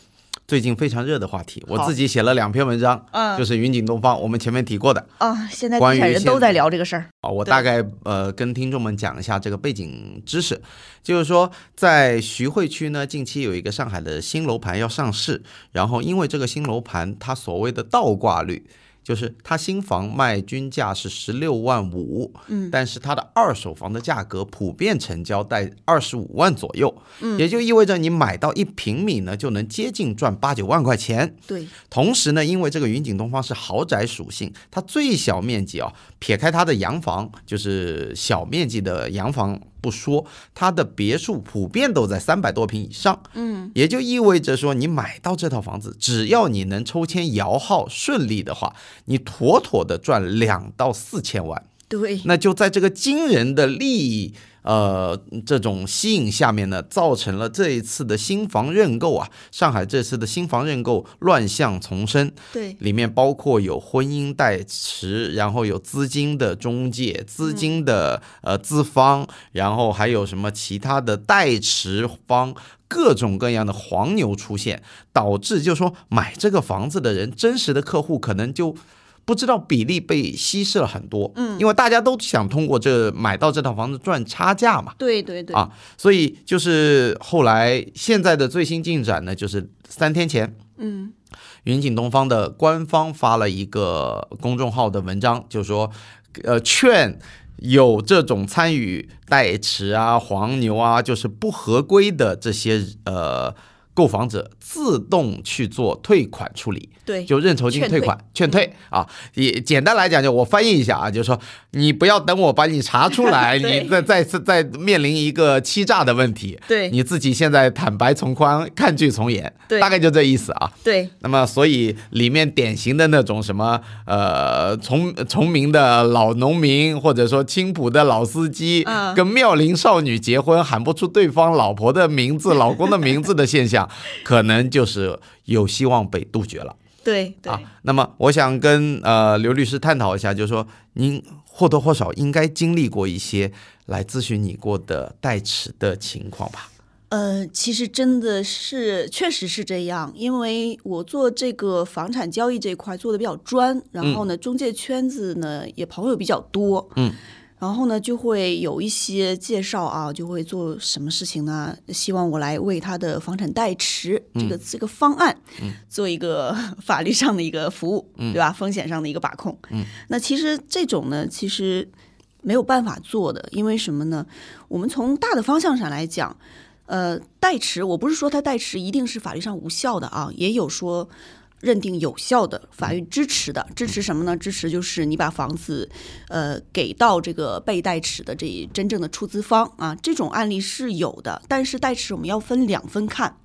S1: 最近非常热的话题，我
S2: 好
S1: 自己写了两篇文章，
S2: 嗯
S1: 就是云锦东方，我们前面提过的
S2: 啊，现在
S1: 关
S2: 地
S1: 于
S2: 产人
S1: 现
S2: 都在聊这个事儿。
S1: 啊，我
S2: 对
S1: 大概呃跟听众们讲一下这个背景知识，就是说在徐汇区呢，近期有一个上海的新楼盘要上市，然后因为这个新楼盘它所谓的倒挂率。就是它新房卖均价是十六万五，嗯，但是它的二手房的价格普遍成交在二十五万左右，嗯，也就意味着你买到一平米呢，就能接近赚八九万块钱，
S2: 对，
S1: 同时呢，因为这个云锦东方是豪宅属性，它最小面积啊、撇开它的洋房，就是小面积的洋房不说，它的别墅普遍都在三百多平以上。嗯，也就意味着说，你买到这套房子，只要你能抽签摇号顺利的话，你妥妥的赚两到四千万。
S2: 对，
S1: 那就在这个惊人的利益呃这种吸引下面呢，造成了这一次的新房认购啊，上海这次的新房认购乱象丛生，
S2: 对，
S1: 里面包括有婚姻代持，然后有资金的中介、资金的呃资方，然后还有什么其他的代持方，各种各样的黄牛出现，导致就说买这个房子的人，真实的客户可能就。不知道比例被稀释了很多，嗯，因为大家都想通过这买到这套房子赚差价嘛，
S2: 对，对，对，
S1: 啊，所以就是后来现在的最新进展呢，就是三天前，嗯，云锦东方的官方发了一个公众号的文章，就说，呃，劝有这种参与代持啊、黄牛啊，就是不合规的这些呃购房者自动去做退款处理。
S2: 对，
S1: 就认筹金
S2: 劝
S1: 退
S2: 退
S1: 款、劝退啊，也简单来讲，就我翻译一下啊，就是说你不要等我把你查出 来，
S2: 对
S1: 你再再次再面临一个欺诈的问题，
S2: 对
S1: 你自己现在坦白从宽，抗拒从严，
S2: 对
S1: 大概就这意思啊。
S2: 对
S1: 那么，所以里面典型的那种什么，呃，崇崇明的老农民，或者说青浦的老司机，
S2: 嗯
S1: 跟妙龄少女结婚喊不出对方老婆的名字、老公的名字的现象，可能就是有希望被杜绝了。
S2: 对对、
S1: 啊。那么我想跟呃刘律师探讨一下，就是说您或多或少应该经历过一些来咨询你过的代持的情况吧？
S2: 呃，其实真的是，确实是这样，因为我做这个房产交易这一块做的比较专，然后呢，中介圈子呢也朋友比较多，
S1: 嗯，
S2: 然后呢就会有一些介绍啊，就会做什么事情呢？希望我来为他的房产代持这个、这个方案， 做一个法律上的一个服务，对吧？风险上的一个把控，嗯，那其实这种呢，其实没有办法做的，因为什么呢？我们从大的方向上来讲。呃，代持，我不是说它代持一定是法律上无效的啊，也有说认定有效的法律支持的，支持什么呢？支持就是你把房子呃给到这个被代持的这一真正的出资方啊，这种案例是有的，但是代持我们要分两分看，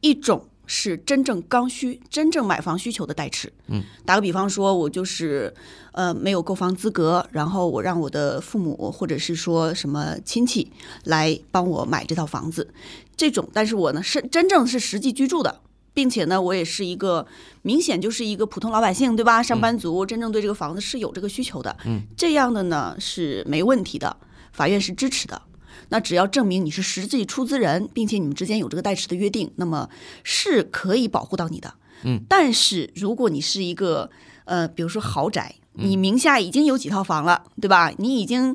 S2: 一种。是真正刚需、真正买房需求的代持。嗯，打个比方说，我就是呃没有购房资格，然后我让我的父母或者是说什么亲戚来帮我买这套房子，这种，但是我呢是真正是实际居住的，并且呢，我也是一个明显就是一个普通老百姓，对吧？上班族真正对这个房子是有这个需求的，嗯，这样的呢是没问题的，法院是支持的。那只要证明你是实际出资人，并且你们之间有这个代持的约定，那么是可以保护到你的。嗯，但是如果你是一个呃，比如说豪宅，你名下已经有几套房了，对吧？你已经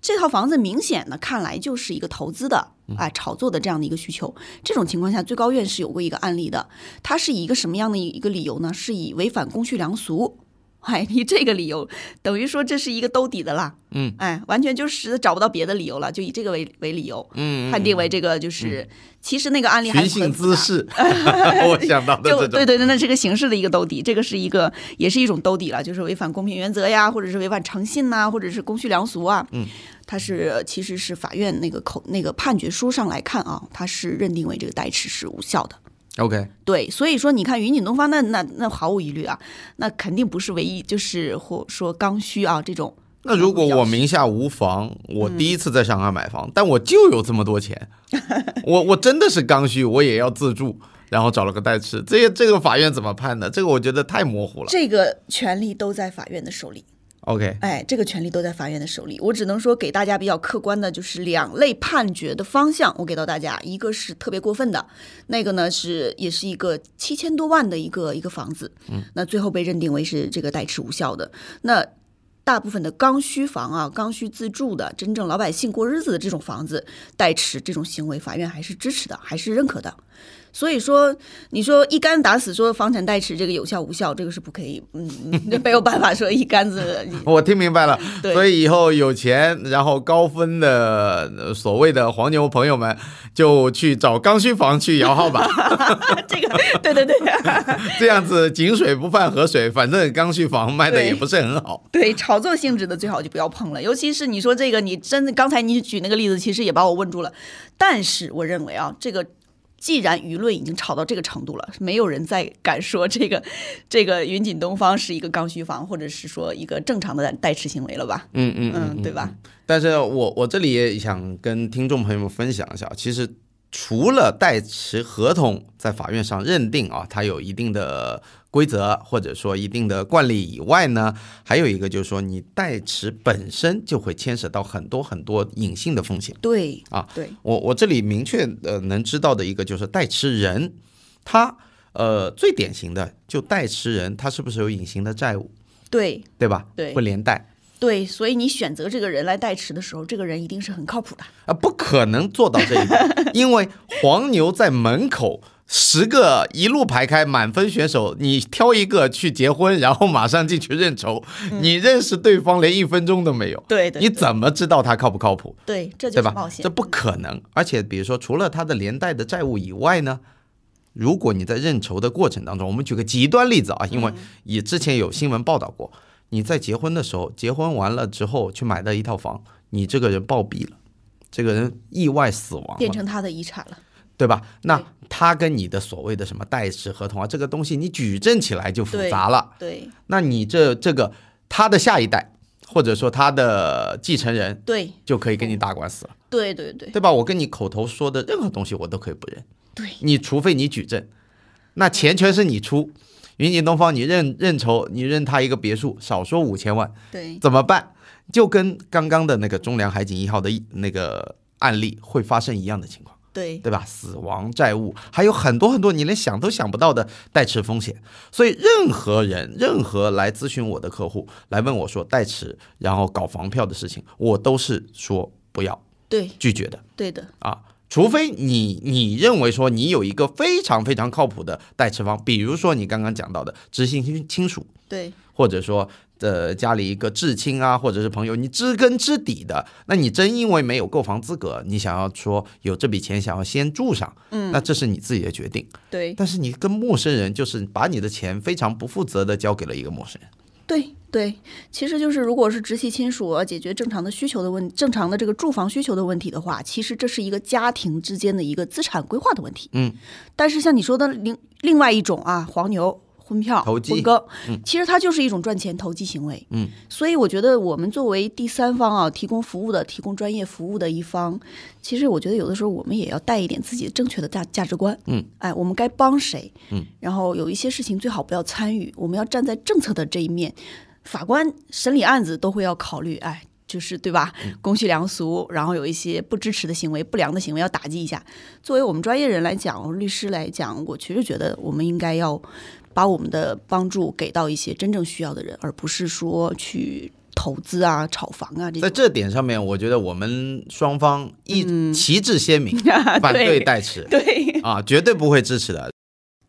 S2: 这套房子明显的看来就是一个投资的啊炒作的这样的一个需求。这种情况下，最高院是有过一个案例的，它是以一个什么样的一个理由呢？是以违反公序良俗。 哎，以这个理由，等于说这是一个兜底的啦，嗯，哎，完全就是找不到别的理由了，就以这个为为理由，嗯，判定为这个就是，其实那个案例还
S1: 寻
S2: 是很
S1: 衅
S2: 复
S1: 滋
S2: 杂
S1: 事， 我想到的
S2: 就
S1: 这
S2: 对
S1: 种。
S2: 对对，那是个形式的一个兜底，这个是一个也是一种兜底了，就是违反公平原则呀，或者是违反诚信呐、或者是公序良俗啊。嗯，它是其实是法院那个口那个判决书上来看啊，它是认定为这个代持是无效的。
S1: OK，
S2: 对，所以说你看云锦东方那那那毫无疑虑啊，那肯定不是唯一，就是或说刚需啊这种。
S1: 那如果我名下无房，我第一次在上海买房，
S2: 嗯
S1: 但我就有这么多钱， 我我真的是刚需，我也要自住，然后找了个代持，这这个法院怎么判呢？这个我觉得太模糊了。
S2: 这个权利都在法院的手里，
S1: OK，
S2: 哎，这个权利都在法院的手里。我只能说给大家比较客观的，就是两类判决的方向，我给到大家，一个是特别过分的，那个呢是也是一个七千多万的一个一个房子，嗯，那最后被认定为是这个代持无效的。那大部分的刚需房啊，刚需自住的，真正老百姓过日子的这种房子，代持这种行为，法院还是支持的，还是认可的。所以说，你说一竿子打死说房产代持这个有效无效，这个是不可以，嗯，嗯 没有办法说一竿子
S1: 我听明白了，
S2: 对
S1: 所以以后有钱然后高分的呃所谓的黄牛朋友们，就去找刚需房去摇号 吧，
S2: 这个，对对对，
S1: 这样子井水不犯河水，反正刚需房卖的
S2: 对
S1: 也不是很好。
S2: 对炒作性质的最好就不要碰了。尤其是你说这个，你真的刚才你举那个例子，其实也把我问住了。但是我认为啊，这个既然舆论已经炒到这个程度了，没有人再敢说这个这个云锦东方是一个刚需房，或者是说一个正常的代持行为了吧？
S1: 嗯嗯
S2: 嗯，对吧？
S1: 但是我我这里也想跟听众朋友们分享一下，其实除了代持合同在法院上认定啊，它有一定的规则或者说一定的惯例以外呢，还有一个就是说你代持本身就会牵扯到很多很多隐性的风险。
S2: 对
S1: 啊，
S2: 对，
S1: 我我这里明确呃能知道的一个就是代持人，他呃最典型的就代持人他是不是有隐形的债务，
S2: 对，
S1: 对吧？
S2: 对
S1: 会连带。
S2: 对，所以你选择这个人来代持的时候，这个人一定是很靠谱的。
S1: 啊，不可能做到这一 点，因为黄牛在门口十个一路排开满分选手，你挑一个去结婚，然后马上进去认筹，你认识对方连一分钟都没有，
S2: 嗯对对
S1: 你怎么知道他靠不靠谱？
S2: 对，这就
S1: 对
S2: 是
S1: 吧
S2: 冒？险嗯
S1: 这。不可能。而且比如说，除了他的连带的债务以外呢，如果你在认筹的过程当中，我们举个极端例子啊，因
S2: 嗯
S1: 为也之前有新闻报道过，你在结婚的时候，结婚完了之后去买了一套房，你这个人暴毙了，这个人意外死亡
S2: 变
S1: 了，
S2: 成他的遗产了，
S1: 对吧？那他跟你的所谓的什么代持合同啊，这个东西你举证起来就复杂了。
S2: 对
S1: 那你这这个他的下一代，或者说他的继承人，
S2: 对
S1: 就可以
S2: 嗯
S1: 跟你打官司了。
S2: 对对对
S1: 对吧？我跟你口头说的任何东西，我都可以不认。
S2: 对，
S1: 你除非你举证，那钱全是你出。云锦东方，你认认筹，你认他一个别墅，少说五千万，
S2: 对
S1: 怎么办？就跟刚刚的那个中粮海景一号的一那个案例会发生一样的情况，
S2: 对
S1: 对吧？死亡债务，还有很多很多你连想都想不到的代持风险。所以，任何人、任何来咨询我的客户来问我说代持，然后搞房票的事情，我都是说不要
S2: 对
S1: 拒绝的。
S2: 对的，
S1: 啊，除非你你认为说你有一个非常非常靠谱的代持方，比如说你刚刚讲到的直系亲亲属，
S2: 对
S1: 或者说呃家里一个至亲啊，或者是朋友，你知根知底的，那你真因为没有购房资格，你想要说有这笔钱想要先住上，嗯，那这是你自己的决定。
S2: 对
S1: 但是你跟陌生人就是把你的钱非常不负责的交给了一个陌生人，
S2: 对对，其实就是如果是直系亲属呃要解决正常的需求的问，正常的这个住房需求的问题的话，其实这是一个家庭之间的一个资产规划的问题。
S1: 嗯，
S2: 但是像你说的另另外一种啊，黄牛。婚票、
S1: 投机
S2: 婚耕，其实它就是一种赚钱投机行为。
S1: 嗯，
S2: 所以我觉得我们作为第三方啊，提供服务的、提供专业服务的一方，其实我觉得有的时候我们也要带一点自己正确的价价值观。
S1: 嗯，
S2: 哎，我们该帮谁？
S1: 嗯，
S2: 然后有一些事情最好不要参与，我们要站在政策的这一面，法官审理案子都会要考虑，哎，就是对吧？公序良俗，然后有一些不支持的行为、不良的行为要打击一下。作为我们专业人来讲，律师来讲，我其实觉得我们应该要把我们的帮助给到一些真正需要的人，而不是说去投资啊、炒房啊这
S1: 在
S2: 种。
S1: 这点上面，我觉得我们双方一旗帜鲜明反嗯 对代持。
S2: 对，
S1: 啊，绝对不会支持的。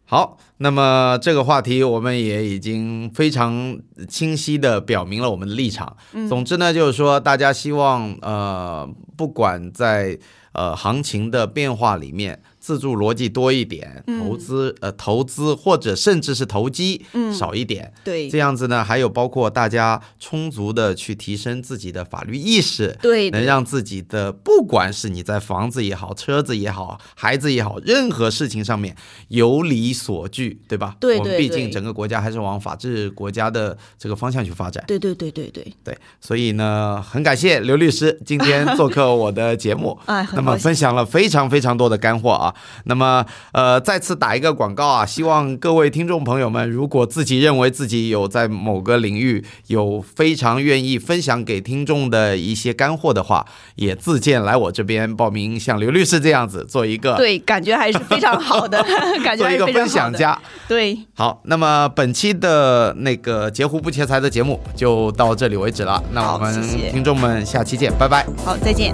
S1: 好，那么这个话题我们也已经非常清晰的表明了我们的立场。总之呢，就是说大家希望呃，不管在呃行情的变化里面，自助逻辑多一点，投资呃投资或者甚至是投机少一点。
S2: 对
S1: 这样子呢，还有包括大家充足的去提升自己的法律意识，
S2: 对
S1: 能
S2: 对
S1: 让自己的不管是你在房子也好、车子也好、孩子也好，任何事情上面有理所据，对吧？
S2: 对
S1: 我们
S2: 对
S1: 毕
S2: 对
S1: 竟整个国家还是往法治国家的这个方向去发展，
S2: 对对对对对，。
S1: 对。所以呢，很感谢刘律师今天做客我的节目
S2: 哎，很
S1: 那
S2: 高
S1: 么
S2: 兴。
S1: 分享了非常非常多的干货啊！那么呃，再次打一个广告啊，希望各位听众朋友们，如果自己认为自己有在某个领域有非常愿意分享给听众的一些干货的话，也自荐来我这边报名，像刘律师这样子做一个
S2: 对，感觉还是非常好 的，感觉
S1: 做
S2: 还
S1: 一
S2: 是
S1: 个
S2: 非
S1: 分
S2: 常好
S1: 享
S2: 的。
S1: 家。
S2: 对，
S1: 好，那么本期的那个截胡不切财的节目就到这里为止了。那我
S2: 好
S1: 们
S2: 谢谢
S1: 听众们下期见，拜拜。
S2: 好，再见。